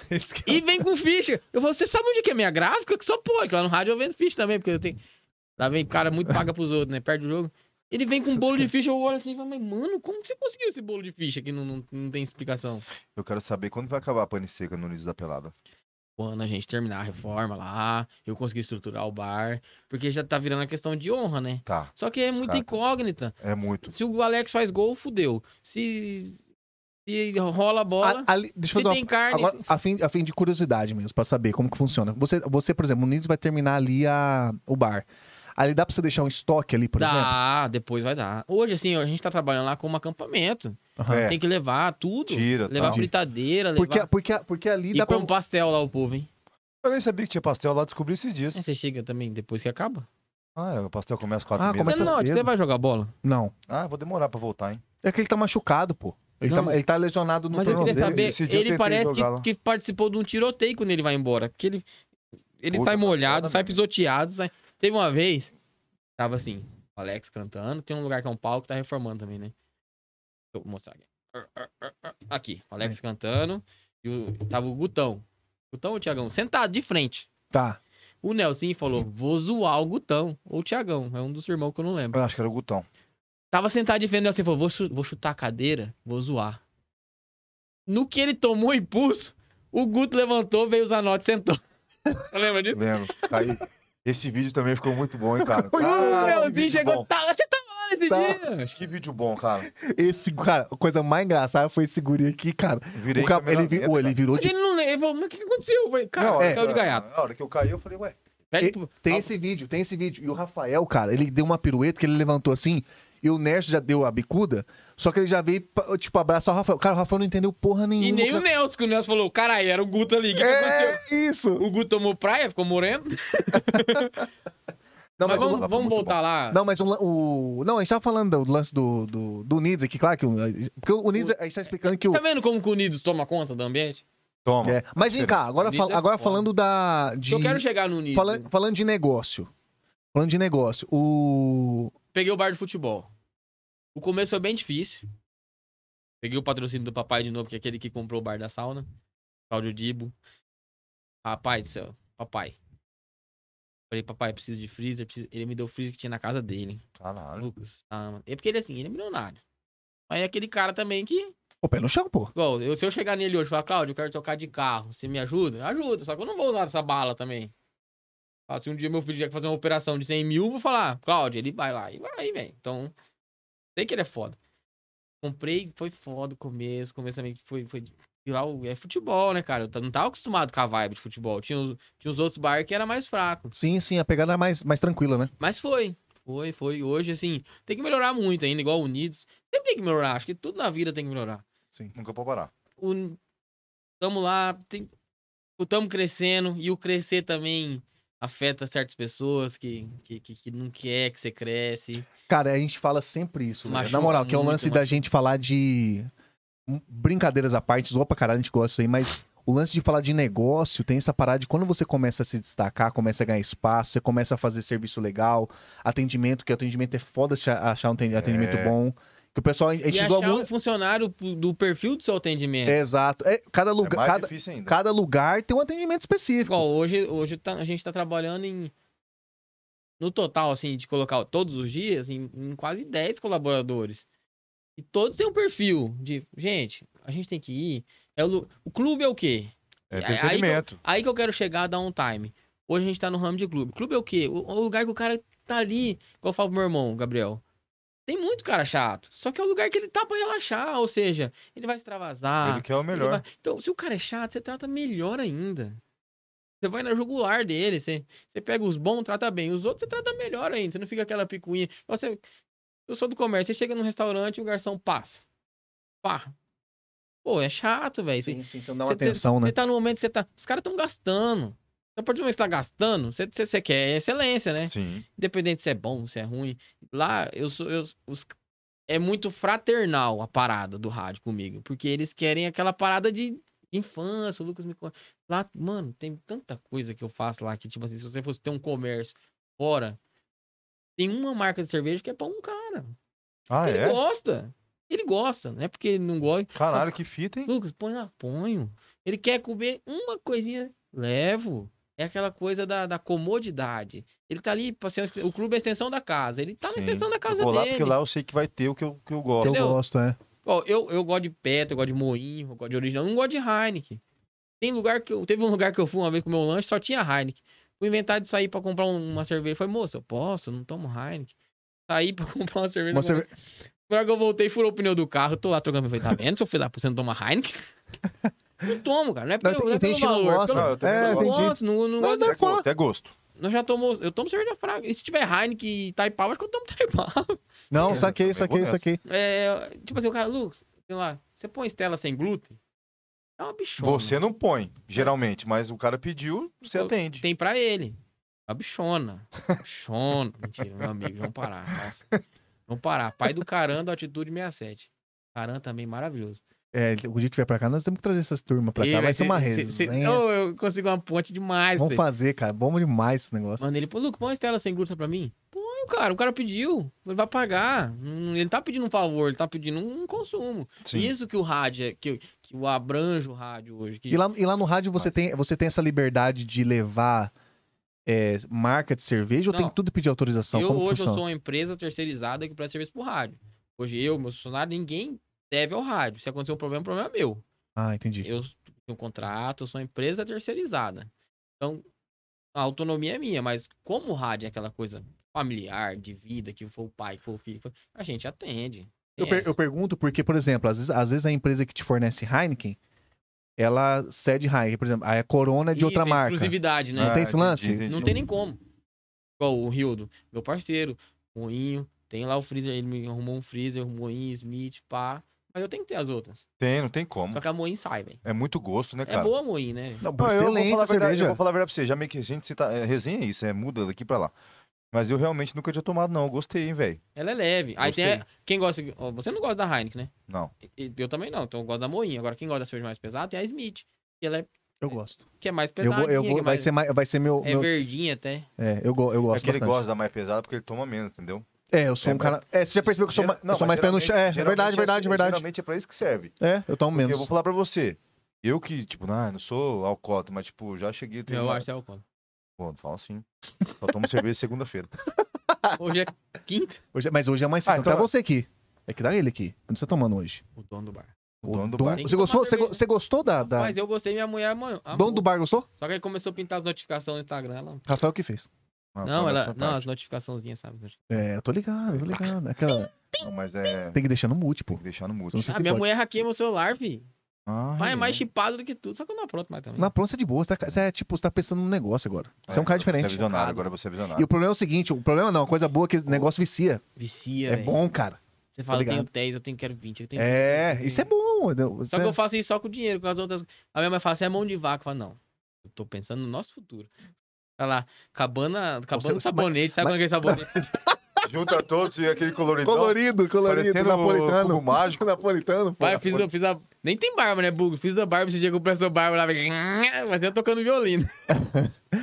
S3: Esse cara-
S2: E vem com ficha. Eu falo, você sabe onde que é minha gráfica? Que só pode. Lá no rádio eu vendo ficha também, porque eu tenho... Lá vem o cara muito paga pros outros, né? Perde o jogo. Ele vem com um bolo de ficha, eu olho assim e falo, mas mano, como que você conseguiu esse bolo de ficha que não, não, não tem explicação?
S1: Eu quero saber quando vai acabar a pane seca no Nido da Pelada.
S2: quando a gente terminar a reforma lá, eu consegui estruturar o bar, porque já tá virando a questão de honra, né?
S1: Tá,
S2: Só que é
S1: Os
S2: muita
S1: cara-
S2: incógnita.
S1: é muito.
S2: Se o Alex faz gol, fudeu. Se, se rola a bola,
S3: A- ali- Ah, deixa eu
S2: se
S3: fazer uma
S2: tem carne,
S3: Agora, a fim, a fim de curiosidade mesmo, pra saber como que funciona. Você, você por exemplo, o Nidos vai terminar ali a, o bar. Ali dá pra você deixar um estoque ali, por exemplo?
S2: dá, depois vai dar. Hoje, assim, a gente tá trabalhando lá como acampamento.
S3: Aham.
S1: É.
S2: Tem que levar tudo.
S1: Tira, tá.
S2: levar
S1: tal.
S2: fritadeira, levar...
S3: Porque, porque, porque ali
S2: E
S3: dá
S2: com
S3: pra...
S2: pastel lá o povo, hein?
S1: Eu nem sabia que tinha pastel lá, descobri esses dias.
S2: Aí Você chega também depois que acaba.
S1: Ah, é, o pastel começa quatro
S3: Ah,
S1: meses.
S3: começa-
S2: Você não,
S3: cedo.
S2: você vai jogar bola.
S3: Não.
S1: Ah, vou demorar pra voltar, hein?
S3: É que ele tá machucado, pô. Ele,
S2: Não.
S3: tá, ele tá lesionado no
S2: Mas eu queria
S3: tornozelo.
S2: saber,
S1: Esse dia eu
S2: ele
S1: tentei
S2: parece
S1: jogar lá.
S2: que, que participou de um tiroteio quando ele vai embora. Que ele ele
S1: Puta,
S2: sai molhado,
S1: foda
S2: sai
S1: mesmo.
S2: pisoteado. sai- Teve uma vez, tava assim, o Alex cantando. Tem um lugar que é um palco que tá reformando também, né? Deixa eu mostrar aqui. Aqui, o Alex cantando. E o- tava o Gutão. Gutão ou o Tiagão? Sentado de frente.
S3: Tá.
S2: O Nelsinho falou: vou zoar o Gutão. Ou o Tiagão. É um dos irmãos que eu não lembro.
S1: Eu acho que era o Gutão.
S2: Tava sentado de frente, assim, falou, vou, chu- vou chutar a cadeira, vou zoar. No que ele tomou o impulso, o Guto levantou, veio o Zanotti e sentou. Você lembra disso?
S1: Lembro. Tá Aí, esse vídeo também ficou muito bom, hein, cara?
S2: o
S1: Caralho, que
S2: Leozinho
S1: vídeo
S2: chegou,
S1: Ah, bom.
S2: tá, você tava lá nesse
S3: Tá.
S2: dia?
S1: Que vídeo bom, cara.
S3: Esse, cara, a coisa mais engraçada foi esse guri aqui, cara.
S1: Virei
S3: o cara,
S1: câmera
S3: ele, vi-
S1: lenta,
S3: ô, ele virou
S2: Mas
S3: de...
S2: ele não lembra, mas o que que aconteceu? Eu falei, Cara,
S1: Não,
S2: você
S1: é,
S2: caiu de gaiato.
S1: Na hora que eu caí, eu falei, ué,
S2: Pede
S3: E-
S2: pro-
S3: Tem
S2: Al-
S3: esse vídeo, tem esse vídeo. E o Rafael, cara, ele deu uma pirueta que ele levantou assim, e o Nerso já deu a bicuda, só que ele já veio, pa- tipo, abraçar o Rafael. Cara, o Rafael não entendeu porra nenhuma.
S2: E nem o
S3: cara.
S2: Nelson, que o Nelson falou, caralho, era o Guto ali. que que aconteceu?"
S3: É isso!
S2: O Guto tomou praia, ficou moreno.
S3: Não,
S2: mas
S3: mas o-
S2: vamos, vamos
S1: muito
S2: voltar lá.
S3: Não, mas o, lan- o- Não, a gente tava falando do lance do, do, do Nids aqui, claro que. o- Porque o Nids, a gente tá explicando que o.
S2: Tá vendo como que o Unidos toma conta do ambiente?
S1: Toma.
S3: É, mas vem cá, agora,
S2: Nids
S3: fal-
S2: Então, é
S3: agora
S2: foda.
S3: falando da. De,
S2: Eu quero chegar no Unidos.
S3: fala- falando de negócio. Falando de negócio. O.
S2: Peguei o bar de futebol. O começo foi bem difícil. Peguei o patrocínio do papai de novo, que é aquele que comprou o bar da sauna. Cláudio Dibo. Rapaz do céu, papai. Falei, papai, preciso de freezer. preciso- Ele me deu o freezer que tinha na casa dele. hein.
S1: Caralho.
S2: Lucas. Ah, mano. É porque ele, assim, ele é milionário. Mas é aquele cara também que
S3: Ô, pé no chão, pô.
S2: Igual, eu, se eu chegar nele hoje e falar, Cláudio, eu quero tocar de carro, você me ajuda? Ajuda, só que eu não vou usar essa bala também. Ah, se um dia meu filho tiver que fazer uma operação de 100 mil, eu vou falar, Cláudio, ele vai lá e vai, velho. Então, sei que ele é foda. Comprei, foi foda o começo, começo também foi, foi e lá o- é futebol, né, cara? Eu t- não tava acostumado com a vibe de futebol. Tinha, os- tinha os outros bar que era mais fraco.
S3: Sim, sim, a pegada é mais, mais tranquila, né?
S2: Mas foi. Foi, foi. Hoje, assim, tem que melhorar muito ainda, igual o Unidos. Sempre tem que melhorar. Acho que tudo na vida tem que melhorar
S1: Nunca vou parar.
S2: o tamo lá, tem, o tamo crescendo e o crescer também afeta certas pessoas que, que, que, que não quer que você cresce.
S3: Cara, a gente fala sempre isso. né?
S2: Machuca
S3: Na moral, que é um
S2: muito,
S3: lance
S2: mano.
S3: da gente falar de. Brincadeiras à parte, zoa pra caralho, a gente gosta disso aí, mas o lance de falar de negócio tem essa parada de quando você começa a se destacar, começa a ganhar espaço, você começa a fazer serviço legal, atendimento, que atendimento é foda se achar um ten- atendimento
S1: É.
S3: bom. Que o pessoal. A
S2: E
S3: gente zoa
S2: achar um
S3: muito.
S2: funcionário p- do perfil do seu atendimento.
S3: É, exato. É, cada,
S1: É
S3: lugar,
S1: mais
S3: cada,
S1: difícil ainda.
S3: cada lugar tem um atendimento específico.
S2: Igual hoje, hoje tá- a gente tá trabalhando em. No total, assim, de colocar todos os dias, em, em quase 10 colaboradores. E todos têm um perfil de, gente, a gente tem que ir. É o, lu- o clube é o quê?
S1: É
S2: Aí- aí que eu-
S1: entretenimento.
S2: Aí que eu quero chegar, dar um time. Hoje a gente tá no ramo de clube. Clube é o quê? O, o lugar que o cara tá ali, igual eu falo pro meu irmão, Gabriel. Tem muito cara chato. Só que é o lugar que ele tá pra relaxar, ou seja, ele vai extravasar.
S1: Ele quer o
S2: Ah, ele
S1: melhor.
S2: vai- Então, se o cara é chato, você trata melhor ainda. Você vai na jugular dele, você, você pega os bons, trata bem. Os outros você trata melhor ainda. Você não fica aquela picuinha. Você, eu sou do comércio, você chega num restaurante e o garçom passa. Pá. Pô, é chato, velho. Você-
S3: sim, você não dá né?
S2: Cê- cê- Você tá no momento que você tá. Os caras estão gastando. Então, a partir do momento que você tá gastando, você, você, você quer excelência, né?
S1: Sim.
S2: Independente se é bom, se é ruim. Lá, eu sou. Eu, os, é muito fraternal a parada do rádio comigo. Porque eles querem aquela parada de infância. O Lucas me. con- Lá, mano, tem tanta coisa que eu faço lá que, tipo assim, se você fosse ter um comércio fora, tem uma marca de cerveja que é pra um cara.
S1: Ah,
S2: ele
S1: é?
S2: gosta. Ele gosta, não é porque ele não gosta.
S1: Caralho, que fita, hein?
S2: Lucas, põe lá, ponho. Ele quer comer uma coisinha, levo. É aquela coisa da, da comodidade. Ele tá ali, pra ser uma ex- o clube é a extensão da casa. Ele tá na
S1: Sim.
S2: extensão da
S1: Eu
S2: casa
S1: vou lá
S2: dele.
S1: porque lá eu sei que vai ter o que eu, que eu
S3: Que
S1: gosto.
S3: eu
S2: Entendeu?
S3: gosto, é.
S2: Ó, eu, eu gosto de Pet, eu gosto de Moinho, eu gosto de Original, eu não gosto de Heineken. Tem lugar que eu... Teve um lugar que eu fui uma vez com o meu lanche, só tinha Heineken. Fui inventar de sair pra comprar um- uma cerveja. Falei, moça, eu posso? Eu não tomo Heineken. Saí pra comprar uma cerveja.
S3: Uma
S2: não
S3: cerve-
S2: na hora que eu voltei, furou o pneu do carro, tô lá trocando. Eu Falei, tá vendo, seu filho da puta, você não toma Heineken? não tomo, cara. Não é
S3: Não,
S2: pelo, não,
S3: tem-
S2: é
S3: tem
S2: pelo
S3: gente que não
S2: valor.
S3: gosta.
S2: pelo-
S1: Não, eu também
S3: É,
S1: não
S2: eu
S1: gosto.
S3: entendi.
S2: gosto, não, não
S3: Não,
S2: gosto.
S3: não.
S1: É gosto, é gosto.
S2: Nós já tomamos. Eu tomo cerveja fraca. E se tiver Heineken e Taipau, acho que eu tomo Taipau.
S3: Não,
S1: Eu
S3: saquei,
S1: também
S3: saquei,
S1: vou nessa.
S3: saquei.
S2: É, tipo assim, o cara, Lucas, sei lá, você põe Estela sem glúten? É uma bichona.
S1: Você não põe, geralmente, mas o cara pediu, você
S2: Eu-
S1: atende.
S2: Tem pra ele. A bichona. Bichona. Mentira, meu amigo, vamos parar. Nossa. Vamos parar. Pai do Caran, do Atitude 67. Caran também maravilhoso.
S3: É, o dia que vier pra cá, nós temos que trazer essas turmas pra
S2: Ih,
S3: cá. Vai
S2: velho,
S3: ser uma
S2: cê- cê-
S3: resenha.
S2: cê- Ô, eu consigo uma ponte demais.
S3: Vamos
S2: velho.
S3: fazer, cara. Bom demais esse negócio.
S2: Mano, ele, pô, Luca, põe uma estela sem glúten pra mim. Põe, cara, o cara pediu. Ele vai pagar. Hum, Ele tá pedindo um favor, ele tá pedindo um consumo.
S1: Sim.
S2: Isso que o rádio, é- que, que o abrange o rádio hoje. Que
S3: E lá, e lá no rádio você tem, você tem essa liberdade de levar é, marca de cerveja ou
S2: Não.
S3: tem que tudo pedir autorização?
S2: eu
S3: Como que
S2: hoje eu
S3: funciona?
S2: sou uma empresa terceirizada que presta serviço pro rádio. Hoje eu, meu funcionário, ninguém deve ao rádio. Se acontecer um problema, o problema é meu.
S3: Ah, entendi.
S2: Eu tenho um contrato, eu sou uma empresa terceirizada. Então, a autonomia é minha, mas como o rádio é aquela coisa familiar, de vida, que foi o pai, que foi o filho, foi- a gente atende. É,
S3: Eu,
S2: Tem
S3: per-
S2: essa.
S3: eu pergunto porque, por exemplo, às vezes, às vezes a empresa que te fornece Heineken, ela cede raia. Por exemplo, aí a Corona é de outra
S2: Isso,
S3: marca. Ah,
S2: exclusividade, né?
S1: Ah,
S3: Não tem esse lance?
S2: Não tem nem como. Igual o Rildo, meu parceiro, Moinho, tem lá o freezer, ele me arrumou um freezer, Moinho, Smith, pá. Mas eu tenho que ter as outras.
S1: Tem, não tem como.
S3: Hum.
S2: Só que a Moinho sai, velho.
S1: É muito gosto, né,
S2: É
S1: cara?
S2: boa a Moinho, né?
S3: Não,
S1: Não, eu, vou
S3: excelente
S1: falar
S3: a
S1: a verdade, eu
S3: cerveja.
S1: vou falar a verdade pra você. Já meio que a gente cita, é, resenha é isso, é muda daqui pra lá. Mas eu realmente nunca tinha tomado, não. Eu gostei, hein, velho.
S2: Ela é leve. Aí tem
S1: Gostei.
S2: a- quem gosta. ó, Você não gosta da Heineken, né?
S1: Não.
S2: E- Eu também não, então eu gosto da Moinho. Agora, quem gosta da cerveja mais pesada é a Smith. Que ela é,
S3: Eu gosto.
S2: que é mais
S3: Eu
S2: pesada.
S3: vou, eu vou, vai, ser, mais- vai ser meu.
S2: É
S3: meu-
S2: verdinha até.
S3: é, eu, go- eu
S1: é
S3: gosto
S1: que ele
S3: bastante.
S1: gosta da mais pesada porque ele toma menos, entendeu?
S3: É, eu sou
S1: É,
S3: um
S1: mas-
S3: cara. É, você já percebeu que eu sou,
S1: Gera-
S3: ma- eu sou
S1: mas
S3: mais pé no chão. É,
S1: geralmente-
S3: verdade,
S1: geralmente é
S3: verdade,
S1: assim,
S3: verdade.
S1: Geralmente é pra isso que serve.
S3: É, eu tomo
S1: Porque
S3: menos.
S1: eu vou falar pra você. Eu que, tipo, ah, não sou alcoólatra, mas, tipo, já cheguei. a ter
S2: Eu
S1: uma-
S2: acho que é o conto.
S1: Pô, não fala assim. Só tomo cerveja segunda-feira.
S2: Hoje é quinta.
S3: Hoje é- mas hoje é mais
S1: Ah,
S3: simples.
S1: então-
S3: Pra você aqui. É que dá ele aqui. Eu Não você tomando hoje.
S2: O dono do bar.
S1: O dono do
S3: Dom-
S1: bar.
S2: Tem que
S3: Você gostou?
S2: tomar
S3: Você, go-
S2: cerveja.
S3: você gostou da. da...
S2: Mas eu gostei, minha mulher amou. amou.
S3: Dono do bar gostou?
S2: Só que aí começou a pintar as notificações no Instagram. Ela...
S3: Rafael que fez.
S1: Ah,
S2: não,
S3: tá
S1: fala
S2: ela.
S1: essa
S2: Não, as
S1: parte.
S2: notificaçãozinhas, sabe?
S3: É, eu tô ligado, eu tô ligado. É Aquela...
S1: Não, mas é. Tem
S3: Tem que deixar no mute, pô.
S1: que deixar no mute.
S3: Não sei
S2: Ah,
S3: se
S2: minha
S3: pode.
S2: mulher hackeia meu celular, fi.
S1: Ah,
S2: Mas é
S1: é.
S2: mais chipado do que tudo. Só que eu não apronto mais também.
S3: Na pronta é de boa, você, tá, você é tipo, você tá pensando num negócio agora. Você é, um cara
S1: Você é
S3: diferente.
S1: visionário, agora você é visionário.
S3: E o problema é o seguinte, o problema não, a coisa boa é que o negócio vicia.
S2: Vicia.
S3: É
S2: velho.
S3: bom, cara.
S2: Você fala,
S3: tá
S2: eu tenho
S3: ligado?
S2: 10, eu tenho quero 20. Eu tenho 20, eu
S3: É,
S2: tenho
S3: isso é bom. entendeu?
S2: Só que eu faço isso só com o dinheiro, com as outras. A minha mãe fala, você é mão de vaca. Eu falo, não. Eu tô pensando no nosso futuro. Tá lá, cabana, cabana
S3: você-
S2: sabonete, sabe
S3: mas-
S2: quando é aquele sabonete?
S1: Junta todos e aquele coloridão.
S3: Colorido, colorido,
S1: Parecendo
S3: napolitano.
S1: cubo mágico.
S3: Napolitano, pô.
S2: Vai, fiz, eu fiz a. Nem tem barba, né, Bug? Fiz a barba esse dia que eu presto barba lá, vem- mas eu tocando violino.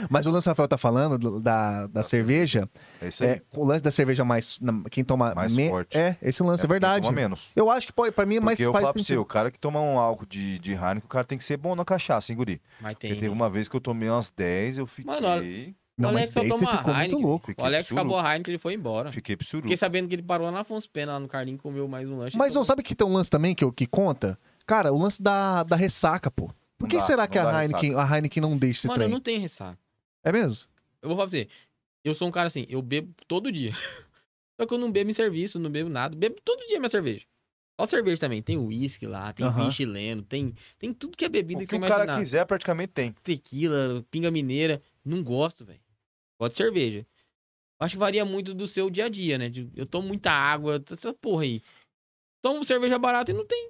S3: Mas o lance que o Rafael tá falando do- da, da cerveja,
S1: É isso aí.
S3: é, o lance da cerveja mais. na- quem toma.
S1: Mais forte.
S3: É, esse lance, é, verdade.
S1: Toma menos.
S3: Eu acho que pode, pra mim é mais
S1: Porque eu
S3: faz
S1: falo pra você,
S3: sentido.
S1: o cara que toma um álcool de, de Heineken, o cara tem que ser bom na cachaça, hein, guri?
S2: Mas
S1: Porque
S2: tem. né?
S3: um
S1: teve uma vez que eu tomei umas 10, eu fiquei...
S2: Mano, olha-
S3: Não,
S2: o
S3: mas
S2: Alex só
S3: daí você
S2: toma
S3: ficou muito
S2: Heineken.
S3: louco.
S1: Fiquei
S2: O Alex
S1: psuru.
S2: acabou a Heineken, ele foi embora.
S1: Fiquei psuru.
S2: Fiquei sabendo que ele parou lá na Afonso Pena, lá no Carlinho, comeu mais um lanche.
S3: Mas
S2: Então,
S3: não, sabe que tem um lance também que, eu- que conta? Cara, o lance da, da ressaca, pô. Por
S1: Não
S3: que
S1: dá,
S3: será
S1: não
S3: que a
S1: dá
S3: Heineken, a Heineken não deixa esse
S2: Mano, eu
S3: trem?
S2: não tenho ressaca.
S3: É mesmo?
S2: Eu vou falar pra você. Eu sou um cara assim, eu bebo todo dia. Só que eu não bebo em serviço, não bebo nada. Bebo todo dia minha cerveja. Só cerveja também. Tem uísque lá, tem
S3: Aham.
S2: vinho chileno, tem, tem tudo que é bebida
S1: O
S2: que
S1: que
S2: eu
S1: o cara
S2: imaginar.
S1: quiser, praticamente tem.
S2: Tequila, pinga mineira. Não gosto, velho. Gosto de cerveja. Acho que varia muito do seu dia a dia, né? De- Eu tomo muita água, essa porra aí. Tomo cerveja barata e não tem.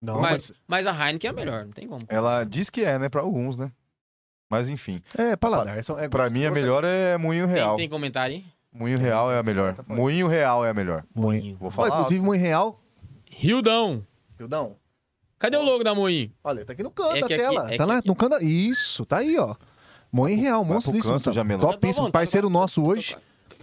S3: Não,
S2: mas,
S3: mas...
S2: mas a Heineken é a melhor, não tem como.
S1: Ela diz que é, né? Pra alguns, né? Mas enfim.
S3: É, paladar. só- É,
S1: Pra mim, a melhor é Moinho
S2: Tem,
S1: Real.
S2: tem comentário, hein?
S1: Moinho Real é a melhor. Moinho Real é a melhor.
S3: Moinho.
S1: Vou
S3: Ó,
S1: falar...
S3: inclusive, Moinho Real.
S2: Rildão.
S3: Não.
S2: Cadê o logo da Moinho?
S3: Olha, tá aqui no canto
S2: É
S3: da
S2: que aqui-
S3: tela.
S2: é
S3: tá
S2: que
S3: lá
S2: aqui-
S3: no canto. da- Isso, tá aí, ó. Moinho Real,
S1: pro
S3: monstríssimo.
S1: canto, Jamelão.
S2: Tá bom,
S3: Topíssimo.
S2: tá
S3: Parceiro
S2: bom.
S3: nosso hoje.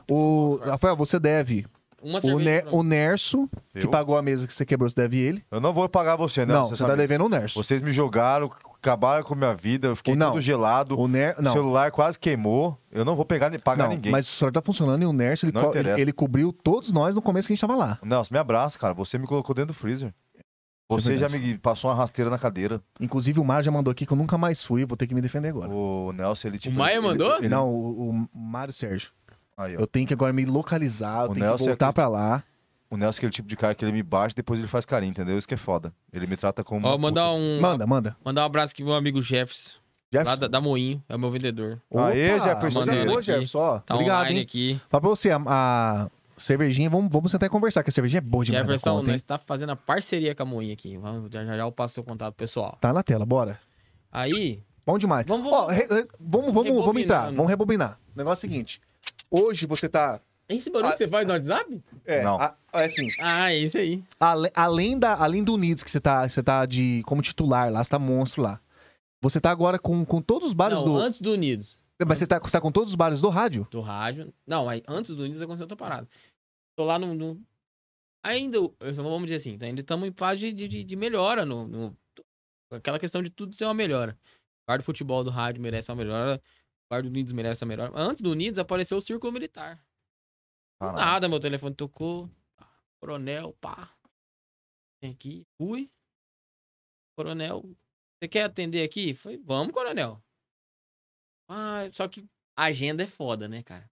S3: O... Rafael, você deve
S2: Uma
S3: o,
S2: cerveja.
S3: Ner-
S2: pra mim.
S3: o Nerso, que
S1: Eu?
S3: pagou a mesa que você quebrou, você deve ele.
S1: Eu não vou pagar você,
S3: Não,
S1: não.
S3: você
S1: essa
S3: tá
S1: vez.
S3: devendo o Nerso.
S1: Vocês me jogaram, acabaram com a minha vida, eu fiquei
S3: Não.
S1: todo gelado.
S3: O Ner...
S1: O
S3: Não,
S1: celular quase queimou. Eu não vou pegar nem pagar
S3: não
S1: ninguém.
S3: mas o celular tá funcionando e o Nerso, ele,
S1: Não
S3: co-
S1: interessa.
S3: ele- ele cobriu todos nós no começo que a gente tava lá.
S1: Nelson, me abraça, cara. Você me colocou dentro do freezer.
S3: Isso é
S1: Você já
S3: verdade.
S1: me passou uma rasteira na cadeira.
S3: Inclusive, o Mar já mandou aqui que eu nunca mais fui, vou ter que me defender agora.
S1: O Nelson, ele te.
S2: O Maia
S1: ele-
S2: mandou?
S1: ele-
S3: Não, o, o Mário Sérgio.
S1: Aí, ó.
S3: Eu tenho que agora me localizar, eu
S1: O
S3: tenho que
S1: Nelson é
S3: voltar
S1: aquele-
S3: pra lá.
S1: O Nelson é aquele tipo de cara que ele me baixa e depois ele faz carinho, entendeu? Isso que é foda. Ele me trata como.
S2: Ó, mandar um,
S3: Manda, manda.
S2: mandar um abraço aqui pro meu amigo Jefferson, lá da, da Moinho, é o meu vendedor.
S1: Aê,
S3: Opa,
S1: Jefferson.
S3: mandou,
S2: Mandando aqui.
S3: Jefferson, ó.
S2: Tá
S3: Obrigado,
S2: online
S3: hein?
S2: aqui.
S3: Fala pra você, a, a cervejinha, vamos, vamos sentar e conversar, que a cervejinha é boa demais. na
S2: Jefferson,
S3: conta, hein?
S2: nós tá fazendo a parceria com a Moinho aqui. Vamos, já, já, já eu passo seu contato pessoal.
S3: Tá na tela, bora.
S2: Aí,
S3: Bom demais.
S2: Vamos- né?
S3: Ó, re- re- vamos, vamos, vamos entrar,
S2: Rebobinando.
S3: vamos rebobinar. O negócio é o seguinte. Hoje você tá.
S2: esse barulho
S3: Ah.
S2: que você faz no WhatsApp?
S3: É,
S1: Não.
S3: a- é assim,
S2: Ah, é isso aí.
S3: ale- além, da, além do Unidos, que você tá, você tá de, como titular lá, você tá monstro lá. Você tá agora com, com todos os bares
S2: Não,
S3: do.
S2: antes do Unidos,
S3: Mas você tá, você tá com todos os bares do rádio?
S2: do rádio. Não, aí antes do Unidos aconteceu outra parada. Tô lá no... no- Ainda, eu- vamos dizer assim, ainda estamos em paz de, de, de melhora no, no- Aquela questão de tudo ser uma melhora. O bar do futebol do rádio merece uma melhora, o bar do Unidos merece uma melhora. Antes do Unidos apareceu o Círculo Militar. Do
S1: Caralho.
S2: nada, meu telefone tocou. Coronel, pá. Vem aqui. Fui. Coronel, você quer atender aqui? Falei, vamos, coronel. Ah, só que a agenda é foda, né, cara?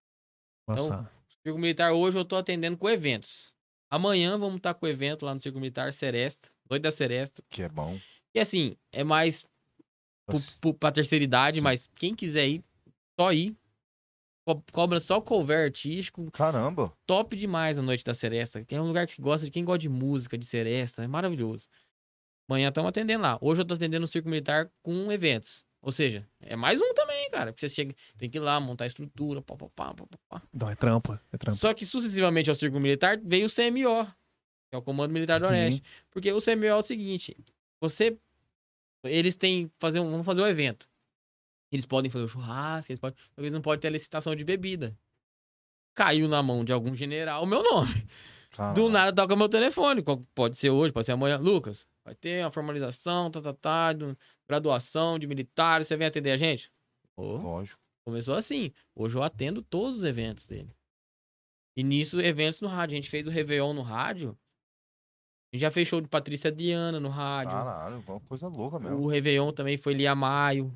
S3: Nossa.
S2: Circo Militar, hoje eu tô atendendo com tá eventos. Amanhã vamos estar com o evento lá no Circo Militar Seresta, Noite da Seresta.
S1: Que é bom.
S2: E assim, é mais pro,
S1: Nossa.
S2: pro, pra terceira idade,
S1: Sim.
S2: mas quem quiser ir, só ir. Co- Cobra só cover artístico,
S1: Caramba.
S2: top demais a Noite da Seresta. Que é um lugar que gosta de quem gosta de música, de seresta, é maravilhoso. Amanhã estamos atendendo lá. Hoje eu tô atendendo o Circo Militar com eventos. Ou seja, é mais um também, cara. Porque você chega, tem que ir lá, montar a estrutura, pá, pá, pá, pá, pá, pá.
S3: Não, é trampa. É trampa.
S2: Só que sucessivamente ao Círculo Militar veio o CMO, que é o Comando Militar do
S3: Sim.
S2: Oeste. Porque o CMO é o seguinte: você. Eles têm. Fazer um, vamos fazer um evento. Eles podem fazer o churrasco, eles podem. Talvez não pode ter licitação de bebida. Caiu na mão de algum general o meu nome.
S1: Ah.
S2: Do nada toca meu telefone. qual- Pode ser hoje, pode ser amanhã. Lucas, vai ter uma formalização, tá, tá, tá, de um- graduação de militares, você vem atender a gente? Ô.
S1: Lógico.
S2: Começou assim. Hoje eu atendo todos os eventos dele. E nisso, eventos no rádio. A gente fez o Réveillon no rádio. A gente já fez show de Patrícia Diana no rádio.
S1: Caralho, uma coisa louca mesmo.
S2: o Réveillon também foi Lia Maio.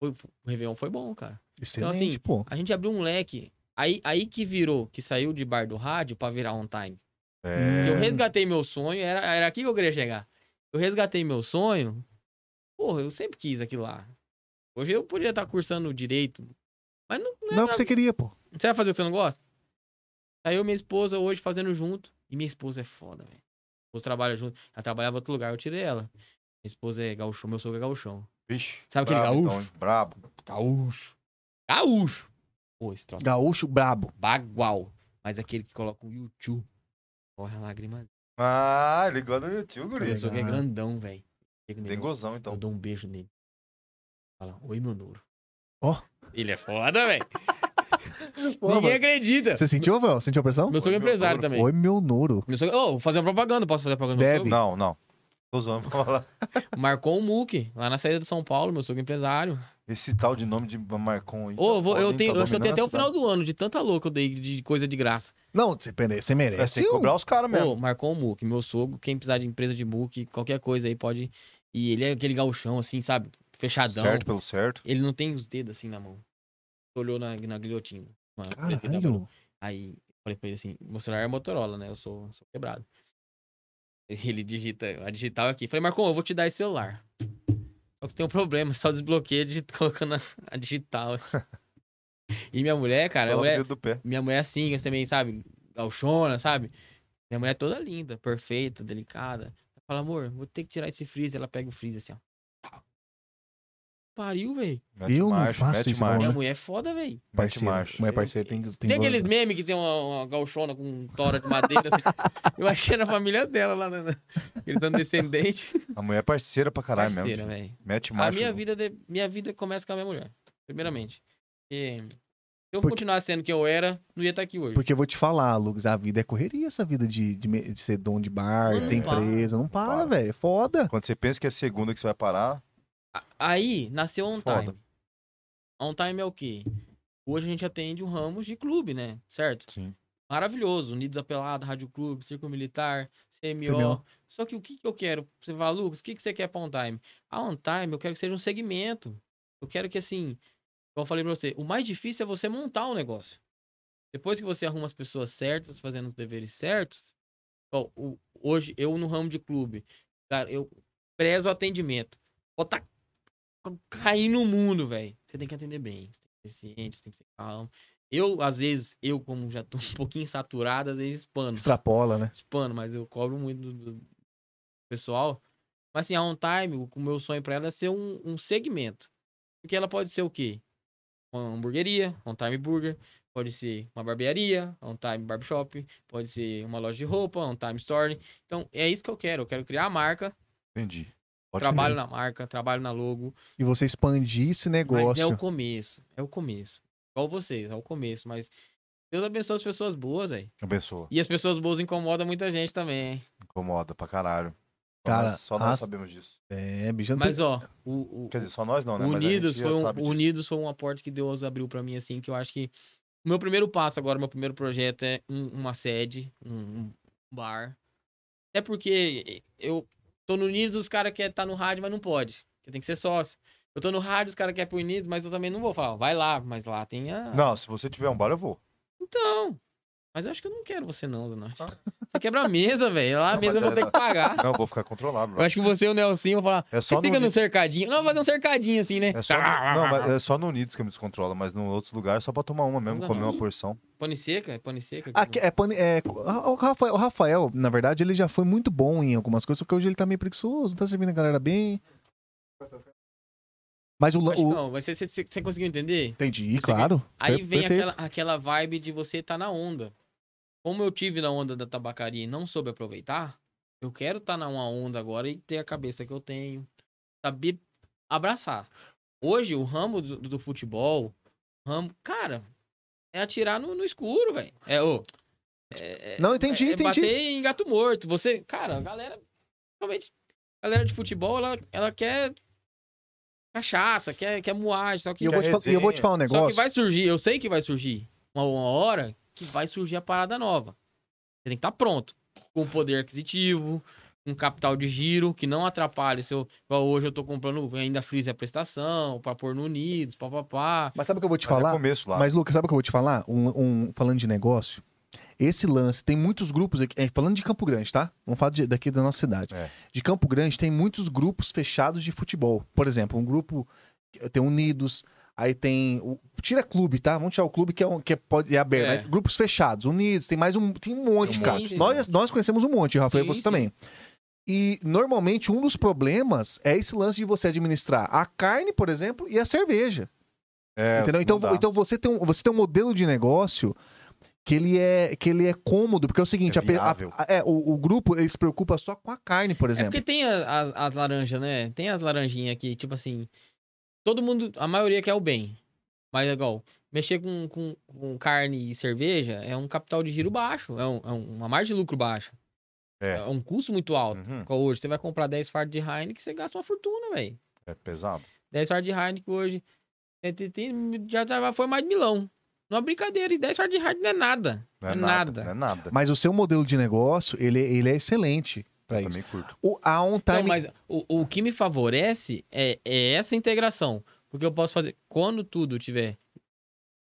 S2: Foi- o Réveillon foi bom, cara.
S3: Excelente,
S2: assim,
S3: pô.
S2: A gente abriu um leque. Aí, aí que virou, que saiu de bar do rádio pra virar on time. Porque
S1: É.
S2: eu resgatei meu sonho, era, era aqui que eu queria chegar. Eu resgatei meu sonho, porra, eu sempre quis aquilo lá. Hoje eu poderia estar cursando direito, mas não, não é
S3: Não é o que você queria, pô.
S2: Você vai fazer o que você não gosta? Aí eu e minha esposa hoje fazendo junto. E minha esposa é foda, velho. Minha esposa trabalha junto. Ela trabalhava em outro lugar, eu tirei ela. Minha esposa é gaúcho, meu sogro é gaúchão.
S1: Vixe.
S2: Sabe aquele
S1: brabo, então,
S2: gaúcho?
S1: hein? brabo.
S2: Gaúcho. Gaúcho. Pô, esse troço
S3: Gaúcho brabo.
S2: é bagual. Mas aquele que coloca o YouTube. Corre a lágrima.
S1: Ah, ele gosta do YouTube,
S2: Meu
S1: guri.
S3: Beleza.
S2: sogro é grandão, velho.
S3: é
S2: Chega nele,
S1: Tem gozão, então.
S2: Eu dou um beijo nele. Fala, oi, meu Noro.
S3: Ó.
S2: Ele é foda, velho.
S3: Pô,
S2: Ninguém
S3: mano.
S2: acredita.
S3: Você sentiu, velho? Sentiu a pressão?
S2: Meu sogro é
S1: Oi, meu
S2: empresário
S1: Noro.
S2: também.
S3: Oi, meu Noro.
S2: Meu sogro... Ô, vou fazer uma propaganda. Posso fazer propaganda?
S3: Deve.
S2: Meu
S1: Não,
S2: sogro?
S1: não. Tô zoando pra falar.
S2: Marcou o Muque, lá na saída de São Paulo, meu sogro empresário.
S1: Esse tal de nome de Marcon aí.
S2: Ô, eu vou-
S1: foda,
S2: eu,
S1: hein?
S2: tenho,
S1: Tá
S2: eu acho que eu tenho até o
S1: dominando a
S2: final do ano, de tanta louca eu dei de coisa de graça.
S3: Não, você pende- você merece.
S1: cidade. É, sem
S3: um-
S1: cobrar os caras mesmo.
S2: Ô, marcou o Muque, meu sogro, quem precisar de empresa de Muque, qualquer coisa aí pode. E ele é aquele gauchão, assim, sabe? Fechadão.
S1: Certo pelo certo.
S2: Ele não tem os dedos assim na mão. Olhou na, na guilhotina. Uma- esse trabalho.
S3: Caralho.
S2: Aí eu falei pra ele assim: meu celular é Motorola, né? Eu sou, sou quebrado. Ele digita a digital aqui. Falei, Marcon, eu vou te dar esse celular. Só que você tem um problema, só desbloqueia digi- colocando a, a digital. E minha mulher, cara,
S1: Coloca
S2: é minha
S1: o
S2: mulher,
S1: dedo do pé.
S2: minha mulher assim, também, sabe? Galchona, sabe? Minha mulher é toda linda, perfeita, delicada. Ela Fala, amor, vou ter que tirar esse freezer. Ela pega o freezer assim, ó. Pariu, velho.
S1: Mete
S3: Eu não
S1: marcha,
S3: faço
S1: mete
S3: isso,
S1: marcha,
S2: Minha
S3: mano.
S2: mulher é foda, velho.
S1: mete
S3: Parceiro.
S1: marcha.
S3: Mas parceiro tem, né?
S2: Tem, aqueles
S1: né?
S2: memes que tem uma, uma galchona com tora de madeira. assim. Eu achei na família dela lá, né? Eles são descendentes.
S1: A mulher é parceira pra caralho
S2: Parceira,
S1: mesmo.
S2: velho.
S1: Mete
S2: A
S1: marcha.
S2: minha
S1: Ju.
S2: vida, de- minha vida começa com a minha mulher, primeiramente. Porque se eu
S3: Porque-
S2: continuar sendo quem eu era, não ia estar aqui hoje.
S3: Porque eu vou te falar, Lucas, a vida é correria, essa vida de, de, me- de ser dono de bar,
S2: Não
S3: ter
S2: para.
S3: empresa. Não para,
S1: para.
S3: velho. É foda.
S1: Quando você pensa que é segunda que você vai parar,
S2: A- Aí, nasceu On
S1: Foda.
S2: Time. On Time é o quê? Hoje a gente atende um ramo de clube, né? Certo?
S1: sim.
S2: Maravilhoso. Unidos da Pelada, Rádio Clube, Círculo Militar, CMO.
S3: CMO.
S2: Só que o que, que eu quero? Você fala, Lucas, o que, que você quer pra on time? A on time eu quero que seja um segmento. Eu quero que, assim, como eu falei pra você, o mais difícil é você montar um negócio. Depois que você arruma as pessoas certas, fazendo os deveres certos. ó, o- hoje, eu no ramo de clube, cara, eu prezo o atendimento. Pode tá caindo no mundo, velho. Você tem que atender bem. Você tem que ser ciente, você tem que ser calmo. Eu, às vezes, eu, como já tô um pouquinho saturado, às vezes pano
S3: Extrapola, né?
S2: pano, mas eu cobro muito do, do pessoal. Mas assim, a On Time, o, o meu sonho pra ela é ser um, um segmento. Porque ela pode ser o quê? Uma hamburgueria, On Time Burger, pode ser uma barbearia, On Time Barbershop, pode ser uma loja de roupa, On Time Store. Então, é isso que eu quero. Eu quero criar a marca,
S1: Entendi.
S2: trabalho na marca, trabalho na logo.
S3: E você expandir esse
S2: Mas é
S3: negócio.
S2: o começo, é o começo. Igual vocês, é o começo, mas... Deus abençoe as pessoas boas, velho.
S1: Abençoa.
S2: E as pessoas boas incomodam muita gente também, hein?
S1: Incomoda pra caralho. Só
S3: Cara,
S1: nós- só nós
S3: as-
S1: sabemos disso.
S3: É, bicho, não tem-
S2: Mas, ó, o, o,
S1: Quer dizer, só nós não, né? Mas a
S2: Unidos
S1: gente já
S2: foi,
S1: sabe
S2: um,
S1: disso.
S2: Unidos foi um aporte que Deus abriu pra mim, assim, que eu acho que. O meu primeiro passo agora, meu primeiro projeto é um- uma sede, um, um bar. Até porque eu tô no Unidos, os caras querem estar no rádio, mas não pode. Porque tem que ser sócio. Eu tô no rádio, os caras querem pro Unidos, mas eu também não vou falar, ó, vai lá, mas lá tem a.
S1: Não, se você tiver um bar, eu vou.
S2: Então. Mas eu acho que eu não quero você, não, Zanardi. Você quebra a mesa, velho. Lá a
S1: Ah. Não,
S2: mesa eu
S1: mas
S2: vou
S1: é-
S2: ter que pagar.
S1: Não, eu vou ficar controlado,
S2: Eu
S1: mano.
S2: acho que você e o Nelson vão falar.
S1: É
S2: Você
S1: só no
S2: fica no
S1: Unidos.
S2: cercadinho. Não, vai fazer um cercadinho assim, né?
S1: É só no... Não, mas é só no Unidos que eu me descontrolo, mas em outros lugares é só pra tomar uma mesmo,
S2: Não dá
S1: comer
S2: não.
S1: uma porção.
S2: Pane seca? É pane seca?
S3: Ah, que- é, pane- é, o, Rafael, o Rafael, na verdade, ele já foi muito bom em algumas coisas, porque hoje ele tá meio preguiçoso, não tá servindo a galera bem. Mas o.
S2: Acho que
S3: o...
S2: não, mas você, você, você conseguiu entender?
S3: Entendi,
S2: Você
S3: claro.
S2: Aí
S3: Per-
S2: vem
S3: perfeito.
S2: aquela, aquela vibe de você tá na onda. Como eu tive na onda da tabacaria e não soube aproveitar, eu quero estar tá numa onda agora e ter a cabeça que eu tenho. Saber abraçar. Hoje, o ramo do, do futebol, ramo, cara, é atirar no, no escuro, velho. É, ô,
S3: Não, entendi,
S2: é, é
S3: entendi.
S2: bater em gato morto. Você, cara, a galera, realmente, a galera de futebol, ela, ela quer cachaça, quer, quer moagem, só que...
S3: E eu vou, te, fa- e eu vou te falar um
S2: Só que
S3: negócio.
S2: vai surgir, eu sei que vai surgir uma, uma hora que vai surgir a parada nova. Você tem que estar pronto. Com poder aquisitivo, com capital de giro, que não atrapalhe. Se eu, igual hoje eu tô comprando, ainda frisa a prestação, pra pôr no Unidos, papapá.
S3: Mas sabe o que eu vou te
S1: Mas é
S3: falar?
S1: começo lá.
S3: Mas, Lucas, sabe o que eu vou te falar? Um, um- falando de negócio, esse lance, tem muitos grupos aqui. é, falando de Campo Grande, tá? Vamos falar de- daqui da nossa cidade.
S1: É.
S3: De Campo Grande tem muitos grupos fechados de futebol. Por exemplo, um grupo. Tem Unidos, aí tem. o- tira clube, tá? Vamos tirar o clube que é, um- que é, pode, é aberto.
S2: É.
S3: né? Grupos fechados, Unidos, tem mais um. Tem um monte,
S2: Tem um
S3: cara.
S2: monte,
S3: nós, nós conhecemos um monte, Rafael,
S2: Sim,
S3: você
S2: sim.
S3: também. E normalmente um dos problemas é esse lance de você administrar a carne, por exemplo, e a cerveja.
S1: É,
S3: Entendeu?
S1: não
S3: Então,
S1: dá.
S3: então você, tem um, você tem um modelo de negócio que ele é, que ele é cômodo, porque é o seguinte,
S1: É
S3: a pe- a-
S1: viável.
S3: a- é, o, o grupo ele se preocupa só com a carne, por
S2: É
S3: exemplo.
S2: porque tem a- a- as, laranjas, né? Tem as laranjinhas aqui, tipo assim. Todo mundo, a maioria quer o bem. Mas é igual, mexer com, com, com carne e cerveja é um capital de giro baixo, é, um- é um- uma margem de lucro baixa.
S1: É.
S2: é um custo muito alto.
S1: Uhum,
S2: Qual Hoje, você vai comprar 10 fardos de Heineken, você gasta uma fortuna, velho.
S1: É pesado.
S2: 10 fardos de Heineken hoje é, tem- tem- já, já foi mais de milão. Não é brincadeira, e 10 fardos de Heineken não é nada.
S1: Não é,
S2: É
S1: nada.
S2: nada.
S1: Não é nada.
S3: Mas o seu modelo de negócio, ele, ele é excelente pra
S1: Eu
S3: isso.
S1: também curto.
S3: O, a on time.
S2: Não, mas o, o que me favorece é, é essa integração. Porque eu posso fazer, quando tudo tiver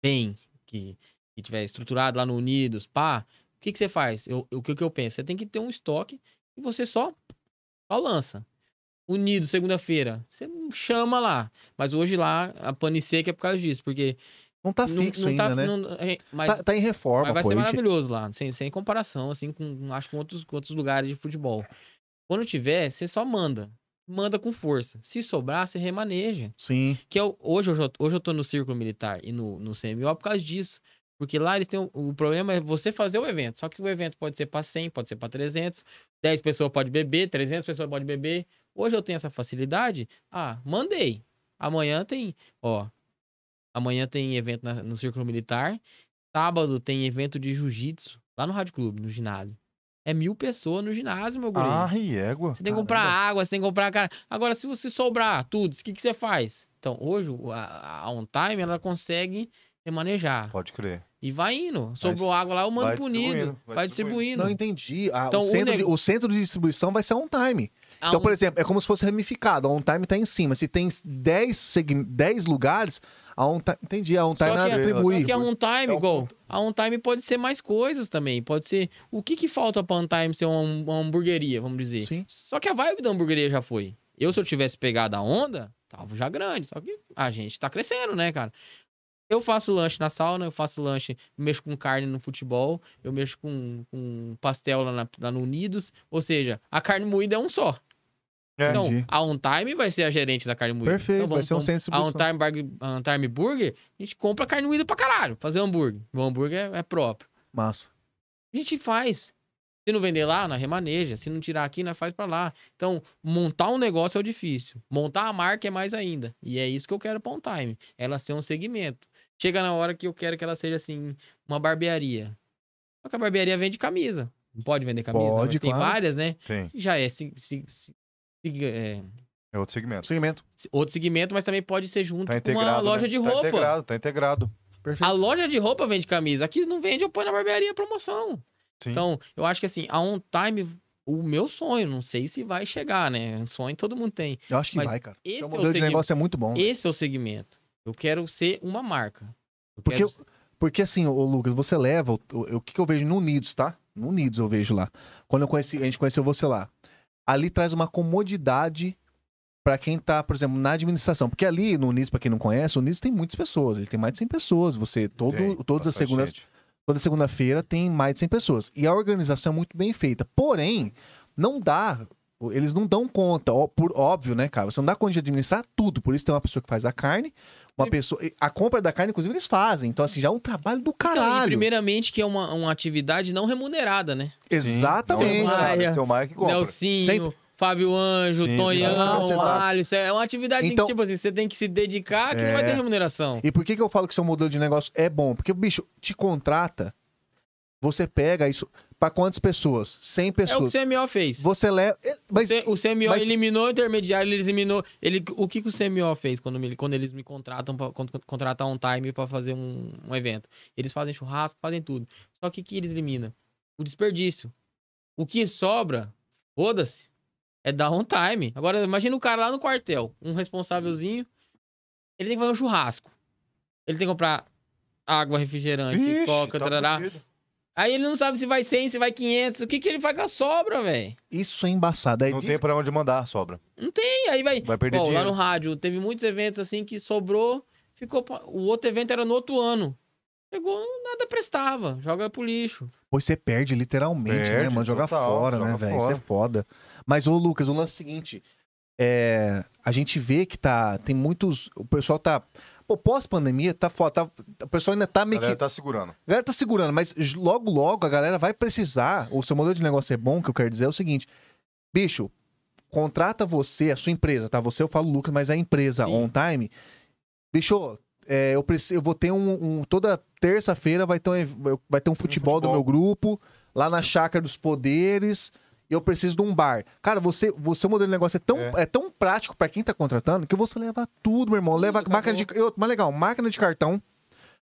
S2: bem, que, que tiver estruturado lá no Unidos, pá, o que, que você faz? Eu, eu- o que, que eu penso? Você tem que ter um estoque e você só, só lança. Unido, segunda-feira, você chama lá. Mas hoje lá, a pane seca é por causa disso, porque...
S3: não tá
S2: não-
S3: fixo
S2: não
S3: ainda,
S2: tá-
S3: né?
S2: não- é, mas
S3: tá, tá em reforma,
S2: mas vai
S3: pô.
S2: ser
S3: a gente-
S2: maravilhoso lá, sem, sem comparação, assim, com, acho que com outros, com outros lugares de futebol. Quando tiver, você só manda. Manda com força. Se sobrar, você remaneja.
S3: Sim.
S2: Que eu, hoje, eu, já- hoje eu tô no círculo militar e no, no CMO por causa disso. Porque lá eles têm. O, o problema é você fazer o evento. Só que o evento pode ser para 100, pode ser para 300. 10 pessoas pode beber, 300 pessoas pode beber. Hoje eu tenho essa facilidade. Ah, mandei. Amanhã tem. Ó. Amanhã tem evento na- no círculo militar. Sábado tem evento de jiu-jitsu lá no Rádio Clube, no ginásio. É mil pessoas no ginásio, meu guri.
S1: Ah, e égua.
S2: Você tem que comprar
S1: Caramba.
S2: água, você tem que comprar cara. Agora, se você sobrar tudo, o que, que você faz? Então, hoje, o- a, a On Time, ela consegue remanejar.
S1: Pode crer.
S2: E vai indo. Sobrou água lá, eu mando
S1: vai
S2: pro
S1: distribuindo,
S2: Unido.
S1: vai
S2: Vai
S1: distribuindo.
S2: distribuindo.
S3: Não entendi. Ah,
S2: Então,
S3: o,
S2: o
S3: centro de,
S2: nego-
S3: o centro de distribução vai ser on time.
S2: A
S3: Então,
S2: On-
S3: por exemplo, é como se fosse ramificado. A on time tá em cima. Se tem 10, segmen- 10 lugares, a on time. Entendi, a on time
S2: Só
S3: ela
S2: que é-
S3: distribui.
S2: Porque a on time,
S3: então,
S1: É um
S2: igual, a on time pode ser mais coisas também. Pode ser. O que que falta pra on time ser uma, uma hamburgueria, vamos dizer?
S3: Sim.
S2: Só que a vibe da hamburgueria já foi. Eu, se eu tivesse pegado a onda, tava já grande. Só que a gente tá crescendo, né, cara? Eu faço lanche na sauna, eu faço lanche, mexo com carne no futebol, eu mexo com, com pastel lá, na, lá no Unidos. Ou seja, a carne moída é um só.
S1: É.
S2: Então,
S3: Entendi.
S2: a On Time vai ser a gerente da carne moída.
S3: Perfeito,
S2: Então,
S3: vai ser um centro de
S2: A On
S3: distribuição.
S2: Time, Burger- a On Time Burger, a gente compra carne moída pra caralho. Fazer hambúrguer. O hambúrguer é, é próprio.
S3: Massa.
S2: A gente faz. Se não vender lá, na remaneja. Se não tirar aqui, nós faz pra lá. Então, montar um negócio é o difícil. Montar a marca é mais ainda. E é isso que eu quero pra On Time. Ela ser um segmento. Chega na hora que eu quero que ela seja, assim, uma barbearia. Só que a barbearia vende camisa. Não pode vender camisa.
S3: Pode,
S2: mas tem
S3: claro.
S2: várias, né?
S1: Tem.
S2: Já é, se- se- se- se- é
S1: É outro segmento.
S3: Segmento.
S2: outro segmento, mas também pode ser junto
S1: Tá
S2: com uma
S1: integrado.
S2: loja
S1: né?
S2: de
S1: Tá
S2: roupa.
S1: integrado, tá integrado.
S3: Perfeito.
S2: a loja de roupa vende camisa. Aqui não vende, eu ponho na barbearia promoção.
S1: Sim.
S2: Então, eu acho que assim, a on time, o meu sonho, não sei se vai chegar, né? Um sonho todo mundo tem.
S3: Eu acho que
S2: Mas
S3: vai, cara.
S2: esse é
S3: Seu
S2: o
S3: modelo de
S2: segmento.
S3: negócio é muito bom.
S2: Esse é o segmento. Eu quero ser uma marca. Eu
S3: Porque
S2: quero-
S3: eu- Porque assim, ô Lucas, você leva. O, o- o que, que eu vejo no Unidos, tá? No Unidos eu vejo lá. Quando eu conheci, a gente conheceu você lá. Ali traz uma comodidade pra quem tá, por exemplo, na administração. Porque ali no Unidos, pra quem não conhece, o Unidos tem muitas pessoas. Ele tem mais de 100 pessoas. Você, todo,
S1: Tem
S3: todas as
S1: bastante
S3: segundas
S1: gente.
S3: toda segunda-feira tem mais de 100 pessoas. E a organização é muito bem feita. Porém, não dá. Eles não dão conta, ó, por óbvio, né, cara? Você não dá conta de administrar tudo. Por isso tem uma pessoa que faz a carne, uma
S2: E-
S3: pessoa. e A compra da carne, inclusive, eles fazem. Então, assim, já é um trabalho do
S2: Então, e
S3: caralho.
S2: primeiramente, que é uma, uma atividade não remunerada, né?
S1: Sim,
S3: Exatamente.
S1: não, não,
S2: Maia.
S1: não, Tem o Maia que compra.
S2: Nelsinho,
S3: Sempre-
S2: Fábio Anjo,
S1: Sim,
S3: exato,
S2: Tonhão,
S3: exato.
S2: Alho. Isso é uma atividade
S3: Então-
S2: que, tipo assim, você tem que se dedicar que não
S3: É.
S2: vai ter remuneração.
S3: E por que, que eu falo que seu modelo de negócio é bom? Porque o bicho te contrata, você pega isso. Pra quantas pessoas? 100
S2: É o
S3: pessoas.
S2: que o CMO fez.
S3: Você leva. é, Mas
S2: Cê- o CMO
S3: mas-
S2: eliminou o intermediário, ele eliminou. Ele, o que, que o CMO fez quando, me- quando eles me contratam pra, quando contratar um time pra fazer um, um evento? Eles fazem churrasco, fazem tudo. Só que o que eles eliminam? O desperdício. O que sobra, foda-se, é dar um time. Agora, imagina o cara lá no quartel, um responsávelzinho, ele tem que fazer um churrasco. Ele tem que comprar água, refrigerante,
S1: Ixi,
S2: coca,
S1: tá
S2: tarará.
S1: fudido.
S2: Aí ele não sabe se vai 100, se vai 500. O que, que ele faz com a sobra, velho?
S3: isso é embaçado. Aí
S1: Não
S3: diz-
S1: tem pra onde mandar, sobra.
S2: E aí vai.
S1: Vai perder
S2: Bom, lá
S1: dinheiro.
S2: no rádio, teve muitos eventos assim que sobrou, ficou. pa- O outro evento era no outro ano. Pegou, nada prestava, joga pro lixo.
S3: Pois você perde literalmente, né,
S1: Perde,
S3: mano? Jogar
S1: total,
S3: fora, né,
S1: joga
S3: velho? Isso
S1: fora.
S3: é foda. Mas, ô, Lucas, o lance é o seguinte. é, a gente vê que tá. Tem muitos. O pessoal tá. Pô, pós-pandemia, tá foda. tá- o pessoal ainda tá
S1: A
S3: meio que.
S1: galera tá segurando.
S3: A galera tá segurando, mas j- logo, logo a galera vai precisar. O seu modelo de negócio é bom, o que eu quero dizer é o seguinte: bicho, contrata você, a sua empresa, tá? Você, eu falo Lucas, mas a empresa
S2: Sim.
S3: on time. Bicho, é, eu, preciso, eu vou ter um. um- toda terça-feira vai ter um, ev- eu- vai ter um futebol, do
S1: futebol.
S3: meu grupo, lá na Chácara dos Poderes. E eu preciso de um bar. Cara, você, você o modelo de negócio é tão, é.
S1: É.
S3: tão prático pra quem tá contratando que você leva tudo, meu irmão. Leva
S2: acabou.
S3: máquina de. Eu, mas legal, máquina de cartão,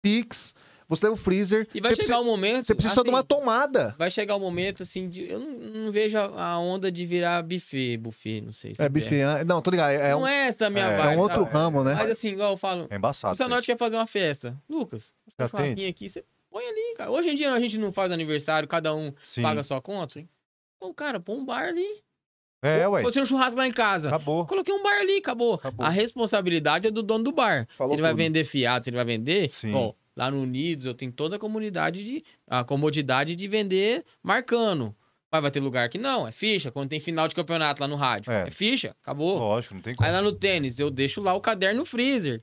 S3: Pix, você leva o freezer.
S2: E vai
S3: você
S2: chegar
S3: precisa,
S2: um momento.
S3: você precisa só de uma
S2: assim,
S3: tomada.
S2: Vai chegar um momento assim, de, eu não, não vejo a a onda de virar buffet, buffet, não sei se
S3: É buffet. né? Não, tô ligado. É, é
S2: não
S3: um,
S2: é essa a minha
S1: é
S3: é um
S2: vibe.
S3: outro
S2: sabe?
S3: ramo, né?
S2: Mas assim, igual eu falo,
S1: É
S2: o
S1: embaçado. isso aí.
S2: Sanote quer fazer uma festa. Lucas,
S1: Já
S2: um churrasquinho aqui, você põe ali, cara. Hoje em dia a gente não faz aniversário, cada um
S1: Sim.
S2: paga a sua conta. hein? Pô, cara, põe um bar ali.
S1: É, ué.
S2: Pode ser um churrasco lá em casa.
S1: Acabou.
S2: Coloquei um bar ali, acabou.
S1: Acabou.
S2: A responsabilidade é do dono do bar.
S3: Falou
S2: se ele vai
S3: tudo.
S2: vender fiado, se ele vai vender.
S1: Sim.
S2: Ó, lá no Unidos eu tenho toda a comunidade de. A comodidade de vender marcando. Mas vai ter lugar que não, é ficha. Quando tem final de campeonato lá no rádio. É,
S1: É.
S2: ficha, acabou. É.
S1: Lógico, não tem como.
S2: Aí lá no tênis, eu deixo lá o caderno no freezer.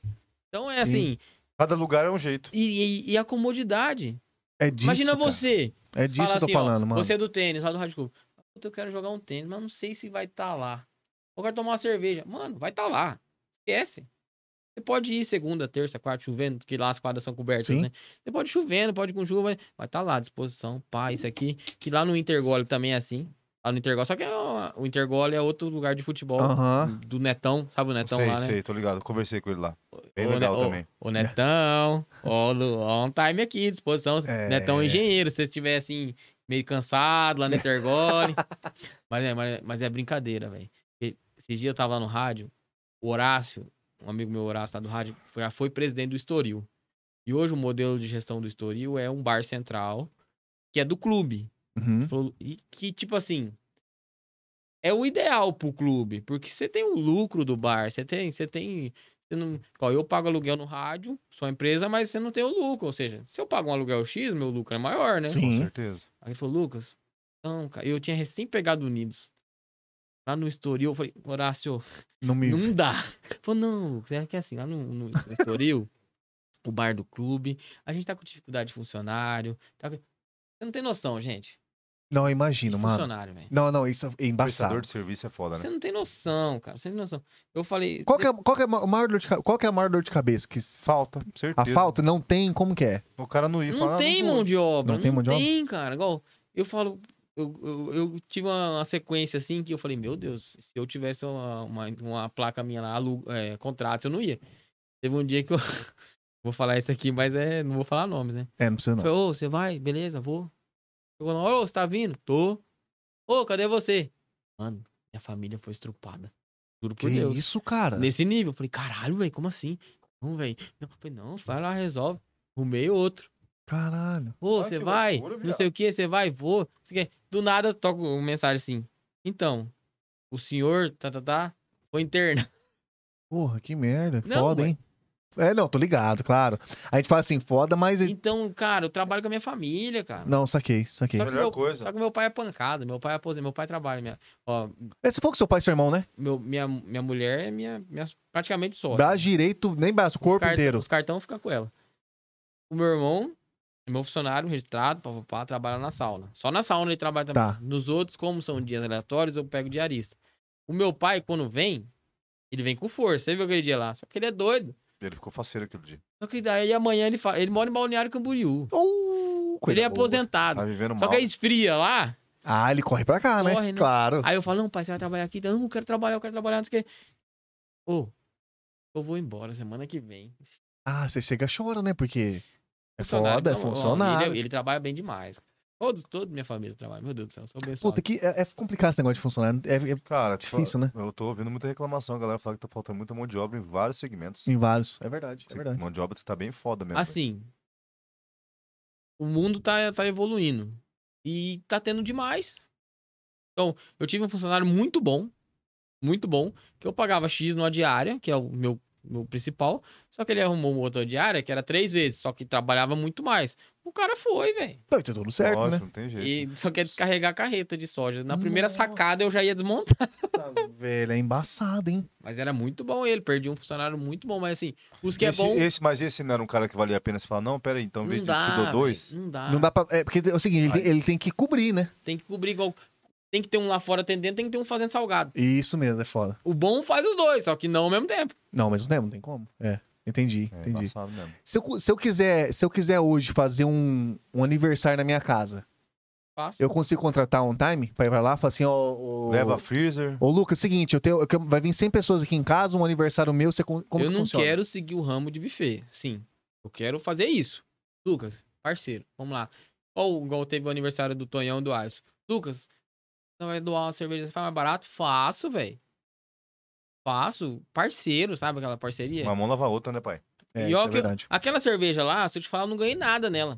S2: Então é
S3: Sim.
S2: assim.
S1: Cada lugar é um jeito.
S2: E, e- e a comodidade.
S3: É disso.
S2: Imagina
S3: cara.
S2: você.
S3: É disso que
S2: Fala
S3: eu tô
S2: assim, ó,
S3: falando, mano.
S2: Você é do tênis, lá do Rádio Clube. Puta, eu quero jogar um tênis, mas não sei se vai estar lá. Eu quero tomar uma cerveja. Mano, vai estar lá. Esquece. Você pode ir segunda, terça, quarta, chovendo, que lá as quadras são cobertas,
S3: Sim.
S2: né? Você pode ir chovendo, pode ir com chuva, vai estar lá à disposição. Pá, isso aqui. Que lá no Intergole também é assim. Lá no Intergole. Só que é uma- o Intergole é outro lugar de futebol.
S3: Aham.
S2: Do Netão, sabe o Netão
S1: sei,
S2: lá, né?
S1: sei, tô ligado. Conversei com ele lá. Bem
S2: Ô, né-
S1: legal
S2: ô,
S1: também.
S2: Ô, Netão, ó, Lu- ó, on time aqui, disposição.
S3: É.
S2: Netão engenheiro, se você estiver assim, meio cansado lá no Intergole. mas, é, mas, é- mas é brincadeira, velho. Porque Esse dia eu tava lá no rádio, o Horácio, um amigo meu Horácio lá do rádio, já foi presidente do Estoril. E hoje o modelo de gestão do Estoril é um bar central, que é do clube.
S3: Uhum.
S2: Pro- E que, tipo assim, é o ideal pro clube, porque você tem o lucro do bar, você tem, você tem. Você não, ó, eu pago aluguel no rádio, sou uma empresa, mas você não tem o lucro. Ou seja, se eu pago um aluguel X, meu lucro é maior, né?
S1: Com
S3: Sim.
S1: certeza.
S2: Aí ele falou, Lucas, não, cara, eu tinha recém pegado o Unidos. Lá no Estoril, eu falei, Horácio,
S3: Não me.
S2: não dá. Falou, não, Lucas, é que assim, lá no, no, no Estoril, o bar do clube, a gente tá com dificuldade de funcionário. tá com- Você não tem noção, gente.
S3: Não,
S2: De
S3: imagino, mano.
S2: funcionário, velho.
S3: Não, não, isso é
S1: Prestador
S3: embaçado.
S1: de serviço é foda, né?
S2: Você não tem noção, cara. Você não tem noção. Eu falei.
S3: Qual que, é, qual, que é a maior dor de, ca- qual que é a maior dor de cabeça? Que s-
S1: Falta,
S3: a
S1: certeza.
S3: falta não tem, como que é?
S1: O cara não ia
S2: Não
S1: falar.
S2: tem
S1: não vou.
S2: mão de obra. Não tem mão de
S3: obra?
S2: cara. Igual, eu falo. Eu, eu, eu tive uma, uma sequência assim que eu falei, meu Deus, se eu tivesse uma, uma, uma placa minha lá, alu, é, contrato, eu não ia. Teve um dia que eu. vou falar isso aqui, mas é. Não vou falar nomes, né?
S3: É, não precisa não.
S2: Falei, ô, você vai? Beleza, vou. Chegou na hora, ô, você tá vindo? Tô. Ô, cadê você? Mano, minha família foi estrupada. Juro
S3: Que
S2: por Deus.
S3: isso,
S1: É.
S3: cara?
S2: Nesse nível. Eu falei, caralho, velho, como assim? Não, velho. Não, eu falei, não, vai lá, resolve. Arrumei outro.
S3: Caralho.
S2: Pô,
S1: Olha
S2: você
S1: que é
S2: vai,
S1: loucura,
S2: não
S1: viado.
S2: sei o que, você vai, vou. não sei o quê. Do nada, eu toco uma mensagem assim. Então, o senhor, tá, tá, tá, foi internado.
S3: Porra, que merda.
S2: Não,
S3: foda,
S2: ué.
S3: hein? É, não, tô ligado, claro. A gente fala assim, foda, mas. é,
S2: Então, cara, eu trabalho com a minha família, cara.
S3: Não, saquei, saquei.
S2: Só que
S1: Melhor
S2: meu-
S1: coisa.
S2: Só que meu pai é pancada, meu pai é aposentado, meu pai trabalha. Minha, ó,
S3: É, se for com seu pai e seu irmão, né?
S2: meu- minha, minha mulher é minha, minha praticamente só.
S3: Braço direito, nem braço,
S2: Os
S3: corpo
S2: car-
S3: inteiro.
S2: Os cartão fica com ela. O meu irmão, é meu funcionário registrado, papapá, trabalha na sauna. Só na sauna ele trabalha também.
S3: Tá.
S2: Nos outros, como são dias aleatórios, eu pego diarista. O meu pai, quando vem, ele vem com força. Você viu aquele dia lá? Só que ele é doido.
S1: Ele ficou faceiro aquele dia.
S2: Só que daí amanhã ele fala. Ele mora em Balneário Camboriú.
S3: Oh, coisa
S2: ele é
S3: boa.
S2: aposentado.
S1: Tá vivendo
S2: Só
S1: mal.
S2: que aí esfria lá.
S3: Ah, ele corre pra cá, né?
S2: Corre, né?
S3: Claro.
S2: Aí eu falo, não, pai, você vai trabalhar aqui? Não, eu quero trabalhar, eu quero trabalhar, não sei o quê. Ô, eu vou embora semana que vem.
S3: Ah, você chega e chora, né? Porque é
S2: Funcionário,
S3: foda, é
S2: então, ó,
S3: funcionário.
S2: Ele, ele trabalha bem demais. Todos, toda minha família trabalha. Meu Deus do céu, eu sou abençoado.
S3: Puta, que é, é complicado esse negócio de funcionário. É, é
S1: Cara, tipo,
S3: difícil, né?
S1: eu tô ouvindo muita reclamação, a galera fala que tá faltando muita mão de obra em vários segmentos.
S3: Em vários. É verdade, é
S1: Esse-
S3: verdade.
S1: Mão de obra tá bem foda mesmo.
S2: Assim, o mundo tá, tá evoluindo. E tá tendo demais. Então, eu tive um funcionário muito bom. Muito bom. Que eu pagava X numa diária, que é o meu, meu principal. Só que ele arrumou uma outra diária, que era três vezes. Só que trabalhava muito mais. O cara foi, velho.
S3: Então, e tá tudo
S1: velho.
S3: certo,
S1: Nossa,
S3: né?
S1: não tem jeito.
S2: E só quer descarregar a carreta de soja. Na primeira
S3: Nossa.
S2: sacada eu já ia desmontar.
S3: Tá, velho, é embaçado, hein?
S2: Mas era muito bom ele, perdi um funcionário muito bom. Mas assim, os que
S1: esse,
S2: é bom.
S1: esse- mas esse não era um cara que valia a pena você falar, não, pera aí,
S3: um
S1: então, em vez
S2: não,
S1: de
S2: dá,
S1: te dou
S2: véi,
S1: dois,
S2: não dá.
S3: Não dá pra. É, porque é o seguinte, ele tem, ele tem que cobrir, né?
S2: Tem que cobrir igual. Tem que ter um lá fora atendendo, tem que ter um fazendo salgado.
S3: Isso mesmo, é foda.
S2: O bom faz os dois, só que não ao mesmo tempo.
S3: Não, ao mesmo tempo, não tem como. É. Entendi,
S1: é
S3: entendi.
S1: embaçado mesmo.
S3: Se eu, cu- se eu quiser, se eu quiser hoje fazer um, um aniversário na minha casa,
S2: Faço.
S3: eu consigo contratar on time pra ir pra lá e falar assim, ó. ô-
S1: Leva freezer.
S3: Ô, Lucas, é seguinte, eu tenho, eu quero- vai vir 100 pessoas aqui em casa, um aniversário meu, você con- como
S2: eu
S3: que
S2: não
S3: funciona?
S2: quero seguir o ramo de buffet. Sim. Eu quero fazer isso. Lucas, parceiro, vamos lá. Ou igual teve o aniversário do Tonhão e do Alisson. Lucas, você vai doar uma cerveja, você faz mais barato? Faço, velho. Faço. Parceiro, sabe aquela parceria?
S1: Uma mão lava a outra, né, pai?
S3: É,
S2: E
S3: isso
S2: ó
S3: é
S2: que eu-
S3: verdade.
S2: Aquela cerveja lá, se eu te falar, eu não ganhei nada nela.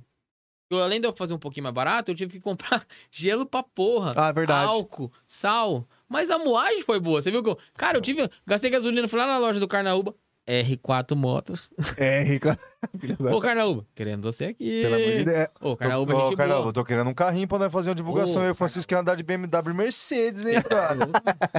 S2: Eu, além de eu fazer um pouquinho mais barato, eu tive que comprar gelo pra porra.
S3: Ah, é verdade.
S2: Álcool, sal. Mas a moagem foi boa. Você viu que eu... Cara, eu tive... Gastei gasolina, fui lá na loja do Carnaúba. R4 Motos.
S3: É, Rica. Filha da-
S2: Ô, Carnaúba, querendo você aqui.
S3: É. Pelo amor de Deus. é,
S2: Ô,
S1: Ô,
S2: Carnaúba, gente
S1: ô, Carnaúba,
S2: boa.
S1: eu tô querendo um carrinho pra nós fazer uma divulgação.
S2: Ô,
S1: eu e o Francisco quer andar de BMW Mercedes, hein,
S3: tá
S1: cara?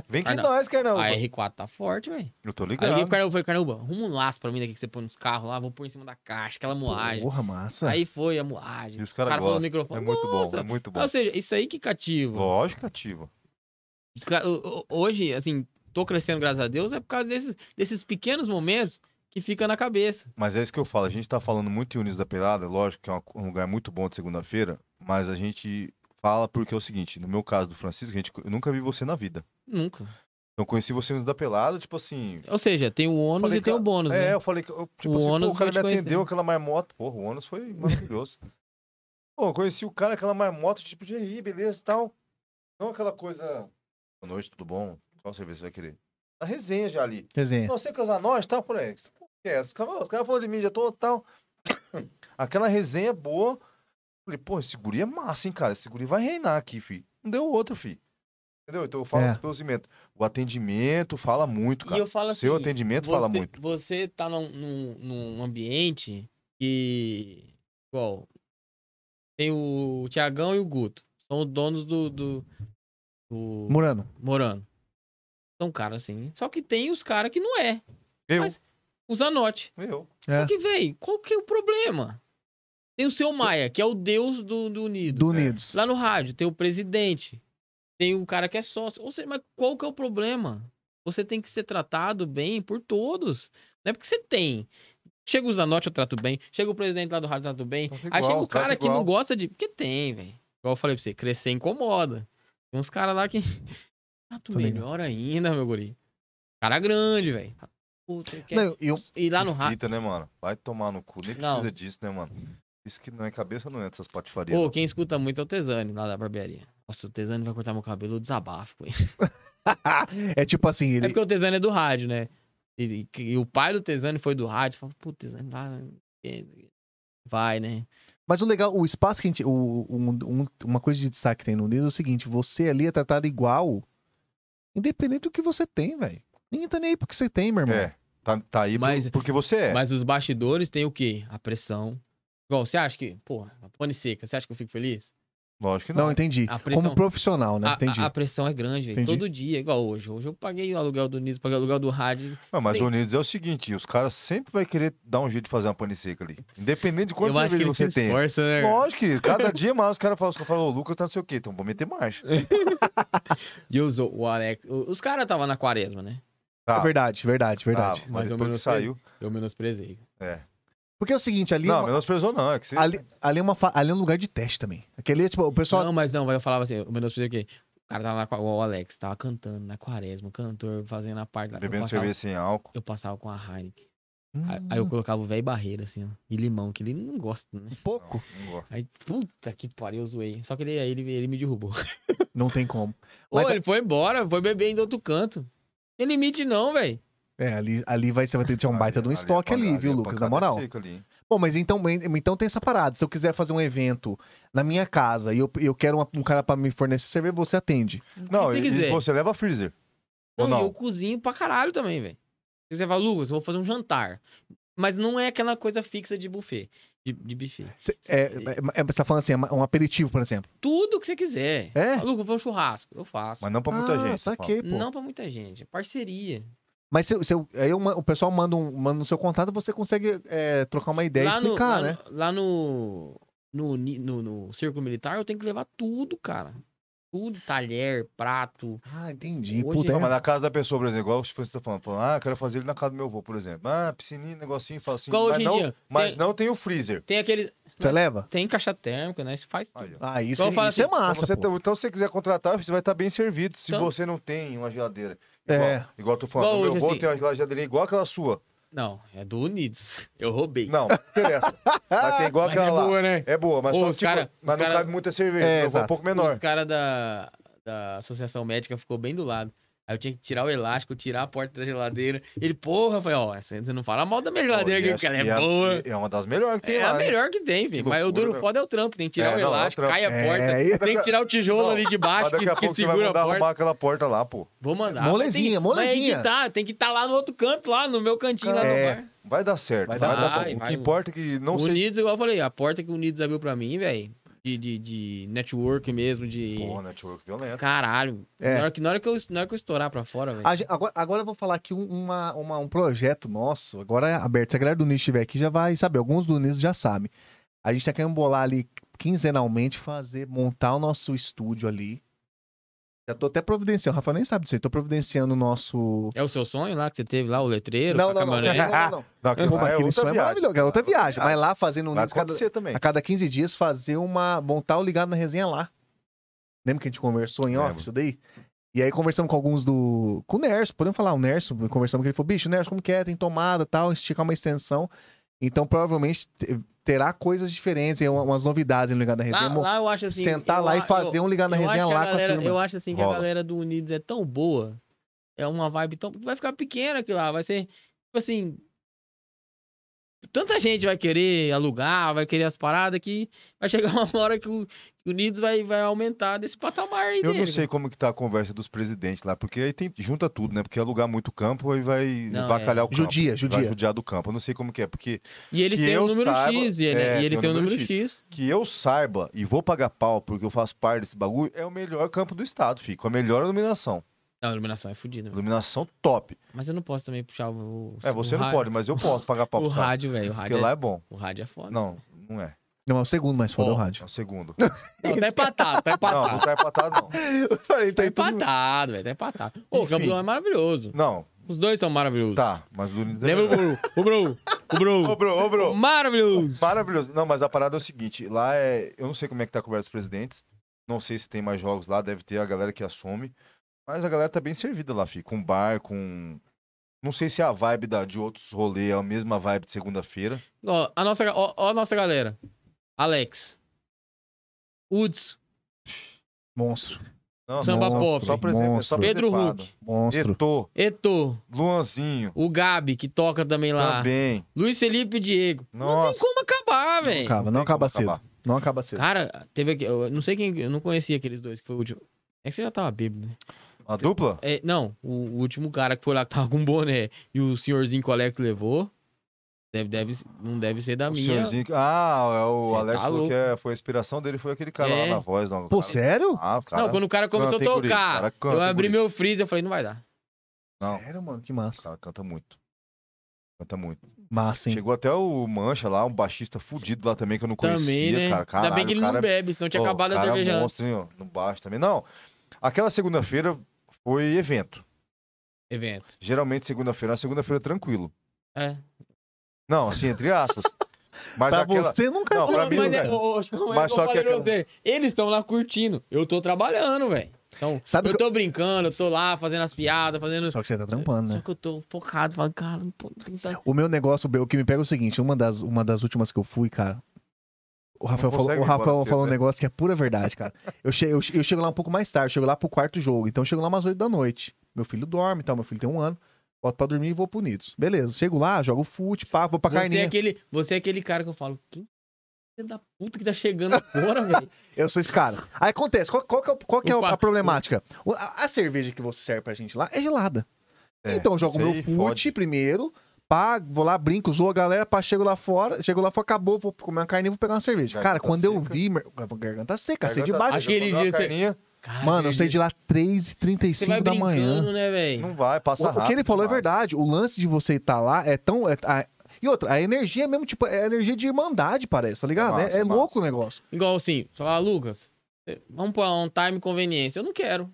S1: Vem com
S2: Carnaúba.
S1: nós, Carnaúba.
S2: A R4 tá forte, velho.
S1: Eu tô
S2: Aí eu liguei pro
S1: ligado.
S2: Carnaúba, falei, Carnaúba, arruma um laço pra mim daqui que você põe nos carros lá, vou pôr em cima da caixa, aquela moagem.
S3: Porra, massa.
S2: Aí foi a moagem.
S1: E os caras
S2: O cara falou
S1: gostam.
S2: no microfone,
S1: É muito bom,
S2: "Nossa".
S1: é muito bom.
S2: Ou seja, isso aí que cativa.
S1: Lógico, ativo.
S2: Ca- o- o- Hoje, assim, tô crescendo, graças a Deus, é por causa desses, desses pequenos momentos que fica na cabeça.
S1: Mas é isso que eu falo. A gente tá falando muito em Unis da Pelada, lógico que é uma- um lugar muito bom de segunda-feira, mas a gente fala porque é o seguinte, no meu caso do Francisco, gente, eu nunca vi você na vida. Então,
S2: Nunca.
S1: Eu conheci você no Unis da Pelada, tipo assim.
S2: Ou seja, tem o ônus
S1: Falei
S2: e tem
S1: que-
S2: o bônus,
S1: é,
S2: né?
S1: eu falei que. eu, tipo
S2: O
S1: assim, pô,
S2: ônus
S1: o cara
S2: foi te
S1: me atendeu,
S2: conhecendo.
S1: aquela marmota. Porra, o ônus foi maravilhoso. pô, eu conheci o cara, aquela marmota, tipo, de aí, beleza e tal. Não aquela coisa. Boa noite, tudo bom? Qual serviço você vai querer? A resenha já ali.
S3: Resenha.
S1: Não, você casar nós, tal, por aí. É, os caras os caras falaram de mídia toda tal. Aquela resenha boa. Falei, pô, esse guri é massa, hein, cara? Esse guri vai reinar aqui, fi. Não deu outro, fi. Entendeu? Então eu falo
S3: É.
S1: isso pelo cimento. O atendimento fala muito,
S2: e
S1: cara.
S2: eu falo assim.
S1: é, Seu atendimento fala
S2: você-
S1: muito.
S2: Você tá num, num, num ambiente que. Igual. Tem o Tiagão e o Guto. São os donos do. do, do
S3: Murano.
S2: Morano. São caras assim. Só que tem os caras que não é.
S1: Eu,
S2: Mas- Os Anote.
S1: eu.
S3: É.
S2: Só que, véi, qual que é o problema? Tem o seu Maia, que é o deus do, do Unido.
S3: Do Unidos.
S2: É. Lá no rádio tem o presidente, tem um cara que é sócio. Ou seja, mas qual que é o problema? Você tem que ser tratado bem por todos. Não é porque você tem. Chega o Zanotti, eu trato bem. Chega o presidente lá do rádio, eu trato bem.
S1: Trata
S2: Aí
S1: Tá igual,
S2: chega o
S1: trata
S2: cara que
S1: igual.
S2: não gosta de... Porque tem, velho. Igual eu falei pra você, crescer incomoda. Tem uns caras lá que... Trato
S3: Tô ligado.
S2: melhor ainda, meu guri. Cara grande, velho. Puta, quer-
S3: Não, um eu,
S2: E lá tá no rádio...
S1: Fita, né, mano? Vai tomar no cu. Nem
S2: Não.
S1: precisa disso, né, mano? Isso que não é cabeça, não é dessas patifarias.
S2: Pô, quem escuta muito é o Tesani lá da barbearia. Nossa, o Tesani vai cortar meu cabelo, eu desabafo com ele.
S3: é tipo assim,
S2: É
S3: ele.
S2: porque o Tesani é do rádio, né? E, e- e o pai do Tesani foi do rádio. Fala, pô, Tesani vai. Vai, né?
S3: Mas o legal, o espaço que a gente. o- um- um- uma coisa de destaque que tem no livro é o seguinte: você ali é tratado igual, independente do que você tem, velho. Ninguém tá nem aí pro que você tem, meu irmão.
S1: É, tá, tá aí por-
S2: Mas-
S1: porque você é.
S2: Mas os bastidores têm o quê? A pressão. Igual, você acha que, pô, a pane seca, você acha que eu fico feliz?
S1: Lógico que
S3: não,
S1: não.
S3: entendi.
S2: A pressão-
S3: Como profissional, né?
S2: A,
S3: entendi.
S2: a- a pressão é grande, velho.
S3: Entendi.
S2: Todo dia, igual hoje. Hoje eu paguei o aluguel do Niso, paguei o aluguel do rádio.
S1: Não, mas
S2: Sim.
S1: o Unidos é o seguinte, os caras sempre vão querer dar um jeito de fazer uma pane seca ali. Independente de quanto
S2: eu acho
S1: cerveja
S2: que ele
S1: você
S2: se
S1: tem.
S2: esforça, né?
S1: Lógico que cada dia mais os caras falam, os caras falam, ô, Lucas tá não sei o quê, então vou meter marcha.
S3: É
S2: E os, o Alex... o- Os caras estavam na quaresma, né?
S1: Tá,
S3: Verdade, verdade, verdade.
S1: Tá, mas
S2: Mais ou
S1: depois que
S2: menos
S1: saiu...
S3: assim.
S2: Eu menosprezei.
S1: É.
S3: Porque é o seguinte, ali, é
S1: Não,
S3: uma-
S1: menosprezou não, é que você...
S3: ali, ali, é uma fa- ali é um lugar de teste também. Aquele, é, tipo, o pessoal.
S2: Não, mas não, mas eu falava assim, eu menosprezei o quê? O cara tava na... qua- O Alex tava cantando na quaresma, o cantor fazendo a parte lá. Eu
S1: tá Bebendo
S2: passava-
S1: cerveja sem álcool.
S2: Eu passava com a Heineken. Aí-
S3: Hum,
S2: Aí eu colocava o velho barreira, assim, ó. E limão, que ele não gosta, né?
S3: um pouco.
S1: Não gosto.
S2: Aí, puta que pariu, eu zoei. Só que ele, aí ele, ele me derrubou.
S3: Não tem como.
S2: Ô,
S3: Mas-
S2: ele foi embora, foi beber em outro canto. Tem limite não, velho.
S3: É, ali, ali vai, você vai ter que ter um
S1: Ali-
S3: baita de um
S1: ali é
S3: estoque
S1: pancada-
S3: ali,
S1: é
S3: viu, Lucas? Na
S1: pancada
S3: moral.
S1: seca ali, hein?
S3: Bom, mas então, então tem essa parada. Se eu quiser fazer um evento na minha casa e eu, eu quero uma- um cara pra me fornecer cerveja, você atende.
S1: Não,
S2: você
S1: e- e
S2: quiser.
S1: você leva freezer.
S2: Não,
S1: Ou
S2: e
S1: não?
S2: eu cozinho pra caralho também, velho. Se você fala, Lucas, eu vou fazer um jantar. Mas não é aquela coisa fixa de buffet. De, de buffet.
S3: Cê- é, é- é- você tá falando assim, é uma- um aperitivo, por exemplo.
S2: Tudo que você quiser.
S3: É?
S2: Fala, Lucas, eu vou um churrasco. Eu faço.
S1: Mas não pra muita
S3: ah,
S1: gente. eu falo.
S3: Saquei, pô.
S2: Não pra muita gente. É parceria.
S3: Mas se, eu- se eu- aí eu ma- o pessoal manda, um, manda no seu contato, você consegue é, trocar uma ideia e
S2: lá, no,
S3: explicar,
S2: lá,
S3: né?
S2: no, lá no, no, ni- no- no círculo militar, eu tenho que levar tudo, cara. Tudo. Talher, prato.
S3: Ah, entendi.
S2: Hoje-
S3: Puta,
S1: Não,
S3: é-
S1: mas na casa da pessoa, por exemplo, igual o Francisco tá falando, falando, ah, eu quero fazer ele na casa do meu avô, por exemplo. Ah, piscininha, negocinho, fala assim,
S2: Igual
S1: mas,
S2: hoje em
S1: não,
S2: dia.
S1: mas
S2: tem,
S1: não tem o freezer.
S2: tem aqueles...
S3: Você leva?
S2: Tem caixa térmica, né? Isso faz tudo.
S1: Aí, ó.
S3: Ah, isso,
S2: Então eu falo
S3: isso é
S2: assim,
S1: Então,
S3: massa,
S1: você
S3: pô.
S1: tá- então, se você quiser contratar, você vai estar bem servido se
S2: Então-
S1: você não tem uma geladeira. Igual,
S3: É.
S1: igual eu tô falando,
S2: Igual
S1: meu
S2: hoje,
S1: avô
S2: assim.
S1: tem uma geladeirinha igual aquela sua.
S2: Não, é do Unidos. Eu roubei.
S1: Não, não interessa. mas tem igual
S2: Mas
S1: aquela
S2: é
S1: lá.
S2: boa, né?
S1: É boa, mas
S2: Ô,
S1: só
S2: os
S1: tipo,
S2: cara-
S1: mas
S2: os
S1: não
S2: cara-
S1: cabe muita cerveja, meu
S3: É,
S1: avô é um
S3: exato.
S1: pouco menor.
S2: Os caras da, da associação médica ficou bem do lado. Aí eu tinha que tirar o elástico, tirar a porta da geladeira. Ele, porra, eu falei, ó, essa- você não fala mal da minha
S1: Pô,
S2: geladeira,
S1: e
S2: que
S1: essa-
S2: ela é
S1: e a-
S2: boa.
S1: e É uma das melhores que tem
S2: É
S1: lá.
S2: a
S1: hein?
S2: melhor que tem, velho. Mas o
S1: loucura,
S2: duro
S1: meu.
S2: foda é o trampo. Tem que tirar
S1: É,
S2: o
S1: não, é o
S2: elástico,
S1: trampo.
S2: cai a
S3: É,
S2: porta.
S3: aí-
S2: Tem que tirar o tijolo
S1: Não,
S2: ali de
S1: Mas
S2: baixo,
S1: daqui a
S2: que, que
S1: pouco você vai
S2: segura a
S1: mandar
S2: porta.
S1: arrumar aquela porta lá, pô.
S2: Vou mandar.
S3: Molezinha,
S2: Mas tem- Mas
S3: molezinha.
S2: aí que tá, tem que estar lá no outro canto, lá no meu cantinho, lá
S3: É.
S2: no bar.
S1: Vai dar certo.
S3: Vai
S1: Vai,
S3: dar
S1: dar
S2: bom.
S1: bom. O
S2: Vai,
S1: que
S2: vai.
S1: importa é que não sei.
S2: Unidos, igual eu falei, a porta que o Unidos abriu pra mim, velho, de, de, de network mesmo, de...
S1: Porra, network violento.
S2: Caralho.
S3: É.
S2: Na, hora que, na, hora que eu, na hora que eu estourar pra fora, velho.
S3: A gen- agora, agora eu vou falar aqui um, uma- uma- um projeto nosso, agora é aberto. Se a galera do Nicho estiver aqui, já vai saber. Alguns do Nicho já sabem. A gente tá querendo bolar ali quinzenalmente, fazer, montar o nosso estúdio ali. Já tô até providenciando, o Rafa nem sabe disso aí. Tô providenciando o nosso.
S2: É o seu sonho lá que você teve lá, o letreiro?
S3: Não,
S2: a
S3: não, não, não,
S2: caminhonete?
S3: não, não.
S1: Não, aquilo
S3: Opa,
S1: lá
S3: aquele
S1: outra
S3: sonho é
S1: viagem.
S3: maravilhoso, é outra viagem. Mas lá fazendo um
S1: Vai
S3: Nicho cada,
S1: acontecer também.
S3: a cada 15 dias, fazer uma. montar o ligado na resenha lá. Lembra que a gente conversou em off
S1: Lembro.
S3: isso daí? E aí conversamos com alguns do. Com o Nerso, podemos falar, o Nerso, conversamos com ele, falou, bicho, Nerso, como que é? Tem tomada tal, esticar uma extensão. Então, provavelmente te- terá coisas diferentes, aí, uma- umas novidades no ligado na resenha.
S2: Lá,
S3: Mo-
S2: lá eu acho assim.
S3: sentar
S2: eu
S3: lá
S2: a-
S3: e fazer um ligado na
S2: eu acho
S3: resenha
S2: que a
S3: lá com a
S2: galera-
S3: turma.
S2: Eu acho assim que
S1: Rola.
S2: a galera do Unidos é tão boa. É uma vibe tão. Vai ficar pequena aqui lá. Vai ser. Tipo assim. Tanta gente vai querer alugar, vai querer as paradas que vai chegar uma hora que o que o Unidos vai, vai aumentar desse patamar aí
S1: Eu
S2: dele.
S1: não sei como que tá a conversa dos presidentes lá, porque aí tem, junta tudo, né? Porque alugar muito campo aí vai
S2: Não, é.
S1: vacalhar o campo.
S3: Judia,
S1: Vai
S3: judia.
S1: judiar do campo. Eu não sei como que é, porque
S2: E eles
S1: que
S2: têm o
S1: eu
S2: número
S1: saiba,
S2: X, e ele,
S1: é,
S2: e ele tem o número X.
S1: que eu saiba e vou pagar pau porque eu faço parte desse bagulho, é o melhor campo do estado, filho. Com a melhor iluminação.
S2: Não, a iluminação é fodida. velho.
S1: Iluminação top.
S2: Mas eu não posso também puxar o. o-
S1: É, você
S2: o
S1: não
S2: rádio.
S1: pode, mas eu posso pagar pau
S2: O
S1: pros caras.
S2: rádio, velho. O
S1: Porque
S2: rádio,
S1: lá
S2: é,
S1: é bom.
S2: o rádio é foda.
S1: Não, não é.
S3: Não, é o segundo mais foda, é o
S2: Ó,
S1: É
S3: rádio.
S1: o segundo.
S2: Não, tá empatado, tá
S1: é Não, não
S2: empatado.
S1: tá empatado, não.
S3: Eu falei,
S2: Tá
S3: em tudo-
S2: empatado, velho. Tá empatado. Ô, o
S3: Enfim.
S2: campeão é maravilhoso.
S1: Não,
S2: Os dois são maravilhosos.
S1: tá, mas o Unidos é
S2: Lembra o
S1: melhor.
S2: Bru? O Bru. O Bru.
S1: Ô, bro, ô, bro.
S2: Maravilhoso.
S1: Maravilhoso. Não, mas a parada é o seguinte: lá é. Eu não sei como é que tá a conversa dos presidentes. Não sei se tem mais jogos lá, deve ter a galera que assume. Mas a galera tá bem servida lá, fi. Com bar, com. Não sei se é a vibe da, de outros rolês é a mesma vibe de segunda-feira.
S2: Ó, a nossa, ó, ó a nossa galera. Alex. Uds.
S3: Monstro,
S1: Não,
S2: Samba
S1: só-
S2: pop,
S1: Só presente,
S3: monstro.
S1: só
S2: Pedro
S1: presentado.
S2: Huck.
S3: monstro.
S1: Eto,
S2: Eto.
S1: Luanzinho.
S2: O Gabi, que toca também lá.
S1: Também.
S2: Luiz Felipe e Diego. Não tem
S1: Nossa.
S2: como acabar, acabar, velho.
S3: Acaba, não
S1: tem como
S3: acaba cedo.
S1: acabar.
S3: Não acaba cedo.
S2: Cara, teve aqui. Eu não sei quem. Eu não conhecia aqueles dois que foi o último. É que você já tava bêbado, né?
S1: Uma dupla?
S2: É, não, o, o último cara que foi lá que tava com boné e o senhorzinho que o Alex levou. Deve, deve, não deve ser da
S1: O
S2: minha.
S1: senhorzinho. que- Ah, é o
S2: Você
S1: Alex
S2: tá
S1: falou
S2: louco.
S1: que é- foi a inspiração dele, foi aquele cara
S2: É.
S1: lá na voz. Não,
S3: Pô,
S1: cara-
S3: sério?
S1: Ah, o cara.
S2: Não, quando o cara começou
S1: canta,
S2: a
S1: hein, guri?
S2: tocar,
S1: O cara canta,
S2: eu
S1: hein,
S2: abri
S1: guri?
S2: meu freezer, eu falei, não vai dar.
S1: Não.
S3: Sério, mano, que
S1: O
S3: massa.
S1: cara canta muito. Canta muito.
S3: Massa, hein?
S1: Chegou até o Mancha lá, um baixista fudido lá também que eu não conhecia,
S2: Também, né?
S1: cara. Caralho,
S2: Ainda bem que ele
S1: o cara
S2: não
S1: é
S2: bebe, senão tinha
S1: Pô,
S2: acabado a
S1: cara
S2: cerveja. antes.
S1: monstro, hein, ó, no baixo também. Não, aquela segunda-feira foi evento.
S2: Evento.
S1: Geralmente segunda-feira, é uma segunda-feira tranquilo.
S2: É.
S1: Não, assim, entre aspas. Mas
S3: pra
S1: aquela...
S3: você nunca
S1: Não,
S3: é
S1: pra
S2: Não,
S1: mim,
S2: mas,
S1: velho.
S2: é, ô, ô, calma aí,
S1: Mas
S2: eu
S1: só que
S2: falei pra
S1: aquela-
S2: você, Eles estão lá curtindo. Eu tô trabalhando, velho. Então,
S3: Sabe
S2: eu
S3: que-
S2: tô brincando, eu tô lá fazendo as piadas, fazendo. Só,
S3: Só que você tá trampando, né?
S2: que eu tô focado, falando, cara, não pô, não tem que tá...
S3: O meu negócio, o que me pega é o seguinte, uma das, uma das últimas que eu fui, cara, o Rafael
S1: Não
S3: falou,
S1: consegue
S3: o
S1: ir embora
S3: Rafael
S1: cedo,
S3: falou um
S1: né?
S3: negócio que é pura verdade, cara. Eu, che eu, che- eu chego lá um pouco mais tarde, eu chego lá pro quarto jogo, então eu chego lá umas 8 da noite. Meu filho dorme e tal, meu filho tem um ano, boto pra dormir e vou punidos. Beleza, chego lá, jogo fute, pá, vou pra
S2: Você, é
S3: carninha.
S2: aquele, você é aquele cara que eu falo, quem é da puta que tá chegando agora, velho?
S3: Eu sou esse cara. Aí acontece, qual, qual que é, o- qual que é
S2: Opa.
S3: a problemática? O- A, a cerveja que você serve pra gente lá é gelada.
S1: É,
S3: então eu jogo
S1: isso
S3: meu
S1: aí
S3: fute
S1: fode.
S3: primeiro, pá, vou lá, brinco, zoo a galera, pá, chego lá fora, chego lá fora, acabou, vou comer uma carne e vou pegar uma cerveja. cara,
S1: Garganta
S3: quando eu
S1: seca.
S3: vi, mer- garganta seca, sei de
S1: Garganta
S3: baixo.
S1: seca,
S2: Aquele
S1: jogar uma
S2: dia você-
S1: carninha,
S2: Cara,
S3: Mano, eu saí de lá
S2: Você vai
S3: 3h35 da manhã.
S2: brincando, né, velho?
S1: Não vai, passa
S3: O,
S1: rápido.
S3: o que ele falou é
S1: demais.
S3: verdade. O lance de você estar lá é tão. é- a- e outra, a energia é mesmo, tipo, é a energia de irmandade, parece, tá ligado? É,
S1: massa,
S3: é
S1: é
S3: louco
S1: massa.
S3: o negócio.
S2: Igual assim, você fala, Lucas, vamos pôr um time conveniência. Eu não quero.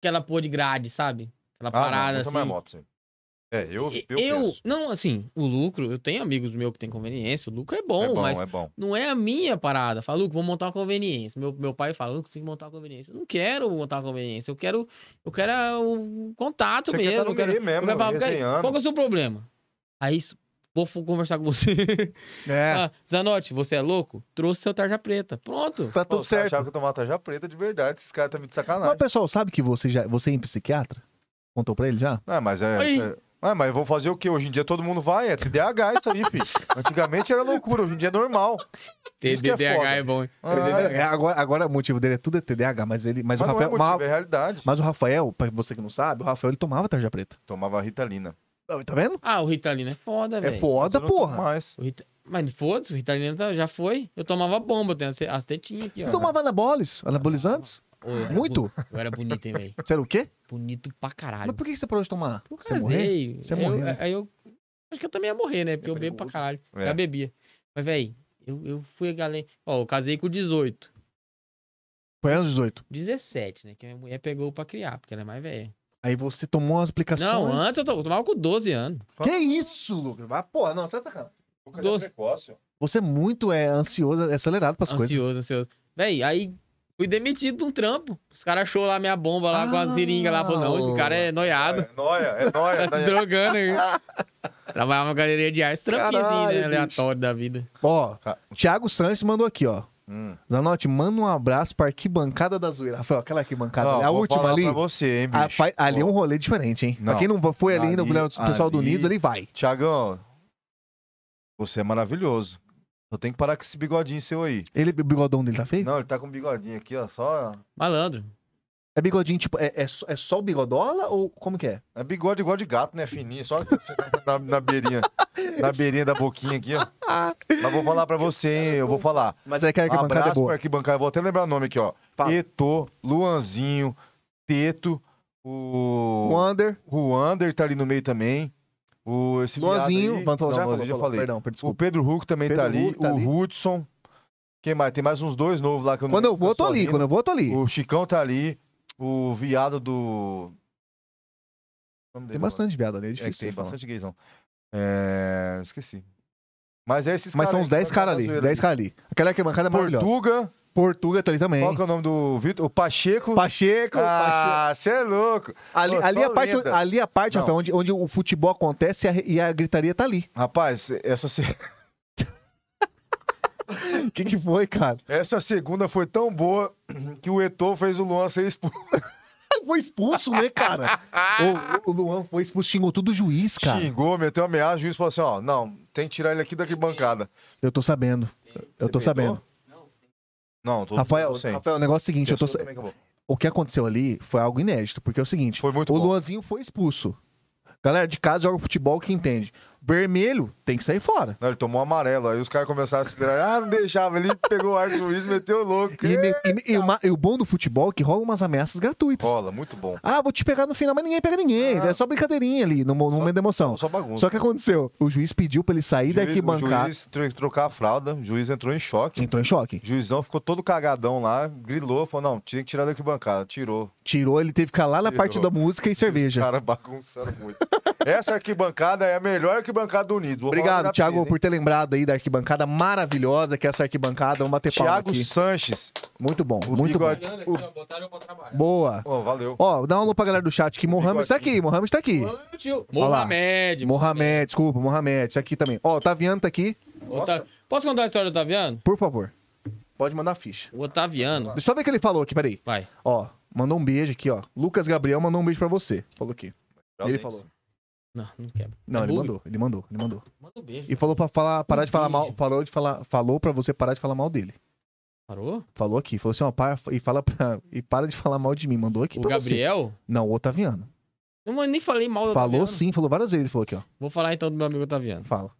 S2: Aquela porra de grade, sabe? Aquela
S1: Ah, não,
S2: parada
S1: nunca
S2: assim.
S1: mais moto, sim. É, eu, eu, penso.
S2: não, assim, o lucro, eu tenho amigos meus que têm conveniência, o lucro é bom,
S1: é bom,
S2: mas
S1: é bom.
S2: não é a minha parada. Fala, Lucas, vou montar uma conveniência. Meu, meu pai fala, Lucas, tem que montar uma conveniência. Eu não quero montar uma conveniência, eu quero, eu quero ah, o contato
S1: Você
S2: mesmo.
S1: quer tá no
S2: eu quero-
S1: meio
S2: eu
S1: mesmo,
S2: quero falar, "Cara,
S1: resenhando.
S2: qual que é o seu problema? Aí, isso, vou f- conversar com você.
S3: É,
S2: Ah, Zanotti, você é louco? Trouxe seu tarja preta. Pronto.
S3: tá tudo
S1: Os caras
S3: certo.
S1: achavam que eu tomava tarja preta de verdade. Esses caras tá me de sacanagem.
S3: Mas, pessoal, sabe que você já você é em psiquiatra? Contou pra ele já?
S1: Ah, mas é.
S2: Aí.
S1: é- Ah, mas eu vou fazer o quê? Hoje em dia todo mundo vai, é TDAH isso aí, filho. Antigamente era loucura, hoje em dia é normal. Isso que é
S2: TDDH
S1: foda.
S2: é, bom, hein?
S1: Ah,
S3: É, agora, agora o motivo dele é tudo é TDAH, mas ele. Mas,
S1: mas
S3: o
S1: não é
S3: Rafael.
S1: motivo,
S3: ma-
S1: é realidade.
S3: mas o Rafael, pra você que não sabe, o Rafael ele tomava tarja preta.
S1: Tomava Ritalina.
S3: Tá tá vendo?
S2: Ah, o Ritalino é foda,
S3: É
S2: velho.
S3: foda,
S1: Mas eu não tomo
S3: porra.
S1: Mais.
S2: O Rita- Mas foda-se, o Ritalino tá- já foi. Eu tomava bomba, eu tenho as te- as tetinhas aqui,
S3: Você
S2: ó.
S3: tomava anabolis, anabolizantes?
S2: Ô, eu era
S3: Muito?
S2: bu- Eu era bonito, hein, velho.
S3: Você era o quê?
S2: Bonito pra caralho.
S3: Mas por que que você parou de tomar?
S2: Eu
S3: Você morreu?
S2: casei.
S3: Você
S2: aí
S3: morreu,
S2: eu-
S3: né?
S2: Aí eu. Acho que eu também ia morrer, né? Porque
S1: É
S2: eu bebo pra
S1: perigoso.
S2: caralho.
S1: É.
S2: Já bebia. Mas, velho, eu, eu fui a galera. Ó, eu casei com 18.
S3: Foi anos 18.
S2: 17, né? Que minha mulher pegou pra criar, porque ela é mais velha.
S3: Aí você tomou as aplicações.
S2: Não, antes eu, to- eu tomava com 12 anos.
S3: Que isso, Lucas? Ah, porra, não, você é sacana.
S1: Pouca
S2: Doce.
S1: precoce, ó.
S3: Você é muito é, ansioso, é acelerado pras coisas.
S2: Ansioso, ansioso. Véi, aí fui demitido de um trampo. Os caras achou lá minha bomba lá com
S3: Ah,
S2: as seringas lá. Falou, não, esse cara é noiado.
S1: É nóia, é nóia.
S2: Tá se
S1: né?
S2: drogando aí. Trabalhava na galeria de ar, esse trampinho assim,
S3: Caralho,
S2: né?
S3: bicho.
S2: Aleatório da vida.
S3: Ó,
S1: Ca-
S3: Thiago Sanches mandou aqui, ó.
S1: Hum.
S3: Zanotti, manda um abraço pra arquibancada da zoeira. Rafael, aquela arquibancada
S1: Não,
S3: ali, a
S1: vou
S3: última
S1: falar
S3: ali.
S1: Pra você, hein, bicho.
S3: a fa- ali é um
S1: Ó,
S3: rolê diferente, hein? Pra
S1: Não.
S3: quem não foi ali ainda, o
S1: Ali-
S3: pessoal do
S1: ali-
S3: Unidos, ele vai.
S1: Tiagão, você é maravilhoso. Só tem que parar com esse bigodinho seu aí.
S3: Ele, o bigodão dele tá feio?
S1: Não, ele tá com um bigodinho aqui, ó, só...
S2: Malandro.
S3: É bigodinho, tipo, é, é, só- é só o bigodola ou como que é?
S1: É bigode igual de gato, né? Fininho, só na, na beirinha. Na beirinha da boquinha aqui, ó. Mas vou falar pra você, hein? Eu vou falar.
S3: Mas é que a arquibancada é
S1: Abraço
S3: boa.
S1: pra arquibancada. Vou até lembrar o nome aqui, ó.
S3: Fala.
S1: Etô, Luanzinho, Teto, o...
S3: Wander,
S1: O Wander tá ali no meio também. O... Esse viado
S3: Luanzinho,
S1: aí-
S3: Pantolo,
S1: Não,
S3: já,
S1: Luanzinho
S3: falou,
S1: já
S3: falou.
S1: falei.
S3: Perdão, per-
S1: O
S3: desculpa.
S1: Pedro Hulk também
S3: Pedro
S1: tá ali.
S3: Hulk tá
S1: o
S3: ali.
S1: Hudson. Quem mais? Tem mais uns dois novos lá que eu não
S3: Quando eu
S1: lembro,
S3: vou, eu
S1: tá
S3: tô né?
S1: só
S3: ali.
S1: rindo.
S3: Quando eu vou, eu tô ali.
S1: O Chicão tá ali. O viado do... o nome dele
S3: Tem
S1: agora.
S3: bastante viado ali, é
S1: É que
S3: difícil.
S1: tem
S3: de falar.
S1: bastante gaysão. É... Esqueci. Mas é esses
S3: Mas são
S1: aí
S3: uns
S1: que
S3: 10
S1: vai
S3: caras
S1: dar
S3: ali.
S1: zoeira
S3: 10 caras ali. Aquela arquibancada é maravilhosa.
S1: Portuga.
S3: Portuga tá ali também.
S1: Qual que é o nome do Vitor? O Pacheco.
S3: Pacheco, Pacheco.
S1: Ah, você é louco.
S3: Ali,
S1: Ô,
S3: ali,
S1: só
S3: a parte,
S1: lenda.
S3: ali a parte,
S1: Não.
S3: Rafael, onde, onde o futebol acontece e a, e a gritaria tá ali.
S1: Rapaz, essa, se-
S3: O que, que foi, cara?
S1: essa segunda foi tão boa que o Eto'o fez o Luan ser expulso.
S3: Foi expulso, né, cara? o, o Luan foi expulso, xingou tudo o juiz, cara.
S1: Xingou, meteu ameaça. O juiz falou assim, ó, não, Tem que tirar ele aqui da arquibancada.
S3: Eu tô sabendo. Eu tô
S1: Você
S3: sabendo.
S1: peidou? Não, tô,
S3: Rafael,
S1: tô sem.
S3: Rafael, o negócio é o seguinte, eu tô,
S1: sou também, acabou.
S3: o que aconteceu ali foi algo inédito, porque é o seguinte,
S1: Foi muito
S3: o
S1: bom.
S3: Luanzinho foi expulso. Galera de casa joga futebol que entende. Vermelho tem que sair fora.
S1: Não, ele tomou um amarelo. Aí os caras começaram a segurar. Ah, não deixava. Ele pegou o arco do juiz, meteu o louco.
S3: E, me- e me- e uma- e o bom do futebol é que rola umas ameaças gratuitas.
S1: Rola, muito bom.
S3: Ah, vou te pegar no final, mas ninguém pega ninguém.
S1: Ah.
S3: É só brincadeirinha ali, no, mo- no momento da emoção.
S1: Só bagunça.
S3: Só que aconteceu, o juiz pediu pra ele sair da
S1: Juiz- O
S3: arquibancada.
S1: juiz tro- trocar a fralda, o juiz entrou em choque.
S3: Entrou em choque.
S1: O juizão ficou todo cagadão lá, grilou, falou: não, tinha que tirar da arquibancada. Tirou.
S3: Tirou, ele teve que ficar lá na
S1: Tirou.
S3: parte da música e cerveja.
S1: Os caras bagunçaram muito. Essa arquibancada é a melhor arquibancada do Unido. Vou falar
S3: Obrigado,
S1: pra
S3: Thiago,
S1: vocês, hein?
S3: por ter lembrado aí da arquibancada maravilhosa, que é essa arquibancada. Vamos bater palma
S1: Thiago
S3: aqui.
S1: Sanches.
S3: Muito bom,
S1: o
S3: muito bom.
S1: bigode-
S2: Trabalhando aqui, ó, botaram eu pra trabalhar.
S3: Boa.
S1: Ó, valeu.
S3: Ó, dá um alô pra galera do chat que Mohamed tá aqui, Mohamed tá aqui.
S2: Ô, é meu tio.
S3: Olha lá.
S2: Mohamed.
S3: Mohamed, desculpa, Mohamed, tá aqui também. Ó, o Taviano tá aqui,
S2: Ota- Posso contar a história do Otaviano?
S3: por favor. Pode mandar ficha.
S2: O Otaviano.
S3: Deixa eu só ver o que ele falou aqui, peraí.
S2: Vai.
S3: Ó, mandou um beijo aqui, ó. Lucas Gabriel mandou um beijo pra você. Falou aqui. Ele falou.
S2: Não, não quebra.
S3: Não,
S2: É
S3: ele
S2: bug?
S3: mandou, ele mandou, ele mandou.
S2: Manda um beijo.
S3: E falou pra falar, parar de falar
S2: beijo.
S3: mal, parou de falar, falou pra você parar de falar mal dele.
S2: Parou?
S3: Falou aqui, falou assim, ó, para, e fala pra, e para de falar mal de mim, mandou aqui
S2: o
S3: pra você.
S2: Gabriel?
S3: Não, o Otaviano.
S2: Não, mas nem falei mal do
S3: Falou
S2: Otaviano.
S3: sim, falou várias vezes, ele falou aqui, ó.
S2: Vou falar então do meu amigo Otaviano.
S3: Fala.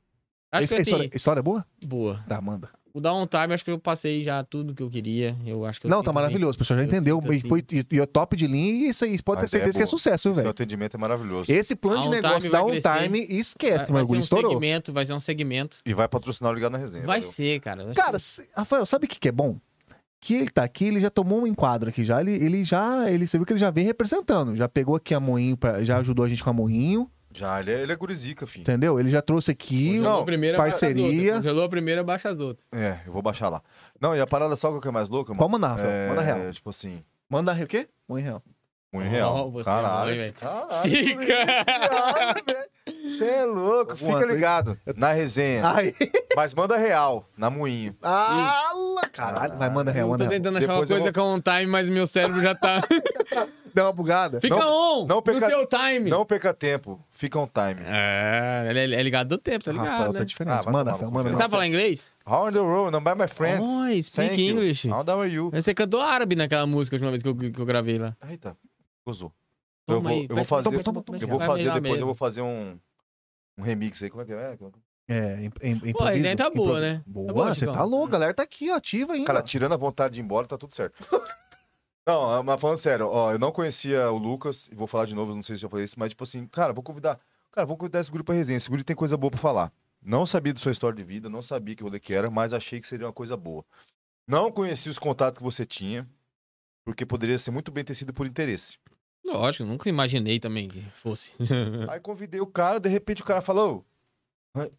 S2: Acho
S3: Esse-
S2: que
S3: a
S2: assim,
S3: história, a história é boa?
S2: boa.
S3: Tá, manda.
S2: O Downtime, acho que eu passei já tudo que eu queria. Eu acho que eu
S3: Não, tá
S2: simplesmente-
S3: maravilhoso, o pessoal já
S2: eu
S3: entendeu.
S2: sinto
S3: E, foi, e, e é top de linha, e isso aí,
S1: A
S3: pode
S1: ideia
S3: ter
S1: é
S3: certeza que é
S1: boa.
S3: sucesso,
S1: Seu
S3: velho.
S1: atendimento é maravilhoso.
S3: Esse plano de
S2: Downtime
S3: negócio dá
S2: vai
S3: um
S2: crescer.
S3: time e esquece,
S2: Vai, vai ser
S3: meu orgulho.
S2: um
S3: Estourou.
S2: segmento, vai ser um segmento.
S1: E vai patrocinar o Ligado na Resenha.
S2: Vai
S1: É, valeu.
S2: ser, cara. Eu acho
S3: Cara, se- Rafael, sabe o que, que é bom? Que ele tá aqui, ele já tomou um enquadro aqui já. Ele, ele já. Ele, você viu que ele já vem representando. Já pegou aqui a Moinho, pra, já ajudou a gente com a Moinho,
S1: Já, ele é, ele é gurizica, filho.
S3: entendeu? Ele já trouxe aqui.
S2: que
S1: Não,
S2: congelou a primeira, baixa as
S3: parceria.
S2: outras. Congelou a primeira, baixa as outras.
S1: É, eu vou baixar lá. Não, e a parada só que é mais louca, mano.
S3: Pode mandar, Rafael.
S1: é,
S3: Manda real.
S1: Tipo assim,
S3: Manda re- o quê? Moinho real.
S1: muito
S2: Oh,
S1: real.
S2: você é
S1: caralho,
S2: bom, hein,
S1: caralho.
S2: Fica!
S1: Você é louco,
S3: Ô,
S1: fica
S3: Juan, tô-
S1: ligado. Ah. Na resenha.
S3: Ai,
S1: Mas manda real, na moinho.
S3: ala, caralho. Vai,
S1: É,
S3: manda real,
S2: Eu
S3: manda
S2: tô
S3: real.
S2: tentando achar uma
S1: Depois eu
S2: coisa com on time, mas meu cérebro já tá.
S3: Dá uma bugada.
S2: Fica on!
S1: não perca-
S2: No seu time!
S1: Não perca tempo, fica on time.
S2: É, ele é- é ligado do tempo, tá ligado?
S3: Rafael,
S2: né? Tá
S3: tá diferente.
S1: Ah, vai
S3: manda,
S1: tomar
S3: Rafael,
S1: no
S3: manda.
S1: cu,
S2: Você
S1: Não,
S2: sabe falar inglês?
S1: How on the road, not by my friends.
S2: Oi, speak
S1: Thank you.
S2: English.
S1: How are you?
S2: Você cantou árabe naquela música a última vez que eu, que eu gravei lá.
S1: Eita, gozou. eu
S2: Toma
S1: vou,
S2: aí,
S1: eu vou
S2: vai-
S1: fazer,
S2: toma, toma, toma,
S1: eu vou
S2: vai
S1: fazer
S2: melhorar
S1: depois,
S2: mesmo.
S1: eu vou fazer um, um remix aí, como é que é?
S3: É, im- im- improviso.
S2: a ideia tá boa,
S3: improviso.
S2: né? Tá
S3: Boa,
S2: boa,
S3: você
S2: Chicão.
S3: tá louco, a galera tá aqui, ó, ativa ainda.
S1: Cara, tirando a vontade de ir embora, tá tudo certo. Não, é, mas falando sério, ó, eu não conhecia o Lucas, e vou falar de novo, não sei se eu já falei isso, mas tipo assim, cara, vou convidar, cara, vou convidar esse grupo pra resenha, esse grupo tem coisa boa pra falar. Não sabia da sua história de vida, não sabia que rolê que era, mas achei que seria uma coisa boa. Não conheci os contatos que você tinha, porque poderia ser muito bem ter sido por interesse.
S2: Lógico, nunca imaginei também que fosse.
S1: Aí convidei o cara, de repente o cara falou, "Ô, arran-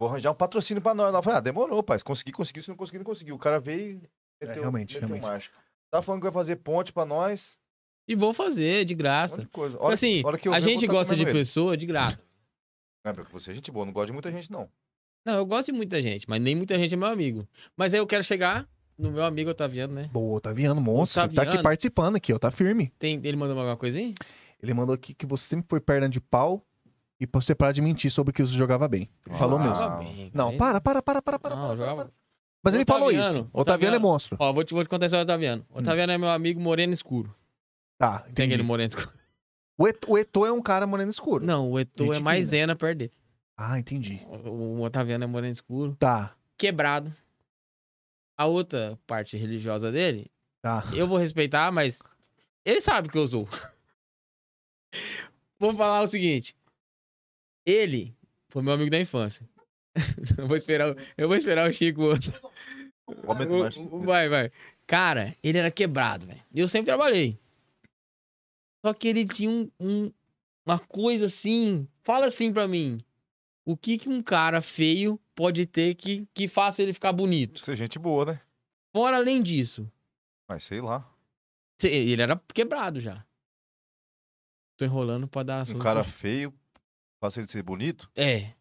S1: vou arranjar um patrocínio pra nós. lá." Eu falei, ah, demorou, pai, se conseguir, conseguiu, se não conseguir, não conseguiu. O cara veio e meteu,
S3: É, realmente,
S1: meteu
S3: realmente.
S1: marcha. Tá falando que vai fazer ponte pra nós,
S2: E vou fazer, de
S1: Um monte
S2: graça.
S1: de coisa.
S2: Porque, assim,
S1: hora que eu
S2: a
S1: ver, eu vou
S2: gente
S1: tá
S2: gosta de
S1: comendo ele.
S2: pessoa de graça.
S1: Gabriel, que você é gente boa, não gosta de muita gente, não.
S2: Não, eu gosto de muita gente, mas nem muita gente é meu amigo. Mas aí eu quero chegar no meu amigo Otaviano, né?
S3: Boa, Otaviano, monstro. Tá aqui
S2: Otaviano.
S3: participando aqui, ó, tá firme.
S2: Tem, ele mandou alguma coisa aí?
S3: Ele mandou aqui que você sempre foi perna de pau e pra você parar de mentir sobre que você jogava bem. Ele falou
S1: Ah.
S3: mesmo.
S2: Jogava bem, cara.
S3: Não, para, para, para, para, para.
S2: Não,
S3: para,
S2: jogava-
S3: para, para. Mas ele falou isso.
S2: Otaviano,
S3: Otaviano,
S2: Otaviano.
S3: é monstro.
S2: Ó, vou te, vou te contar a história do Otaviano. O Otaviano é meu amigo moreno escuro.
S3: Tá,
S2: Tem
S3: entendi.
S2: aquele moreno escuro.
S3: O, Et- o Eto'o é um cara moreno escuro.
S2: Não, o Eto
S3: Gente
S2: é
S3: fina.
S2: maisena perto dele.
S3: Ah, entendi.
S2: O, o Otaviano é moreno escuro.
S3: Tá,
S2: Quebrado. A outra parte religiosa dele,
S3: tá.
S2: eu vou respeitar, mas ele sabe que eu sou. vou falar o seguinte. Ele foi meu amigo da infância. eu, vou esperar, o- eu vou esperar o Chico
S3: É,
S1: Aumenta mais.
S2: O- o- Vai, vai. Cara, ele era quebrado, velho. E Eu sempre trabalhei. Só que ele tinha um, um- uma coisa assim. Fala assim pra mim. O que que um cara feio pode ter que, que faça ele ficar bonito?
S1: Você é gente boa, né?
S2: Fora além disso.
S1: Mas sei lá.
S2: cê- Ele era quebrado já. Tô enrolando pra dar... as
S1: Um
S2: coisas
S1: cara
S2: pro-
S1: feio, fácil de ser bonito,
S2: É.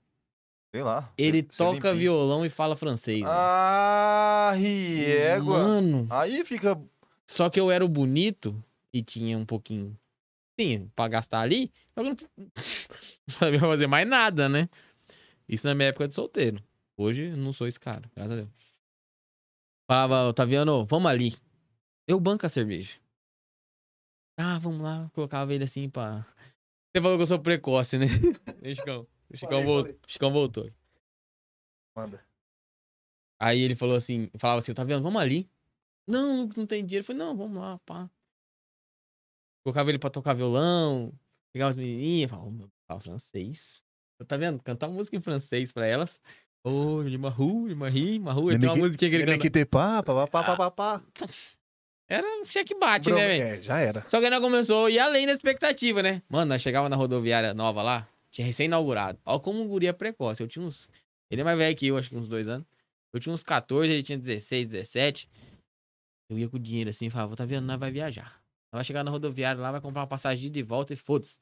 S1: sei lá.
S2: Ele
S1: Ser- ser
S2: toca
S1: limpinho.
S2: violão e fala francês. velho.
S1: Ah, riégua.
S2: Mano.
S1: Aí fica.
S2: Só que eu era o bonito e tinha um pouquinho. Sim, pra gastar ali. Só que eu não não sabia fazer mais nada, né? Isso na minha época de solteiro. Hoje eu não sou esse cara, graças a Deus. Falava, Otaviano, vamos ali. Eu banco a cerveja. Ah, vamos lá. Colocava ele assim pra. Você falou que eu sou precoce, né? Né, Chicão? O Chicão,
S1: Falei,
S2: vol-
S1: falei.
S2: Chicão voltou.
S1: Manda.
S2: Aí ele falou assim, falava assim, tá vendo? Vamos ali. Não, Lucas, não tem dinheiro. Eu falei, não, vamos lá, pá. Colocava ele pra tocar violão, pegava as menininhas, falava, oh, meu, fala francês. Eu, Tá vendo? Cantar uma música em francês pra elas. Ô, de Mahu, de Mahi, Mahu. Tem uma música que ele
S3: Lembra
S2: canta.
S3: que ter pá, pá, pá, pá, pá, pá.
S2: Era um cheque-bate,
S3: Bro-
S2: né, velho?
S3: É, já era.
S2: Só que nós começou a ir além da expectativa, né? Mano, nós chegava na rodoviária nova lá, tinha recém-inaugurado. Ó como o guri é precoce. Eu tinha uns... Ele é mais velho que eu, acho que uns dois anos. Eu tinha uns 14, ele tinha 16, 17. Eu ia com o dinheiro assim e falava, tá vendo? Nós vai viajar. Nós vai chegar na rodoviária lá, vai comprar uma passagem de ida e volta e foda-se.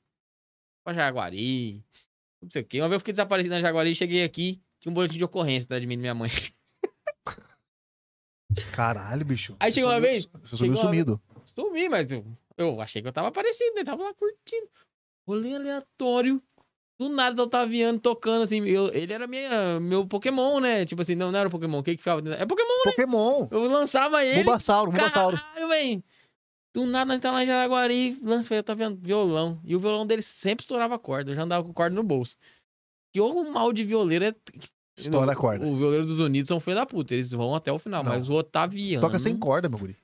S2: Pra Jaguari, não sei o quê. Uma vez eu fiquei desaparecido na Jaguari, cheguei aqui, tinha um boletim de ocorrência da admin da minha mãe.
S3: Caralho, bicho.
S2: Aí chegou uma
S3: Sumiu-
S2: vez,
S3: Você sumiu
S2: chegou uma vez-
S3: sumido.
S2: Sumi, mas eu, eu achei que eu tava aparecendo, né? Tava lá curtindo. Rolê aleatório. Do nada, do Otaviano tocando, assim. eu- ele era minha, meu Pokémon, né? Tipo assim, não, não era Pokémon. O que que ficava dentro? É Pokémon!
S3: Pokémon.
S2: Eu lançava ele.
S3: Bulbasauro, Bulbasauro.
S2: Caralho, velho. Do nada, nós tá lá em Jaraguari, lança eu tava vendo violão. E o violão dele sempre estourava a corda. Eu já andava com corda no bolso. Que o mal de violeiro é...
S3: Estoura a corda.
S2: O violeiro dos Unidos são filho da puta. Eles vão até o final.
S3: Não.
S2: Mas o Otaviano...
S3: Toca sem corda, meu guri.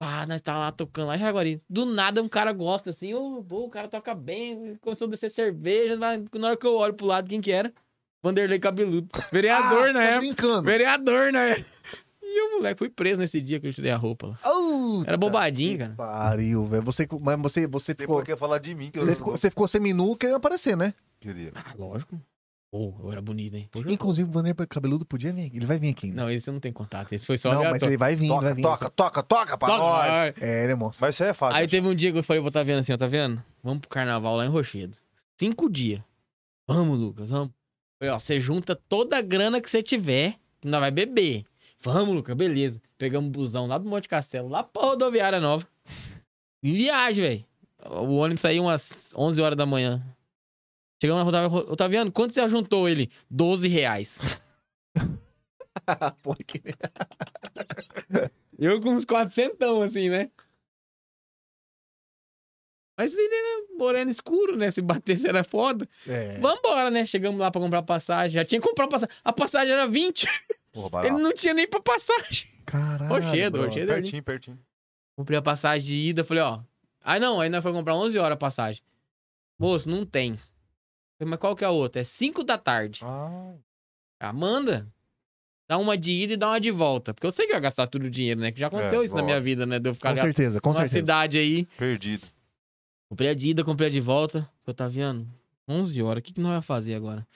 S2: Pá, nós tá lá tocando lá em Jaguari. Do nada um cara gosta assim, ô, pô, o cara toca bem, começou a descer cerveja, mas na hora que eu olho pro lado, quem que era? Vanderlei Cabeludo. Vereador
S3: ah,
S2: na
S3: tá
S2: época.
S3: brincando.
S2: Vereador na época. E o moleque foi preso nesse dia que eu tirei a roupa lá.
S3: Oh,
S2: Era bobadinho, cara.
S3: Pariu, velho. Você, mas você, você ficou.
S1: Depois quer falar de mim, que eu
S3: Você ficou, você ficou seminu querendo aparecer, né?
S1: queria.
S2: Ah, lógico. Pô, eu era bonito, hein? Hoje eu-
S3: Inclusive, o Vander Cabeludo podia vir. Ele vai vir aqui ainda.
S2: Não, esse eu não tem contato. Esse foi só
S3: Não, mas
S2: aleatório.
S3: ele vai vir, ele vai
S1: Toca,
S3: vir.
S1: toca, toca, toca pra
S2: Toca,
S1: nós.
S2: vai.
S3: É, ele é monstro.
S1: Mas isso aí é fácil.
S2: Aí
S1: Aí
S2: teve um dia que eu falei, vou tá vendo assim, ó, tá vendo? Vamos pro carnaval lá em Rochedo. Cinco dias. Vamos, Lucas, vamos. Falei, ó, você junta toda a grana que você tiver, que nós vai beber. Vamos, Lucas, beleza. Pegamos um busão lá do Monte Castelo, lá pra rodoviária nova. Em viagem, velho. O ônibus saiu umas 11 horas da manhã. Chegamos na rodoviária, "Ô, Otaviano, quanto você juntou ele? 12 reais.
S3: Pô, que-
S2: Eu com uns 400, assim, né? Mas ele era moreno escuro, né? Se batesse era foda.
S3: É.
S2: Vambora, né? Chegamos lá pra comprar passagem. Já tinha que comprar passagem. A passagem era 20.
S1: Porra,
S2: Ele
S1: barato.
S2: não tinha nem pra passagem.
S3: Caralho.
S2: Rochedo,
S3: bro.
S2: Rochedo.
S1: Pertinho, pertinho.
S2: Comprei a passagem de ida. Falei, ó. Aí não, aí nós foi comprar 11 horas a passagem. Moço, não tem. Falei, mas qual que é a outra? É 5 da tarde.
S1: Ah,
S2: Amanda, dá uma de ida e dá uma de volta. Porque eu sei que eu ia gastar tudo o dinheiro, né? Que já aconteceu
S1: É,
S2: isso na minha vida, né? De eu ficar
S3: Com certeza, com
S2: numa
S3: certeza.
S2: cidade aí.
S1: perdido.
S2: Comprei a de ida, comprei a de volta. Eu tava vendo, 11 horas, o que, que nós vamos fazer agora?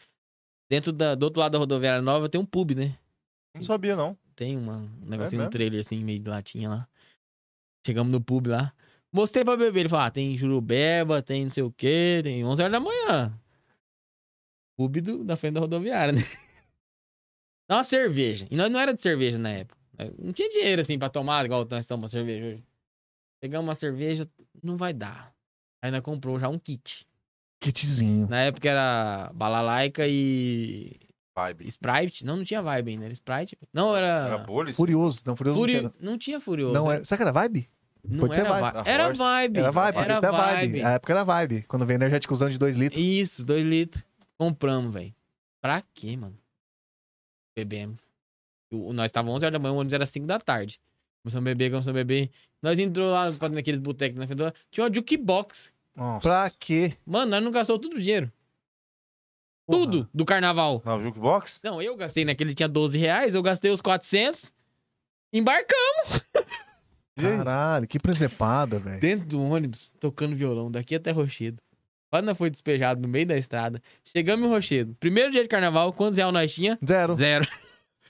S2: Dentro da, do outro lado da rodoviária nova tem um pub, né?
S1: Não sabia, não.
S2: Tem uma, um negocinho, um
S1: mesmo?
S2: trailer assim, meio de latinha lá. Chegamos no pub lá. Mostrei pra beber. Ele falou, ah, tem jurubeba, tem não sei o quê, tem 11 horas da manhã. Pub do, da frente da rodoviária, né? Dá uma cerveja. E nós não era de cerveja na época. Não tinha dinheiro assim pra tomar, igual nós estamos cerveja hoje. Pegamos uma cerveja, não vai dar. Aí nós comprou já um kit.
S3: Kitzinho.
S2: Na época era balalaica e
S1: Vibe.
S2: Sprite. Não, não tinha vibe ainda. Era Sprite. Não, era.
S1: Era bolha? isso?
S3: Furioso. Não, furioso
S2: Furio-
S3: não tinha.
S2: Não tinha Furioso.
S3: Não,
S2: era...
S3: era... Será que era vibe?
S2: não
S3: pode ser
S2: era
S3: vibe.
S2: vibe.
S1: Ah,
S2: Era
S1: Horse.
S2: vibe.
S3: Era vibe.
S2: Era
S3: isso era vibe.
S2: vibe.
S3: Na época era vibe. Quando veio energéticozão de 2 litros.
S2: Isso, dois litros. Compramos, velho. Pra quê, mano? Bebemos. O- o- nós estávamos 11 horas da manhã, o ônibus era 5 da tarde. Começamos a beber, começamos a beber. Nós entrou lá pra- naqueles botecos na frente do- Tinha uma jukebox.
S1: Nossa.
S3: Pra quê?
S2: Mano, nós não gastou todo o dinheiro.
S3: Porra.
S2: Tudo do carnaval.
S1: Na jukebox?
S2: Não, eu gastei naquele tinha 12 reais, eu gastei os 400. Embarcando.
S1: E aí?
S3: Caralho, que presepada, velho.
S2: dentro do ônibus, tocando violão, daqui até Rochedo. Quase nós foi despejado no meio da estrada. Chegamos em Rochedo. Primeiro dia de carnaval, quantos reais nós tinha?
S3: Zero.
S2: Zero.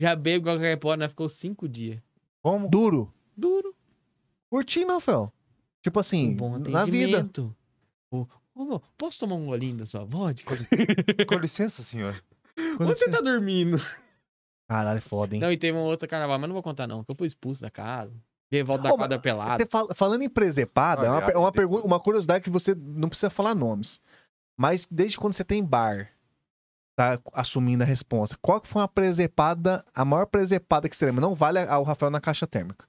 S2: Já bebo igual qualquer porra, nós ficou cinco dias.
S1: Como?
S3: Duro.
S2: Duro.
S3: Curti, não, Fel. Tipo assim,
S2: um bom
S3: na vida.
S2: atendimento. O- Ô, meu, posso tomar um golinho da sua vodka?
S1: Com licença, senhor.
S3: Quando
S2: Você
S3: você-
S2: tá dormindo.
S3: Caralho, é foda, hein?
S2: Não, e teve um outro carnaval, mas não vou contar não, que eu fui expulso da casa. Dei volta da
S3: Ô,
S2: quadra pelada.
S3: Você fala- falando em presepada, é uma,
S1: Aliás,
S3: é uma,
S1: tem-
S3: pergunta, uma curiosidade que você não precisa falar nomes. Mas desde quando você tem bar, tá assumindo a responsa. Qual que foi uma presepada, a maior presepada que você lembra? Não vale a- ao Rafael na caixa térmica.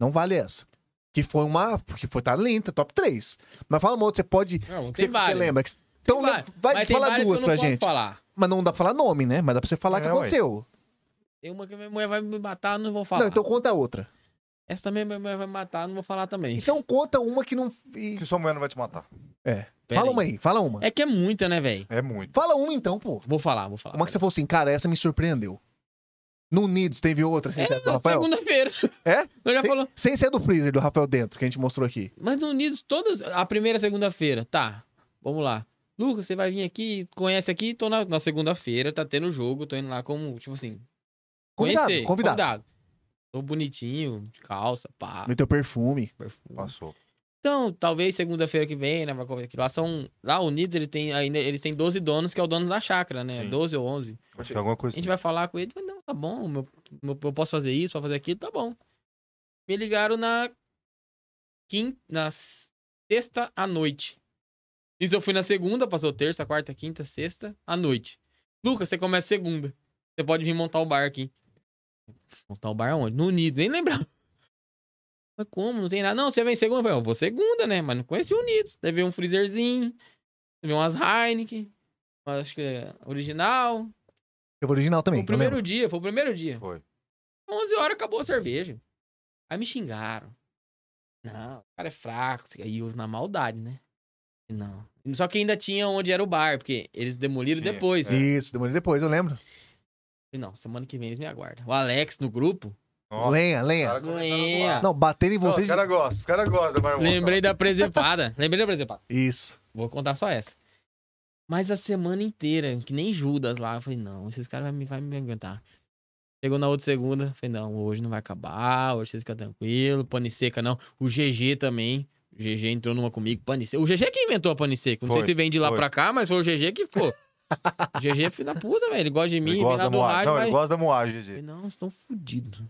S3: Não vale essa. Que foi uma. Que foi tá lenta, top 3. Mas fala uma outra, você pode. que
S2: Não,
S3: você,
S2: tem
S3: que
S2: vários.
S3: você lembra? Que- Então
S2: Tem
S3: lem-
S2: vários.
S3: vai
S2: Mas tem
S3: falar
S2: vários
S3: duas
S2: que eu não
S3: pra
S2: posso
S3: gente.
S2: falar.
S3: Mas não dá pra falar nome, né? Mas dá pra você falar o que
S1: É, ué.
S3: aconteceu.
S2: Tem uma que minha mulher vai me matar, não vou falar.
S3: Não, então conta outra.
S2: Essa também minha mulher vai me matar, não vou falar também.
S3: Então conta uma que não. e-
S1: Que sua mulher não vai te matar.
S2: Pera
S3: Fala
S2: aí.
S3: uma aí, fala uma.
S2: É que é muita, né, velho?
S1: É muito.
S3: Fala uma então, pô.
S2: Vou falar, vou falar.
S3: Uma que você falou assim, cara, essa me surpreendeu. No Nidos teve outra, sem ser
S2: É,
S3: do Rafael?
S2: segunda-feira.
S3: É?
S2: Nós já
S3: Sim.
S2: falou.
S3: Sem ser do freezer do Rafael dentro, que a gente mostrou aqui.
S2: Mas no Unidos, todas. A primeira segunda-feira, tá. Vamos lá. Lucas, você vai vir aqui, conhece aqui, tô na, na segunda-feira, tá tendo jogo, tô indo lá como, tipo assim.
S3: Convidado,
S2: conhecer,
S3: convidado.
S2: Tô bonitinho, de calça, pá,
S3: No teu perfume.
S2: perfume.
S1: Passou.
S2: Então, talvez segunda-feira que vem, né? Vai conversar aqui. Lá são. Lá o Unidos, ele tem, ainda, eles têm 12 donos, que é o dono da chácara, né?
S1: Sim.
S2: 12 ou 11.
S1: Acho que é alguma
S2: A
S1: coisa
S2: gente
S1: assim.
S2: vai falar com ele, mas não, tá bom, meu- meu- eu posso fazer isso, posso fazer aquilo, tá bom. Me ligaram na quinta, na s- sexta à noite. Isso eu fui na segunda, passou terça, quarta, quinta, sexta, à noite. Lucas, você começa segunda. Você pode vir montar o bar aqui. Montar o bar onde? No Unido, nem lembrava. Mas como? Não tem nada. Não, você vem segunda. Eu falei, eu vou segunda, né? Mas não conheci o Unidos. Levei um freezerzinho, levei umas Heineken, acho que é original,
S3: Teve original também, tá
S2: foi o
S3: não
S2: primeiro
S3: lembro.
S2: dia, foi o primeiro dia.
S1: então Foi.
S2: 11 horas acabou a cerveja. Aí me xingaram. Não, o cara é fraco. Aí eu na maldade, né? Não. Só que ainda tinha onde era o bar, porque eles demoliram
S1: Sim,
S2: depois.
S1: é.
S3: Isso, demorou depois, eu lembro.
S2: Falei, Não, semana que vem eles me aguardam. O Alex no grupo.
S1: assim. Nossa,
S3: Lenha,
S1: os
S3: lenha.
S1: caras começaram a
S2: Lenha.
S1: zoar.
S3: Não, bater em
S1: Não,
S3: vocês.
S1: Os caras gostam, os caras gostam da marmota.
S2: Lembrei da presepada. Lembrei da presepada.
S3: Isso.
S2: Vou contar só essa. Mas a semana inteira, que nem Judas lá, eu falei, não, esses caras vão me, vai me aguentar. Chegou na outra segunda, falei, não, hoje não vai acabar, hoje vocês ficam tranquilos, pane seca não. O GG também, o GG entrou numa comigo, pane seca. O GG que inventou a pane seca, não
S1: Foi,
S2: sei se vem de lá
S1: foi.
S2: pra cá, mas foi o GG que ficou. o GG é filho da puta, velho, ele gosta de mim,
S1: Ele
S2: vem
S1: gosta
S2: lá
S1: da
S2: do
S1: moagem.
S2: rádio,
S1: Não,
S2: mas...
S1: ele gosta da moagem, gente.
S2: Falei, não, vocês estão fodidos.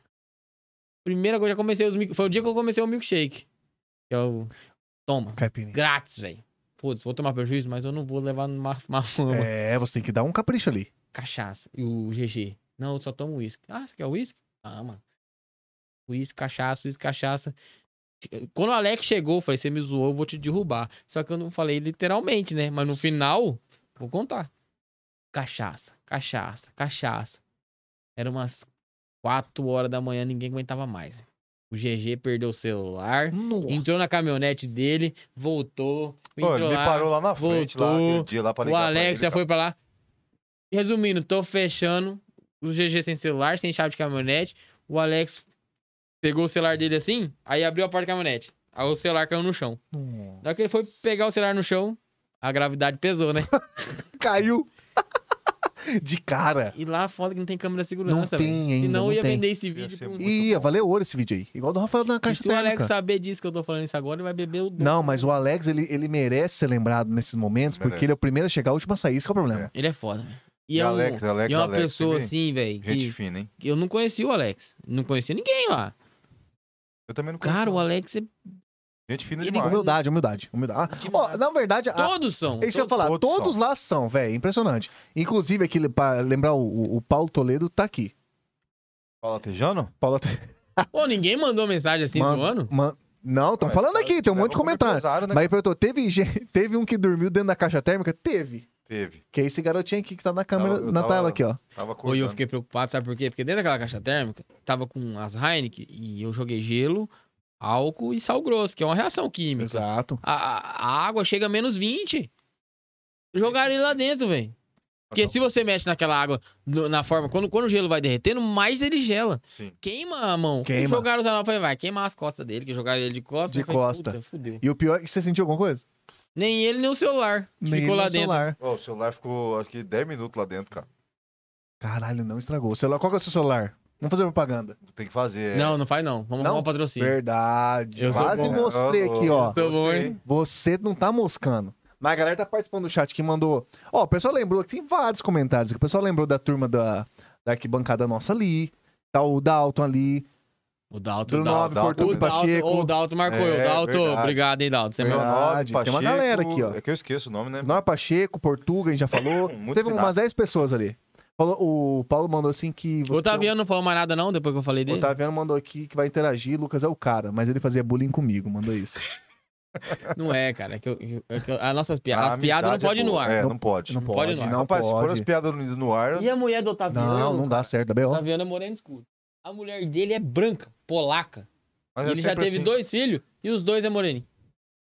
S2: Primeira coisa, já comecei os... mic- Foi o dia que eu comecei o milkshake. Que é o... Toma
S3: Caipirinha.
S2: grátis, velho. Foda-se, vou tomar prejuízo, mas eu não vou levar uma, uma, uma
S3: É, você tem que dar um capricho ali.
S2: cachaça. E o GG. Não, eu só tomo uísque. Ah, você quer uísque? Ah, mano. Uísque, cachaça, uísque, cachaça. Quando o Alex chegou, eu falei, você me zoou, eu vou te derrubar. Só que eu não falei literalmente, né? Mas no final, vou contar. Cachaça, cachaça, cachaça. Era umas 4 horas da manhã, ninguém aguentava mais. velho. O GG perdeu o celular,
S3: Nossa.
S2: entrou na caminhonete dele, voltou.
S1: Pô, ele
S2: entrou
S1: me
S2: lá.
S1: parou lá na frente, lá,
S2: voltou.
S1: aquele dia, lá pra
S2: O
S1: ligar pra
S2: Alex é
S3: né?
S1: ele,
S2: já foi pra lá. Resumindo, tô fechando. O GG sem celular, sem chave de caminhonete. O Alex pegou o celular dele assim, aí abriu a porta da caminhonete. Aí o celular caiu no chão. Na hora que ele foi pegar o celular no chão, a gravidade pesou, né?
S3: Caiu. De cara.
S2: E lá foda que não tem câmera de segurança,
S3: Não
S2: velho.
S3: tem ainda,
S2: Senão
S3: não
S2: eu ia
S3: tem.
S2: vender esse vídeo
S1: ser
S2: pra um-
S1: muito
S3: Ia, valeu ouro esse vídeo aí. Igual do Rafael na
S2: E
S3: caixa
S2: se o Alex
S3: térmica.
S2: saber disso que eu tô falando isso agora, ele vai beber o dobro.
S3: Não, mas o Alex, ele, ele merece ser lembrado nesses momentos, porque
S1: Merece.
S3: ele é o primeiro a chegar, o último a sair. Isso que é o problema.
S2: Ele é foda, velho. E,
S1: E
S2: é um-
S1: Alex, Alex,
S2: e é uma
S1: Alex,
S2: pessoa
S1: ele-
S2: assim, velho,
S1: Gente
S2: que
S1: fina, hein?
S2: que eu não conhecia o Alex. Não conhecia ninguém lá.
S1: Eu também não conheço.
S2: Cara, o
S1: não.
S2: Alex é
S1: Gente fina
S2: ele-
S1: demais.
S3: Humildade, humildade, humildade. Ah, ó, na verdade, a,
S2: Tipo, Todos são.
S3: É isso que eu ia
S2: todos-
S3: falar,
S1: todos
S3: todos lá são, velho, impressionante. Inclusive, aqui, pra lembrar, o- o, o Paulo Toledo tá aqui.
S1: Fala, Tejano?
S3: Paulo Toledo-
S2: Pô, ninguém mandou mensagem assim
S3: Mano,
S2: zoando?
S3: man- Não, estão
S1: Ué,
S3: falando
S1: cara,
S3: aqui, tem um monte
S1: leva
S3: de
S1: como
S3: comentário.
S1: empresário, né?
S3: Mas ele perguntou, teve, gen- teve um que dormiu dentro da caixa térmica? Teve.
S1: Teve.
S3: Que é esse garotinho aqui que tá na câmera,
S1: Tava- eu
S3: na
S1: tava-
S3: tela aqui, ó.
S1: Tava
S2: Ou eu
S1: cortando.
S2: fiquei preocupado, sabe por quê? Porque dentro daquela caixa térmica, tava com as Heineken e eu joguei gelo, álcool e sal grosso, que é uma reação química.
S3: Exato.
S2: A, a- a água chega a menos 20. Jogaram ele lá dentro, velho. Porque se você mexe naquela água, no- na forma, quando, quando o gelo vai derretendo, mais ele gela.
S1: Sim.
S2: Queima a mão.
S3: Queima.
S2: Jogaram os anel, falei, vai queimar as costas dele, que jogaram ele de costas.
S3: De
S2: eu falei,
S3: costa.
S2: puta, fudeu.
S3: E o pior é que você sentiu alguma coisa?
S2: Nem ele, nem o celular.
S3: Nem
S2: Ficou lá
S3: no
S2: dentro.
S3: celular.
S1: Ó, o celular ficou, acho que 10 minutos lá dentro, cara.
S3: Caralho, não estragou. O celular, qual que é o seu celular? Vamos fazer propaganda.
S1: Tem que fazer. é.
S2: Não, não faz não. Vamos
S3: Não?
S2: arrumar um patrocínio.
S3: Verdade.
S2: Eu sou
S3: Quase
S2: bom.
S3: mostrei aqui, ó.
S2: Tô bom, hein?
S3: Você não tá moscando. Mas a galera tá participando do chat que mandou. Ó, o pessoal lembrou que tem vários comentários aqui. O pessoal lembrou da turma da, da arquibancada nossa ali. Tá o Dalton ali.
S2: O Dalton.
S3: Do
S2: o Dalton.
S3: nove
S1: Dalton,
S3: Portugal
S2: O
S3: e
S2: Dalton,
S3: Pacheco.
S2: ô, o Dalton marcou eu.
S1: É,
S2: Dalton,
S1: verdade.
S2: obrigado, hein, Dalton. Você é marcou.
S3: Verdade, tem uma galera aqui, ó.
S1: É que eu esqueço o nome, né?
S3: Nós Pacheco, Portuga, a gente já falou.
S1: Muito
S3: Teve
S1: final.
S3: umas 10 pessoas ali. Falou- o Paulo mandou assim que.
S2: O Otaviano não falou mais nada, não, depois que eu falei
S3: O
S2: dele?
S3: Otaviano mandou aqui que vai interagir, Lucas é o cara, mas ele fazia bullying comigo, mandou isso.
S2: Não é, cara. É que eu, é que eu- as nossas piadas.
S1: A
S2: as piadas não
S1: amizade é
S2: pode ir no
S1: boa.
S2: ar.
S1: É,
S3: Não-
S1: não pode.
S3: Não
S1: Não,
S3: pode,
S2: pode, não.
S3: não,
S1: rapaz, se pôr as
S3: pode.
S1: piadas no no ar,
S2: E a mulher do Otaviano?
S3: Não, não dá certo, tá da B.O.
S2: Otaviano é moreno escuro. A mulher dele é branca, polaca.
S1: mas
S2: e
S1: é
S2: ele já
S1: sempre
S2: teve
S1: assim.
S2: dois filhos e os dois é moreninho.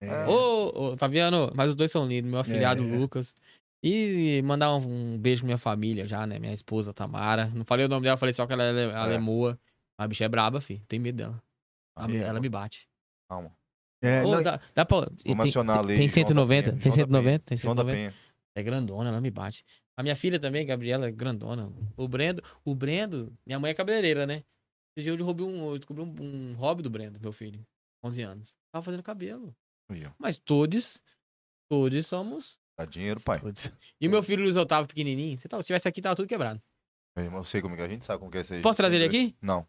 S1: É.
S2: Ô, ô, Otaviano, mas os dois são lindos. Meu afilhado
S3: É.
S2: Lucas. E mandar um, um beijo pra minha família já, né? Minha esposa Tamara. Não falei o nome dela, falei só que ela é ale- alemoa. A bicha é braba, fi. Tem medo dela. Ela, me-
S1: Aí,
S2: ela me bate.
S1: Calma.
S3: É,
S2: Ô,
S3: não,
S2: dá, dá pra.
S1: Vou
S2: tem-
S1: mencionar ali. João
S2: Tem
S1: da
S2: 190,
S1: Penha,
S2: tem
S1: João da
S2: 190, tem
S1: Penha, João da
S2: 190.
S1: Penha.
S2: É grandona, ela me bate. A minha filha também, Gabriela, é grandona. O Brendo, o Brendo, minha mãe é cabeleireira, né? Esse dia eu derrubei um, eu descobri um, um hobby do Brendo, meu filho, 11 anos. Tava fazendo cabelo.
S1: Viu?
S2: Mas todos, todos somos.
S1: Dá dinheiro, pai.
S2: Todos. E meu filho Luiz Otávio, pequenininho, tá, se tal- se tivesse aqui, tava tudo quebrado.
S1: Meu irmão, Eu sei como que é, a gente sabe como que é isso aí.
S2: Posso trazer ele
S1: Dois.
S2: aqui?
S1: Não.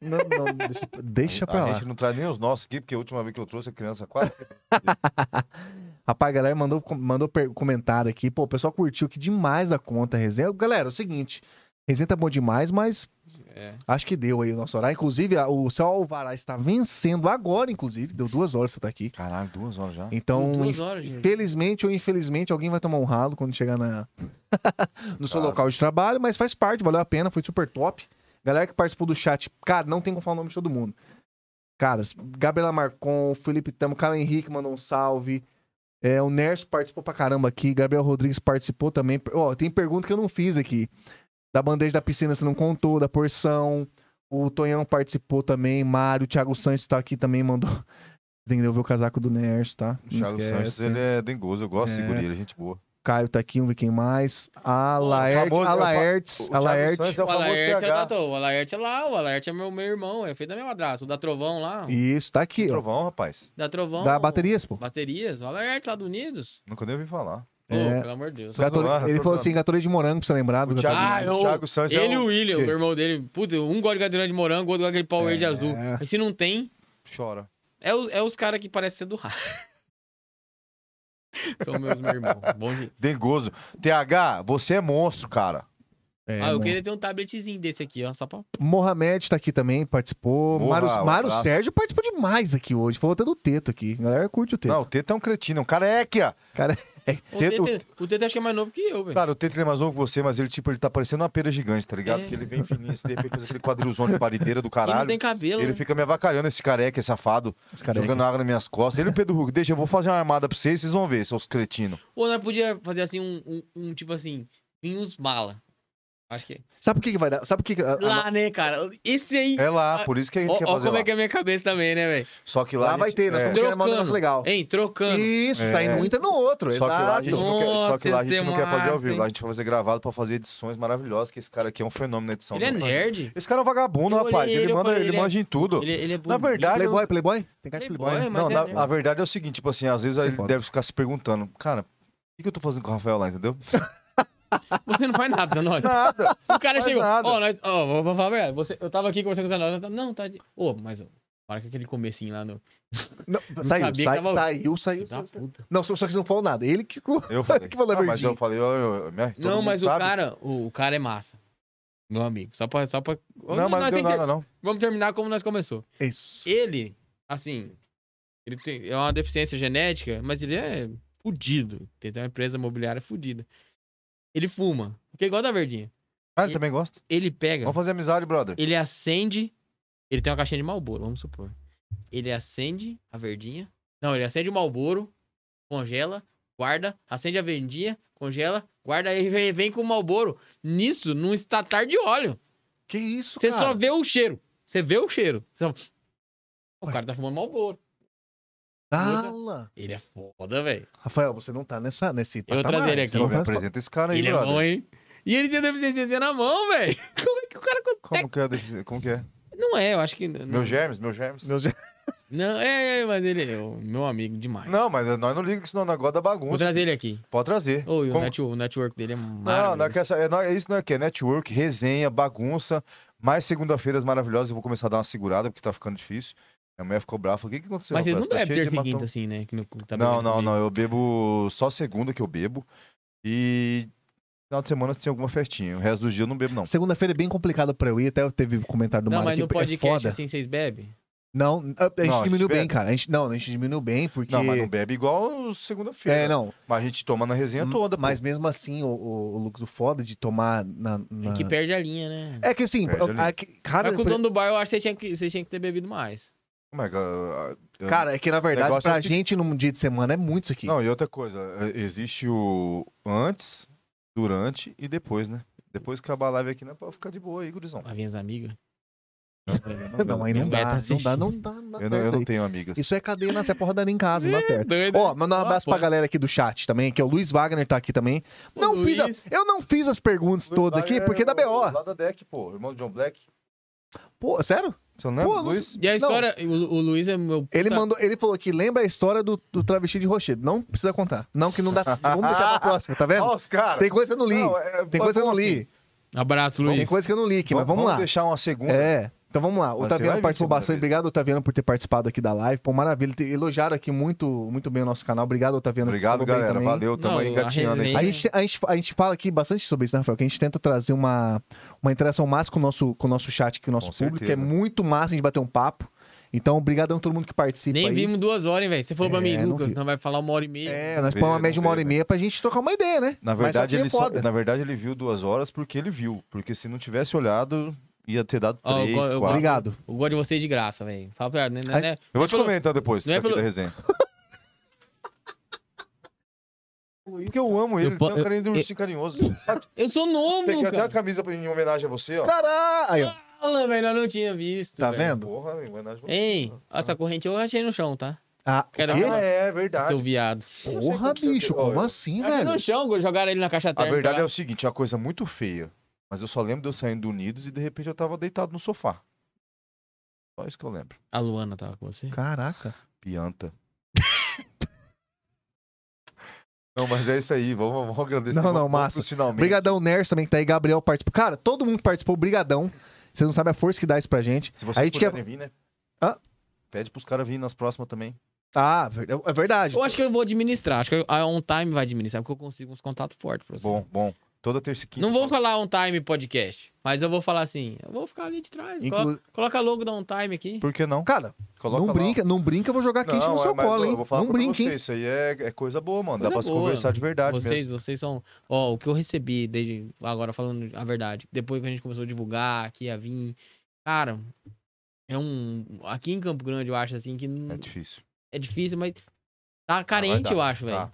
S3: não, não, deixa, deixa
S1: a,
S3: pra
S1: A
S3: lá.
S1: gente não traz nem os nossos aqui, porque a última vez que eu trouxe a criança quase.
S3: Rapaz, a galera mandou, mandou per- comentário aqui. Pô, o pessoal curtiu que demais a conta, a resenha. Galera, é o seguinte. Resenha tá bom demais, mas
S2: É.
S3: acho que deu aí o nosso horário. Inclusive, a- o Céu Alvará está vencendo agora, inclusive. Deu duas horas que você tá aqui.
S1: Caralho, duas horas já.
S3: Então,
S2: Duas
S3: inf-
S2: horas, gente.
S3: infelizmente ou infelizmente, alguém vai tomar um ralo quando chegar na... no seu
S1: Claro.
S3: local de trabalho, mas faz parte, valeu a pena, foi super top. Galera que participou do chat, cara, não tem como falar o nome de todo mundo. Caras, Gabriela Marcon, Felipe Tamo, Caio Henrique mandou um salve. É, o Nerso participou pra caramba aqui, Gabriel Rodrigues participou também. Ó, tem pergunta que eu não fiz aqui. Da bandeja da piscina você não contou, da porção. O Tonhão participou também, Mário, Thiago Santos tá aqui também, mandou. Entendeu? Ver o casaco do Nerso, tá?
S1: O
S3: Não
S1: Thiago Sanches,
S3: esquece.
S1: ele é dengoso, eu gosto de
S3: É.
S1: segurar ele, gente boa.
S3: Caio tá aqui, vamos ver quem mais. A Laerte,
S1: famoso-
S3: a
S1: é o fa-
S3: Laerte,
S1: o
S3: a
S1: Thiago
S3: Laerte.
S1: Sanches é o
S2: O
S1: famoso
S2: Alerte é o
S1: TH.
S2: da- o Alerte é lá, o Alerte é meu, meu irmão, é feito da minha madrasta. O da Trovão lá,
S3: Isso, tá aqui, ó.
S1: Trovão, rapaz.
S2: da Trovão.
S3: Da baterias, pô.
S2: Baterias, o Alerte lá do Unidos.
S1: Nunca nem ouvi falar.
S2: Ô,
S3: É.
S2: pelo amor de Deus.
S1: Tô
S3: Gatori-
S1: zoando,
S3: Ele
S1: tô
S3: falou
S1: zoando.
S3: assim, gatorade de morango, pra você lembrar do
S1: O
S3: gatorade.
S2: Ah,
S1: Thiago,
S2: eu-
S1: o Thiago Sanches é
S2: ele e o William,
S1: quê? É.
S2: o irmão dele, puta, um gosta de gasolina de morango, outro gosta daquele Power de azul. Mas se não tem,
S1: Chora.
S2: é os, é os caras que parecem ser do rádio. São meus meu irmão. Bom dia.
S1: Dengoso. TH, você é monstro, cara.
S3: É,
S2: ah, eu
S1: né?
S3: mano.
S2: queria ter um tabletzinho desse aqui, ó, só pra...
S3: Mohamed tá aqui também, participou.
S1: Morra,
S3: Mário,
S1: um
S3: Mário
S1: abraço.
S3: Sérgio participou demais aqui hoje. Falou até do Teto aqui. A galera curte o Teto.
S1: Não, o Teto é um cretino, é um careca.
S2: O
S1: Teto-
S2: Teto, o Teto acho que é mais novo que eu, velho.
S1: Cara, o Teto ele é mais novo que você, mas ele, tipo, ele tá parecendo uma pera gigante, tá ligado?
S2: É.
S1: Porque ele vem fininho, se de repente faz aquele quadrilzão de parideira do
S2: E não
S1: caralho.
S2: tem cabelo,
S1: Ele
S2: né?
S1: fica me avacalhando, esse careca, esse safado,
S3: Os caras
S1: jogando água nas minhas costas. Ele e o Pedro Hugo, deixa, eu vou fazer uma armada pra vocês, vocês vão ver, seus cretinos.
S2: Ou nós podia fazer assim, um, um- um tipo assim, em uns mala. Acho que... é.
S3: Sabe o que, que vai dar? Sabe o que. que- a- a-
S2: Lá, né, cara? Esse aí...
S1: Ah, É lá, por isso que ele
S2: Ó,
S1: quer
S2: ó
S1: fazer
S2: como
S1: lá.
S2: é que é a minha cabeça também, né, velho?
S1: Só que lá,
S3: lá
S1: a
S3: vai
S1: gente-
S3: ter, nós
S1: é.
S3: estamos querendo mandar um negócio
S2: Trocando.
S3: legal.
S2: Hein, trocando.
S3: Isso,
S1: É.
S3: tá indo um entra no outro.
S1: Só que lá um a gente
S3: exato.
S1: não quer, só que lá a
S2: Nossa, é
S1: gente não quer fazer ao vivo,
S2: hein?
S1: lá a gente vai fazer gravado pra fazer edições maravilhosas, que esse cara aqui é um fenômeno na edição.
S2: Ele é
S1: Não faz-
S2: nerd.
S1: Esse cara é um vagabundo,
S2: Eu olhei
S1: rapaz.
S2: ele,
S1: Ele
S2: eu
S1: manda,
S2: falei,
S1: ele
S2: ele é-
S1: manja em tudo.
S2: Ele, ele é bonito.
S1: Na verdade, eu-
S3: Playboy, Playboy? Tem cara de Playboy,
S2: Playboy,
S3: né?
S2: mas
S1: não,
S2: é-
S1: na, na verdade é o seguinte, tipo assim, às vezes aí ele
S3: Foda.
S1: deve ficar se perguntando, cara, o que, que eu tô fazendo com o Rafael lá, entendeu?
S2: Você não faz nada, Zanoli.
S1: Nada.
S2: O cara
S1: Faz
S2: chegou. Ó,
S1: nada.
S2: nós. Ó, vou- vou falar a verdade. Você, eu tava aqui conversando com o Zanoli. eu tava- Não, tá de. Ô, mas. ó, Na hora que aquele comecinho lá no.
S3: Não, saiu,
S2: sabia que
S3: saiu,
S2: tava-
S3: saiu, saiu,
S2: Da
S3: saiu.
S2: puta.
S3: Não, só só que você não falou nada. Ele que,
S1: Eu falei.
S3: que falou
S1: Ah, mas
S3: verdinho.
S1: eu falei, ó, eu, eu, né, todo
S2: Não,
S1: mundo
S2: mas o
S1: sabe.
S2: cara. O, o cara é massa. Meu amigo. Só pra. Só pra...
S1: Não, mas não deu
S2: tem que-
S1: nada, não.
S2: Vamos terminar como nós começou.
S3: Isso.
S2: Ele, assim. Ele tem é uma deficiência genética, mas ele é fudido. Tem uma empresa imobiliária fudida. Ele fuma. Porque é igual da verdinha.
S1: Ah, ele
S2: E-
S1: também gosta.
S2: Ele pega.
S1: Vamos fazer amizade, brother.
S2: ele acende. Ele tem uma caixinha de Malboro, vamos supor. Ele acende a verdinha. Não, ele acende o Malboro, congela, guarda, acende a verdinha, congela, guarda e vem, vem com o Malboro. Nisso, num estatar de óleo.
S3: Que isso,
S2: Você
S3: cara?
S2: só vê o cheiro. Você vê o cheiro. Você só- O cara tá fumando Malboro.
S3: Fala.
S2: Ele é foda, velho.
S3: Rafael, você não tá nessa, nesse
S2: Eu trazer ele aqui.
S3: Você
S1: Pô,
S3: não
S1: me
S3: tá nesse...
S1: apresenta esse cara aí,
S2: Ele é
S1: brother.
S2: bom, hein? E ele tem deficiência na mão, velho. Como é que o cara consegue?
S1: Como que é? a defici- Como que é?
S2: Não é, eu acho que. Não,
S1: Meu germes, meu germes.
S3: Meu Deus.
S2: não é, é, mas ele é o meu amigo demais.
S1: Não, mas nós não ligamos, senão nós gosta da
S2: Vou
S1: bagunça.
S2: trazer ele aqui.
S1: Pode trazer.
S2: Ô, e o,
S1: Como-
S2: network, o network dele é
S1: Não, não é
S2: maravilhoso.
S1: que essa, é, não, é isso não é que é network, resenha, bagunça, Mais segunda-feiras maravilhosas, eu vou começar a dar uma segurada, porque tá ficando difícil. Minha mulher ficou brava, falou, o que, que aconteceu?
S2: Mas vocês
S1: Rafael?
S2: não
S1: Você tá
S2: bebem
S1: cheio
S2: terça
S1: de
S2: e
S1: matão."
S2: quinta, assim, né? Que no- que tá
S1: Não,
S2: bebendo
S1: não,
S2: comigo.
S1: não. Eu bebo só segunda que eu bebo. E final de semana tem alguma festinha. O resto do dia eu não bebo, não.
S3: Segunda-feira é bem complicado pra eu ir, até teve comentário do
S2: Não,
S3: Mário
S2: mas
S3: aqui,
S2: no
S3: é
S2: podcast,
S3: foda.
S2: assim, vocês bebem?
S3: Não, a gente
S1: Não, a
S3: diminuiu
S1: gente
S3: bem,
S1: bebe.
S3: cara. A gente, não, a gente diminuiu bem, porque...
S1: Não, mas não bebe igual segunda-feira.
S3: É, não. Hum.
S1: Mas a gente toma na resenha
S3: M-
S1: toda. pô.
S3: Mas mesmo assim, o, o, o Lucas, o foda de tomar na...
S2: É
S3: na-
S2: que perde a linha, né?
S3: É que assim,
S1: Perde ali.
S3: a- que- Ah. cara,
S2: mas com o dono do bar, eu acho que vocês tinham que, vocês tinham que ter bebido mais.
S1: Como é que, ah, eu-
S3: cara, é que na
S1: O
S3: verdade,
S1: negócio é
S3: pra
S1: o seguinte-
S3: gente num dia de semana é muito isso aqui.
S1: Não, e outra coisa. eh, Existe o antes, durante e depois, né? Depois que acabar a live aqui, não é pra ficar de boa aí, gurizão.
S2: Lá vem as amigas.
S3: Não, aí
S2: Minha mulher tá
S3: não dá, não dá,
S2: assistindo.
S3: não dá, não dá
S1: Eu não,
S3: certo
S1: eu não
S3: aí.
S1: tenho amigas.
S3: Isso é cadeia na porra dando em casa, não Ah, dá certo.
S2: Doido.
S3: Ó, mandar um
S2: É, Ó,
S3: abraço
S2: pô.
S3: pra galera aqui do chat também, que é o Luiz Wagner tá aqui também.
S2: Ô,
S3: Não fiz a-
S2: Luiz.
S3: eu não fiz as perguntas todas aqui, porque é da BO.
S1: Lá da deck, pô. Irmão do John Black.
S3: Pô, sério?
S1: Você não lembra,
S3: Pô, não
S1: Luiz?
S2: E a
S3: Não.
S2: história, o, o Luiz é meu. puta-
S3: Ele mandou, ele falou que lembra a história do, do travesti de Rochedo. Não precisa contar. Não, que não dá. Vamos deixar pra próxima, tá
S1: Ó,
S3: vendo?
S1: os caras.
S3: Tem coisa que eu não li.
S1: é-
S3: Tem
S1: é
S3: coisa que eu
S1: bom
S3: não
S1: assim.
S3: li.
S2: Abraço,
S3: Tem
S2: Luiz.
S3: coisa que eu não li, aqui, mas vamos
S1: vamos
S3: lá.
S1: deixar uma segunda.
S3: É. Então vamos lá.
S1: Mas você
S3: O
S1: vai
S3: Taviano
S1: vir
S3: participou
S1: segunda
S3: bastante.
S1: vez.
S3: Obrigado, Taviano, por ter participado aqui da live. Pô, maravilha. Te- Elogiaram aqui muito, muito bem o nosso canal. Obrigado, Otaviano.
S1: Obrigado, galera. Valeu. Tamo
S2: Não,
S1: aí engatinhando, hein?
S2: a
S3: A gente, a, gente, a gente fala aqui bastante sobre isso, né, Rafael? Que a gente tenta trazer uma, uma interação massa com o nosso, com o nosso chat, com o nosso
S1: Com
S3: público.
S1: certeza.
S3: É muito massa a gente bater um papo. Então, obrigadão a todo mundo que participa
S2: Nem
S3: aí.
S2: vimos duas horas, hein, velho. Você falou pra
S3: assim É,
S2: mim,
S3: não
S2: Lucas,
S3: vi.
S2: não vai falar uma hora e meia.
S3: É, nós
S1: Não
S3: põe uma
S1: vê,
S3: média de
S1: não
S3: uma
S1: vê,
S3: hora e
S1: né?
S3: meia pra gente trocar uma ideia, né?
S1: Na
S3: Mas
S1: verdade,
S3: aqui é
S1: ele só-
S3: foda.
S1: na verdade, ele viu duas horas porque ele viu. Porque se não tivesse olhado, ia ter dado
S2: Ó, eu
S1: três,
S2: go- eu
S1: quatro. Eu,
S3: Obrigado.
S2: Eu gosto de você de graça, velho. Fala pra né, né,
S3: Ai,
S2: né?
S1: vou te
S2: Não é pelo-
S1: comentar depois
S2: não é
S1: aqui
S2: pelo-
S1: da resenha. porque eu amo ele,
S2: Eu
S1: ele
S2: po-
S1: tem um
S2: eu-
S1: carinho de ursinho carinhoso. Sabe,
S2: Eu sou novo,
S1: Peguei até uma
S2: cara.
S1: camisa pra- em homenagem a você, ó.
S3: Caralho! Aí, ó.
S2: Fala, velho, eu não tinha visto.
S3: Tá
S2: velho.
S3: vendo?
S1: Porra, em homenagem a você.
S2: Ei,
S1: ó.
S2: essa corrente eu achei no chão, tá?
S3: Ah, o
S2: Quero
S3: quê?
S1: Ah, é
S2: Seu
S1: verdade.
S2: viado.
S1: Eu não sei
S3: Porra,
S1: quanto você
S3: bicho,
S1: tem. Ó,
S3: como
S1: eu-
S3: assim,
S2: Eu achei
S3: velho?
S2: no chão, jogaram ele na caixa
S1: A
S2: térmica.
S1: verdade
S2: lá.
S1: é o seguinte, é uma coisa muito feia. Mas eu só lembro de eu saindo do Unidos e de repente eu tava deitado no sofá. Só isso que eu lembro.
S2: A Luana tava com você.
S3: Caraca.
S1: Pianta. não, mas é isso aí. Vamos, vamos agradecer.
S3: Não, não,
S1: Vamos- vamos
S3: massa.
S1: pros finalmente.
S3: Obrigadão, Ners também que tá aí. Gabriel participou. Cara, todo mundo que participou. Obrigadão. Você não sabe a força que dá isso pra gente.
S1: Se
S3: A
S1: vocês
S3: gente quer-
S1: puderem vir, né?
S3: Hã?
S1: Pede pros caras virem nas próximas também.
S3: Ah, ver- é verdade.
S2: Eu acho que eu vou administrar. Acho que a On Time vai administrar, porque eu consigo uns contatos fortes pra você.
S1: Bom, bom. Toda terça e quinta.
S2: Não vou falar On Time podcast, mas eu vou falar assim. Eu vou ficar ali de trás.
S3: Inclu-
S2: Colo- Coloca logo da On Time aqui.
S1: Por que não?
S3: Cara,
S1: Coloca
S3: não
S1: lá.
S3: brinca, não brinca, eu vou jogar quente
S1: Não,
S3: no
S1: é,
S3: seu
S1: mas,
S3: colo,
S1: ó,
S3: hein?
S1: Eu vou falar
S3: não
S1: pra
S3: brinca,
S1: você,
S3: hein?
S1: isso aí é, é coisa boa, mano. Dá
S2: Coisa
S1: pra se
S2: boa.
S1: conversar de verdade
S2: Vocês,
S1: mesmo.
S2: vocês são. Ó, o que eu recebi desde agora falando a verdade, depois que a gente começou a divulgar, que ia vir. Cara, é um. Aqui em Campo Grande eu acho assim que
S1: É
S2: não-
S1: difícil. Ah,
S2: é difícil, mas tá carente,
S1: dar,
S2: eu acho, velho.
S1: Tá.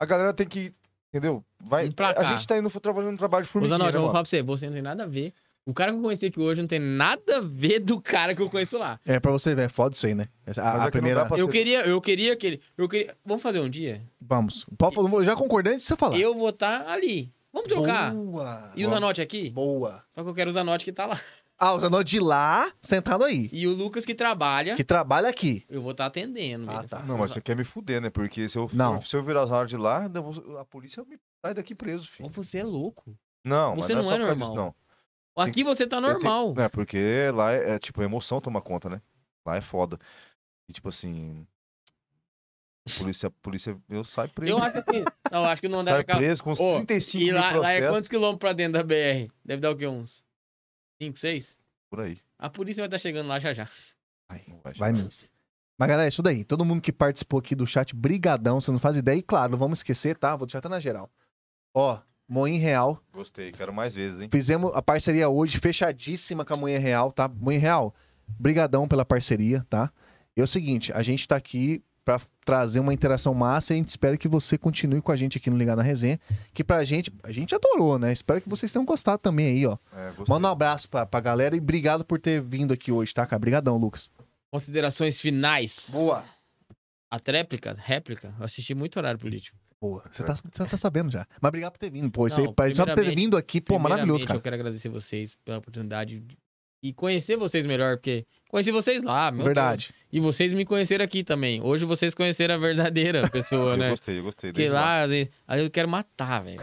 S1: A galera tem que, entendeu? Vai,
S2: Vem pra
S1: a
S2: cá.
S1: gente tá indo trabalhando um trabalho de
S2: Ô,
S1: formiguinha,
S2: Zanotti,
S1: né,
S2: eu vou
S1: mano?
S2: falar pra você, você não tem nada a ver. O cara que eu conheci aqui hoje não tem nada a ver do cara que eu conheço lá.
S3: É pra você ver, é foda isso aí, né? Essa-
S1: Mas é que
S3: A, a
S1: não
S3: primeira.
S1: dá pra- Você-
S2: Eu queria, eu queria que ele. Eu queria. Vamos fazer um dia?
S3: Vamos. Pode falar, já concordante, você falar.
S2: Eu vou estar ali. Vamos trocar.
S3: Boa.
S2: E o Zanotti aqui?
S3: Boa.
S2: Só que eu quero o Zanotti que tá lá.
S3: Ah, o Zanotti de lá, sentado aí.
S2: E o Lucas que trabalha,
S3: Que trabalha aqui.
S2: eu vou estar atendendo.
S3: Ah,
S2: velho.
S3: tá.
S1: Não, mas você quer me fuder, né? Porque se eu,
S3: Não.
S1: se eu virar as horas de lá, eu vou- a polícia me sai daqui preso,
S2: Ô,
S1: filho.
S2: Você é louco.
S1: Não,
S2: Você
S1: mas não é,
S2: não é
S1: só por causa disso,
S2: normal.
S1: não.
S2: Aqui você tá
S1: Eu tenho-
S2: normal.
S1: É, porque lá é, é, tipo, a emoção toma conta, né? Lá é foda. E tipo assim. Polícia, polícia, eu saio preso.
S2: Eu acho que. Não, eu acho que não deve
S1: saio
S2: acabar.
S1: preso com uns
S2: Ô,
S1: 35
S2: E
S1: mil
S2: lá, lá é
S1: processos,
S2: quantos quilômetros pra dentro da BR? Deve dar o quê? Uns 5, 6?
S1: Por aí.
S2: A polícia vai estar chegando lá já já.
S1: Não vai,
S3: Vai
S1: chegar.
S3: mesmo. Mas, galera, é isso daí. Todo mundo que participou aqui do chat, brigadão. Você não faz ideia. E claro, não vamos esquecer, tá? Vou deixar até na geral. Ó, Moinho Real.
S1: Gostei, quero mais vezes, hein?
S3: Fizemos a parceria hoje, fechadíssima com a Moinha Real, tá? Moinha Real, brigadão pela parceria, tá? E é o seguinte, a gente tá aqui pra trazer uma interação massa e a gente espera que você continue com a gente aqui no Ligar na Resenha, que pra gente, a gente adorou, né? Espero que vocês tenham gostado também aí, ó.
S1: É, gostei.
S3: Manda um abraço pra, pra galera e obrigado por ter vindo aqui hoje, tá, cara? Brigadão, Lucas.
S2: Considerações finais.
S3: Boa.
S2: A tréplica, réplica, eu assisti muito horário político.
S3: Boa. Você tá, você tá sabendo já. Mas obrigado por ter vindo, pô. Isso aí,
S2: é. Não,
S3: pra- só pra você ter
S2: primeiramente-
S3: vindo aqui, pô, maravilhoso,
S2: Primeiramente,
S3: cara.
S2: Eu quero agradecer vocês pela oportunidade de- e conhecer vocês melhor, porque conheci vocês lá, meu
S3: Verdade.
S2: Deus. E vocês me conheceram aqui também. Hoje vocês conheceram a verdadeira pessoa,
S1: Eu
S2: né?
S1: gostei, eu gostei.
S2: Porque
S1: desde
S2: lá, às vezes, aí eu quero matar, velho.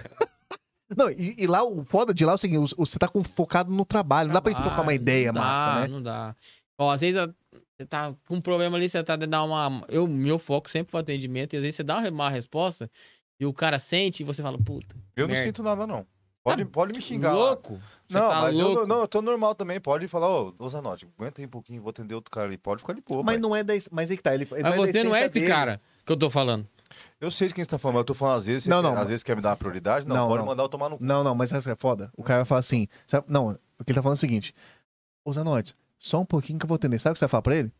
S3: Não, e, e lá, o foda de lá é o seguinte, o- o- você tá com- focado no trabalho. É, Não dá pra gente
S2: Trabalho,
S3: trocar uma ideia
S2: Ah, não
S3: massa,
S2: dá,
S3: né?
S2: Não dá. Ó, às vezes a- você tá com um problema ali, você tá dando uma. Eu, meu foco sempre pro atendimento, e às vezes você dá uma má resposta e o cara sente e você fala, puta,
S1: Eu não
S2: Merda.
S1: sinto nada, não. Pode, pode me
S2: que
S1: xingar. lá.
S2: louco. Você
S1: Não,
S2: tá
S1: mas eu,
S2: louco.
S1: não- não, eu tô normal também. Pode falar, ô, oh, Zanotti, aguenta aí um pouquinho, vou atender outro cara ali. Pode ficar de boa,
S3: Mas
S1: pai.
S3: não é da. Mas aí que tá. Ele, ele
S2: Mas
S3: da
S2: você não é
S3: essência
S2: esse
S3: dele.
S2: cara que eu tô falando.
S1: Eu sei de quem você tá falando, mas eu tô falando às vezes, você
S3: Não,
S1: quer-
S3: não,
S1: às
S3: mas-
S1: vezes quer me dar uma prioridade. Não,
S3: Não,
S1: pode
S3: não.
S1: mandar eu tomar no cu.
S3: Não, não, mas sabe o que é foda? O cara vai falar assim. sabe- não, porque ele tá falando o seguinte. Ô Zanotti, só um pouquinho que eu vou atender. Sabe o que você vai falar pra ele?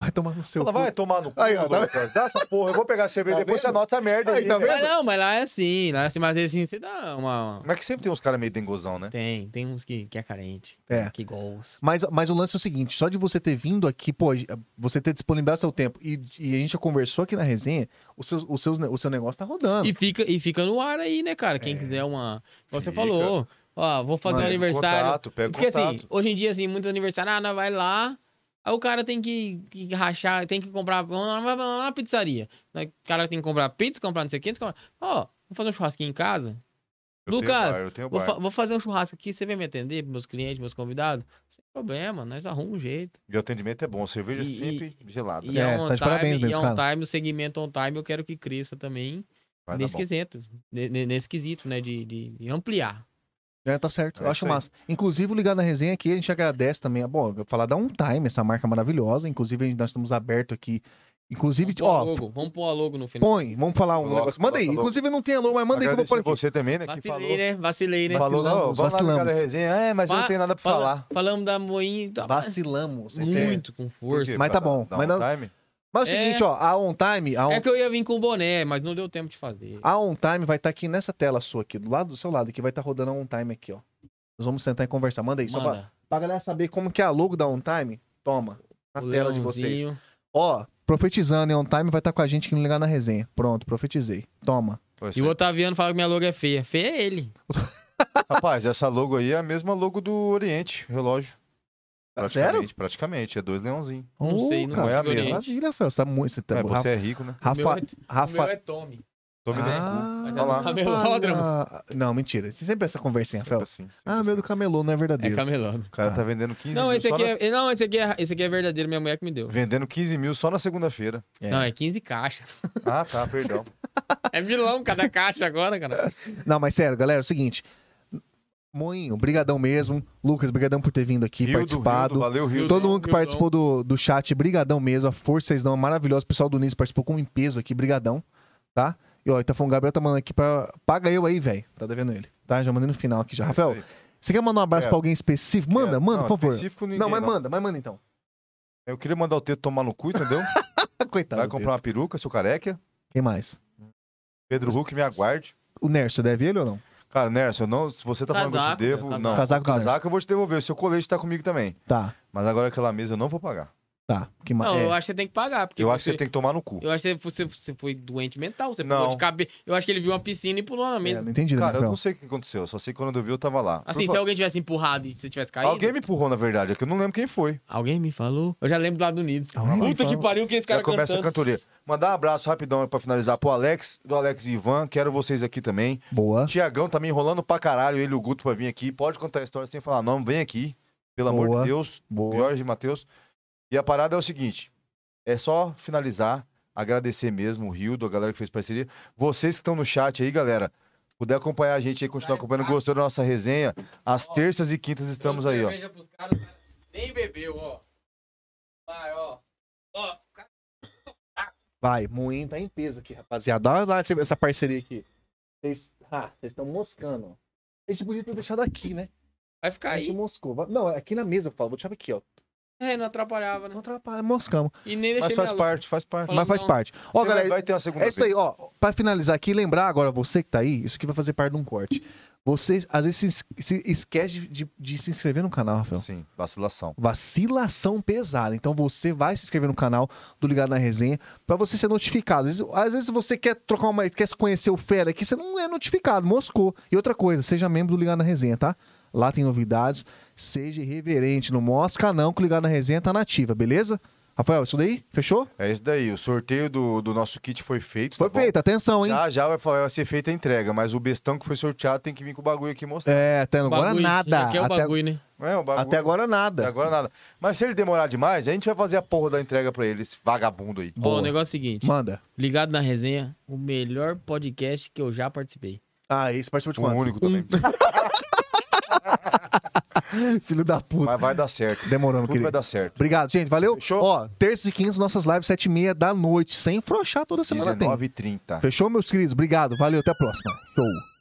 S3: Vai tomar no seu.
S1: Ela
S3: cu.
S1: vai tomar no cu,
S3: Aí, ó, tá
S1: Lucas. Dá essa porra, eu vou pegar a cerveja,
S3: Tá
S1: depois
S3: vendo?
S1: você anota essa merda
S3: Aí,
S1: aí. né?
S3: tá
S1: velho.
S2: Mas não, mas lá é assim, lá é assim, mas às vezes assim, você dá uma.
S1: Mas é que sempre tem uns caras meio dengozão, né?
S2: Tem, tem uns que, que é carente.
S3: É.
S2: Que gols.
S3: Mas, mas o lance é o seguinte: só de você ter vindo aqui, pô, você ter disponibilizado seu tempo e, e a gente já conversou aqui na resenha, o seu, o seu, o seu negócio tá rodando.
S2: E fica, e fica no ar aí, né, cara? Quem quiser uma. Igual Você
S1: É. Fica.
S2: falou, ó, vou fazer
S1: Mano, é
S2: um aniversário.
S1: Contato, pega
S2: Porque
S1: contato.
S2: assim, hoje em dia, assim, muitos aniversários, ah, nós vai lá, aí o cara tem que, que rachar, tem que comprar, vamos lá, vamos lá na pizzaria. Aí O cara tem que comprar pizza, comprar não sei o que, não sei o que. ó, vou fazer um churrasquinho em casa,
S1: Eu tenho
S2: Lucas,
S1: bar, eu tenho
S2: vou,
S1: bar.
S2: fa- vou fazer um churrasco aqui, você vem me atender, meus clientes, meus convidados? Sem problema, nós arrumamos um jeito.
S1: E o atendimento é bom, cerveja
S2: E-
S1: sempre gelada.
S2: E
S1: né?
S2: é,
S3: É,
S2: um
S3: tá de
S2: time,
S3: parabéns
S2: e
S3: mesmo,
S2: é um
S3: cara.
S2: time, o segmento on time eu quero que cresça também
S1: Vai dar
S2: nesse
S1: tá bom.
S2: quesito, ne- ne- nesse quesito, né, de, de- de ampliar.
S3: É, tá certo.
S1: É
S3: eu acho
S1: isso aí.
S3: massa. Inclusive, o ligado na resenha aqui, a gente agradece também. Bom, eu vou falar da On Time, essa marca maravilhosa. Inclusive, a gente- nós estamos aberto aqui. Inclusive,
S2: Vamos pôr, a
S3: ó,
S2: logo, vamos pôr a logo no final.
S3: põe, vamos falar
S2: Tá
S3: um
S1: Coloca,
S3: negócio. Manda aí.
S1: coloca logo.
S3: Inclusive, não tem alô, mas manda aí que eu
S1: Agradecer
S3: vou pôr aqui.
S1: você também, né? Que
S2: Vacilei,
S1: falou.
S2: né? Vacilei, né?
S1: Falou, não, vamos
S3: Vacilamos,
S1: lá ligar
S3: vacilamos.
S1: na resenha. É, mas eu
S2: Fa-
S1: não tenho nada pra
S2: Fala-
S1: falar.
S2: Falamos da moinha e tal, mas-
S3: Vacilamos. esse é-
S2: Muito, com
S1: Por
S2: força.
S1: quê?
S3: Mas
S1: Pra
S3: tá bom,
S1: dar- dar
S3: mas
S1: um
S3: não-
S1: time?
S3: Mas é o
S2: É.
S3: seguinte, ó, a On Time, a On,
S2: É que eu ia vir com o boné, mas não deu tempo de fazer.
S3: a On Time vai estar aqui nessa tela sua aqui, do lado do seu lado, que vai estar rodando a On Time aqui, ó. Nós vamos sentar e conversar. Manda aí, só pra,
S2: Manda,
S3: pra galera saber como que é a logo da On Time. Toma, na
S2: o
S3: tela de vocês.
S2: leãozinho.
S3: Ó, profetizando, hein, On Time vai estar com a gente aqui no Ligar na Resenha. Pronto, profetizei. Toma.
S1: Pô, isso
S2: E o
S1: aí.
S2: Otaviano fala que minha logo é feia. Feia é ele.
S1: Rapaz, essa logo aí é a mesma logo do Oriente, relógio.
S3: Ah,
S1: Praticamente, praticamente. É dois leãozinhos.
S2: Não
S3: Ô,
S2: sei, não
S1: é a
S2: consigo
S1: mesma.
S2: orientar.
S3: Maravilha, Rafael. Você tá muito... Você tá...
S1: É,
S3: Rafa...
S1: você é rico, né?
S2: O meu
S3: Rafa...
S2: é- O meu
S3: Rafa...
S2: é Tommy.
S1: Tome ah,
S3: Ah,
S1: Olha
S2: Tá
S1: lá.
S3: Rafa- Não, mentira. Você sempre essa conversinha, Rafael.
S1: assim, sempre
S3: Ah, meu
S1: assim.
S3: do camelô não é
S2: É
S3: verdadeiro.
S2: camelão.
S1: O cara tá vendendo 15
S2: Não,
S1: mil
S2: esse
S1: só
S2: aqui
S1: na...
S2: é, não, esse aqui é, esse aqui é verdadeiro, minha mulher que me deu.
S1: Vendendo 15 mil só na segunda-feira.
S3: É.
S2: Não, é 15 caixas.
S1: Ah, tá, perdão.
S2: É milão cada caixa agora, cara.
S3: Não, mas sério, galera, é o seguinte. Moinho, brigadão mesmo. Lucas, brigadão por ter vindo aqui,
S1: Rio do, Rio
S3: participado.
S1: do, valeu, Rio.
S2: Rio
S1: do-
S3: Todo mundo que
S2: Rildão.
S3: participou do, do chat, brigadão mesmo. A força vocês dão é maravilhosa. O pessoal do Nis participou com em peso aqui, brigadão, tá? E ó, Itafão Gabriel tá mandando aqui pra... Paga eu aí, velho. Tá devendo ele, tá? Já mandei no final aqui já. Rafael,
S1: Isso aí.
S3: você quer mandar um abraço
S1: É.
S3: pra alguém específico? Manda,
S1: É,
S3: manda,
S1: não,
S3: por favor.
S1: específico ninguém,
S3: não, mas manda, mas manda então.
S1: Eu queria mandar o Teto tomar no cu, entendeu?
S3: Coitado.
S1: Vai
S3: do
S1: comprar
S3: Pedro.
S1: uma peruca, seu careca.
S3: Quem mais?
S1: Pedro Hulk, me aguarde.
S3: O Nerso, você deve ele ou não?
S1: Cara, Nerson, não, se você tá falando
S2: Casaco, né?
S1: que eu te devo,
S2: casaco.
S1: não.
S3: Casaco do
S1: Casaco eu vou te devolver. O seu colete tá comigo também.
S3: Tá,
S1: Mas agora aquela mesa eu não vou pagar.
S3: tá. Que mais?
S2: Não,
S3: é.
S2: eu acho que você tem que pagar. Porque
S1: eu acho que você tem que tomar no cu.
S2: Eu acho que você, você foi doente mental. Você
S1: Não.
S2: pulou de cabeça. Eu acho que ele viu uma piscina e pulou na
S3: É,
S2: mesa.
S3: não entendi, né,
S1: Cara, eu
S3: Rafael?
S1: não sei o que aconteceu. eu Só sei que quando eu vi, eu tava lá. Por
S2: Assim, se
S1: favor.
S2: alguém tivesse empurrado e você tivesse caído.
S1: Alguém me empurrou, na verdade. É que eu não lembro quem foi.
S2: Alguém me falou. Eu já lembro lá do Unidos.
S3: Alguém me
S2: Puta que
S3: falou.
S2: pariu que esse cara
S1: Já começa
S2: cantando.
S1: a cantoria. Mandar um abraço rapidão pra finalizar pro Alex, do Alex e Ivan. Quero vocês aqui também.
S3: Boa.
S1: Tiagão tá me enrolando pra caralho, ele e o Guto pra vir aqui. Pode contar a história sem falar nome, vem aqui. Pelo amor
S3: Boa,
S1: de Deus.
S3: boa.
S1: Jorge e Matheus. E a parada é o seguinte: é só finalizar, agradecer mesmo o Rildo, a galera que fez parceria. Vocês que estão no chat aí, galera, puder acompanhar a gente aí, continuar acompanhando, gostou da nossa resenha. Às terças e quintas estamos aí, ó.
S2: Cerveja pros caras, cara. Nem bebeu, ó. Vai, ó. Ó, os caras-
S3: Vai, Moinho tá em peso aqui, rapaziada. Olha lá essa- essa parceria aqui. Vocês ah, vocês estão moscando. ó. A gente podia ter deixado aqui, né?
S2: vai ficar
S3: A gente
S2: aí.
S3: moscou. Va- Não, é aqui na mesa eu falo. Vou deixar aqui, ó.
S2: É, não atrapalhava,
S3: Não
S2: né?
S3: atrapalha, moscamos.
S2: E nem deixei
S1: Mas faz
S2: minha
S1: parte, faz parte.
S2: Falando
S3: Mas faz
S2: não.
S3: parte. Ó,
S1: Você vai-
S3: galera,
S1: vai ter uma segunda
S3: é isso aí, ó. Pra finalizar aqui, lembrar agora, você que tá aí, isso aqui vai fazer parte de um corte. Vocês, às vezes, se, es- se esquece de, de- de se inscrever no canal, Rafael.
S1: vez. Sim, vacilação.
S3: Vacilação pesada. Então você vai se inscrever no canal do Ligado na Resenha pra você ser notificado. Às vezes, às vezes você quer trocar uma, quer conhecer o fera aqui, você não é notificado, moscou. E outra coisa, seja membro do Ligado na Resenha, tá? Lá tem novidades, seja irreverente, não mosca não que o Ligado na Resenha tá nativa, beleza? Rafael, isso daí? Fechou?
S1: É isso daí. O sorteio do, do nosso kit foi feito.
S3: Foi
S1: tá bom?
S3: feito, atenção, hein?
S1: Já, já vai, falar- vai ser feita a entrega, mas o bestão que foi sorteado tem que vir com o bagulho aqui mostrar.
S3: É, até agora nada.
S2: Aqui é o
S3: Até,
S2: bagulho, né?
S1: Não é o bagulho?
S3: até agora nada.
S1: Até agora nada. Mas se ele demorar demais, a gente vai fazer a porra da entrega pra ele, esse vagabundo aí.
S2: Ó,
S3: Boa.
S2: o negócio é o seguinte.
S3: Manda.
S2: Ligado na resenha, o melhor podcast que eu já participei.
S3: Ah, esse participou de
S1: O
S3: quanto?
S1: único também.
S3: Filho da puta.
S1: Mas vai dar certo.
S3: Demorando,
S1: Tudo vai
S3: querido.
S1: dar certo.
S3: Obrigado, gente. Valeu.
S1: Fechou?
S3: Ó, terças e quintas, nossas lives, sete e meia da noite, sem frouxar toda semana tem.
S1: 19h30.
S3: Fechou, meus queridos? Obrigado. Valeu, até a próxima. Show.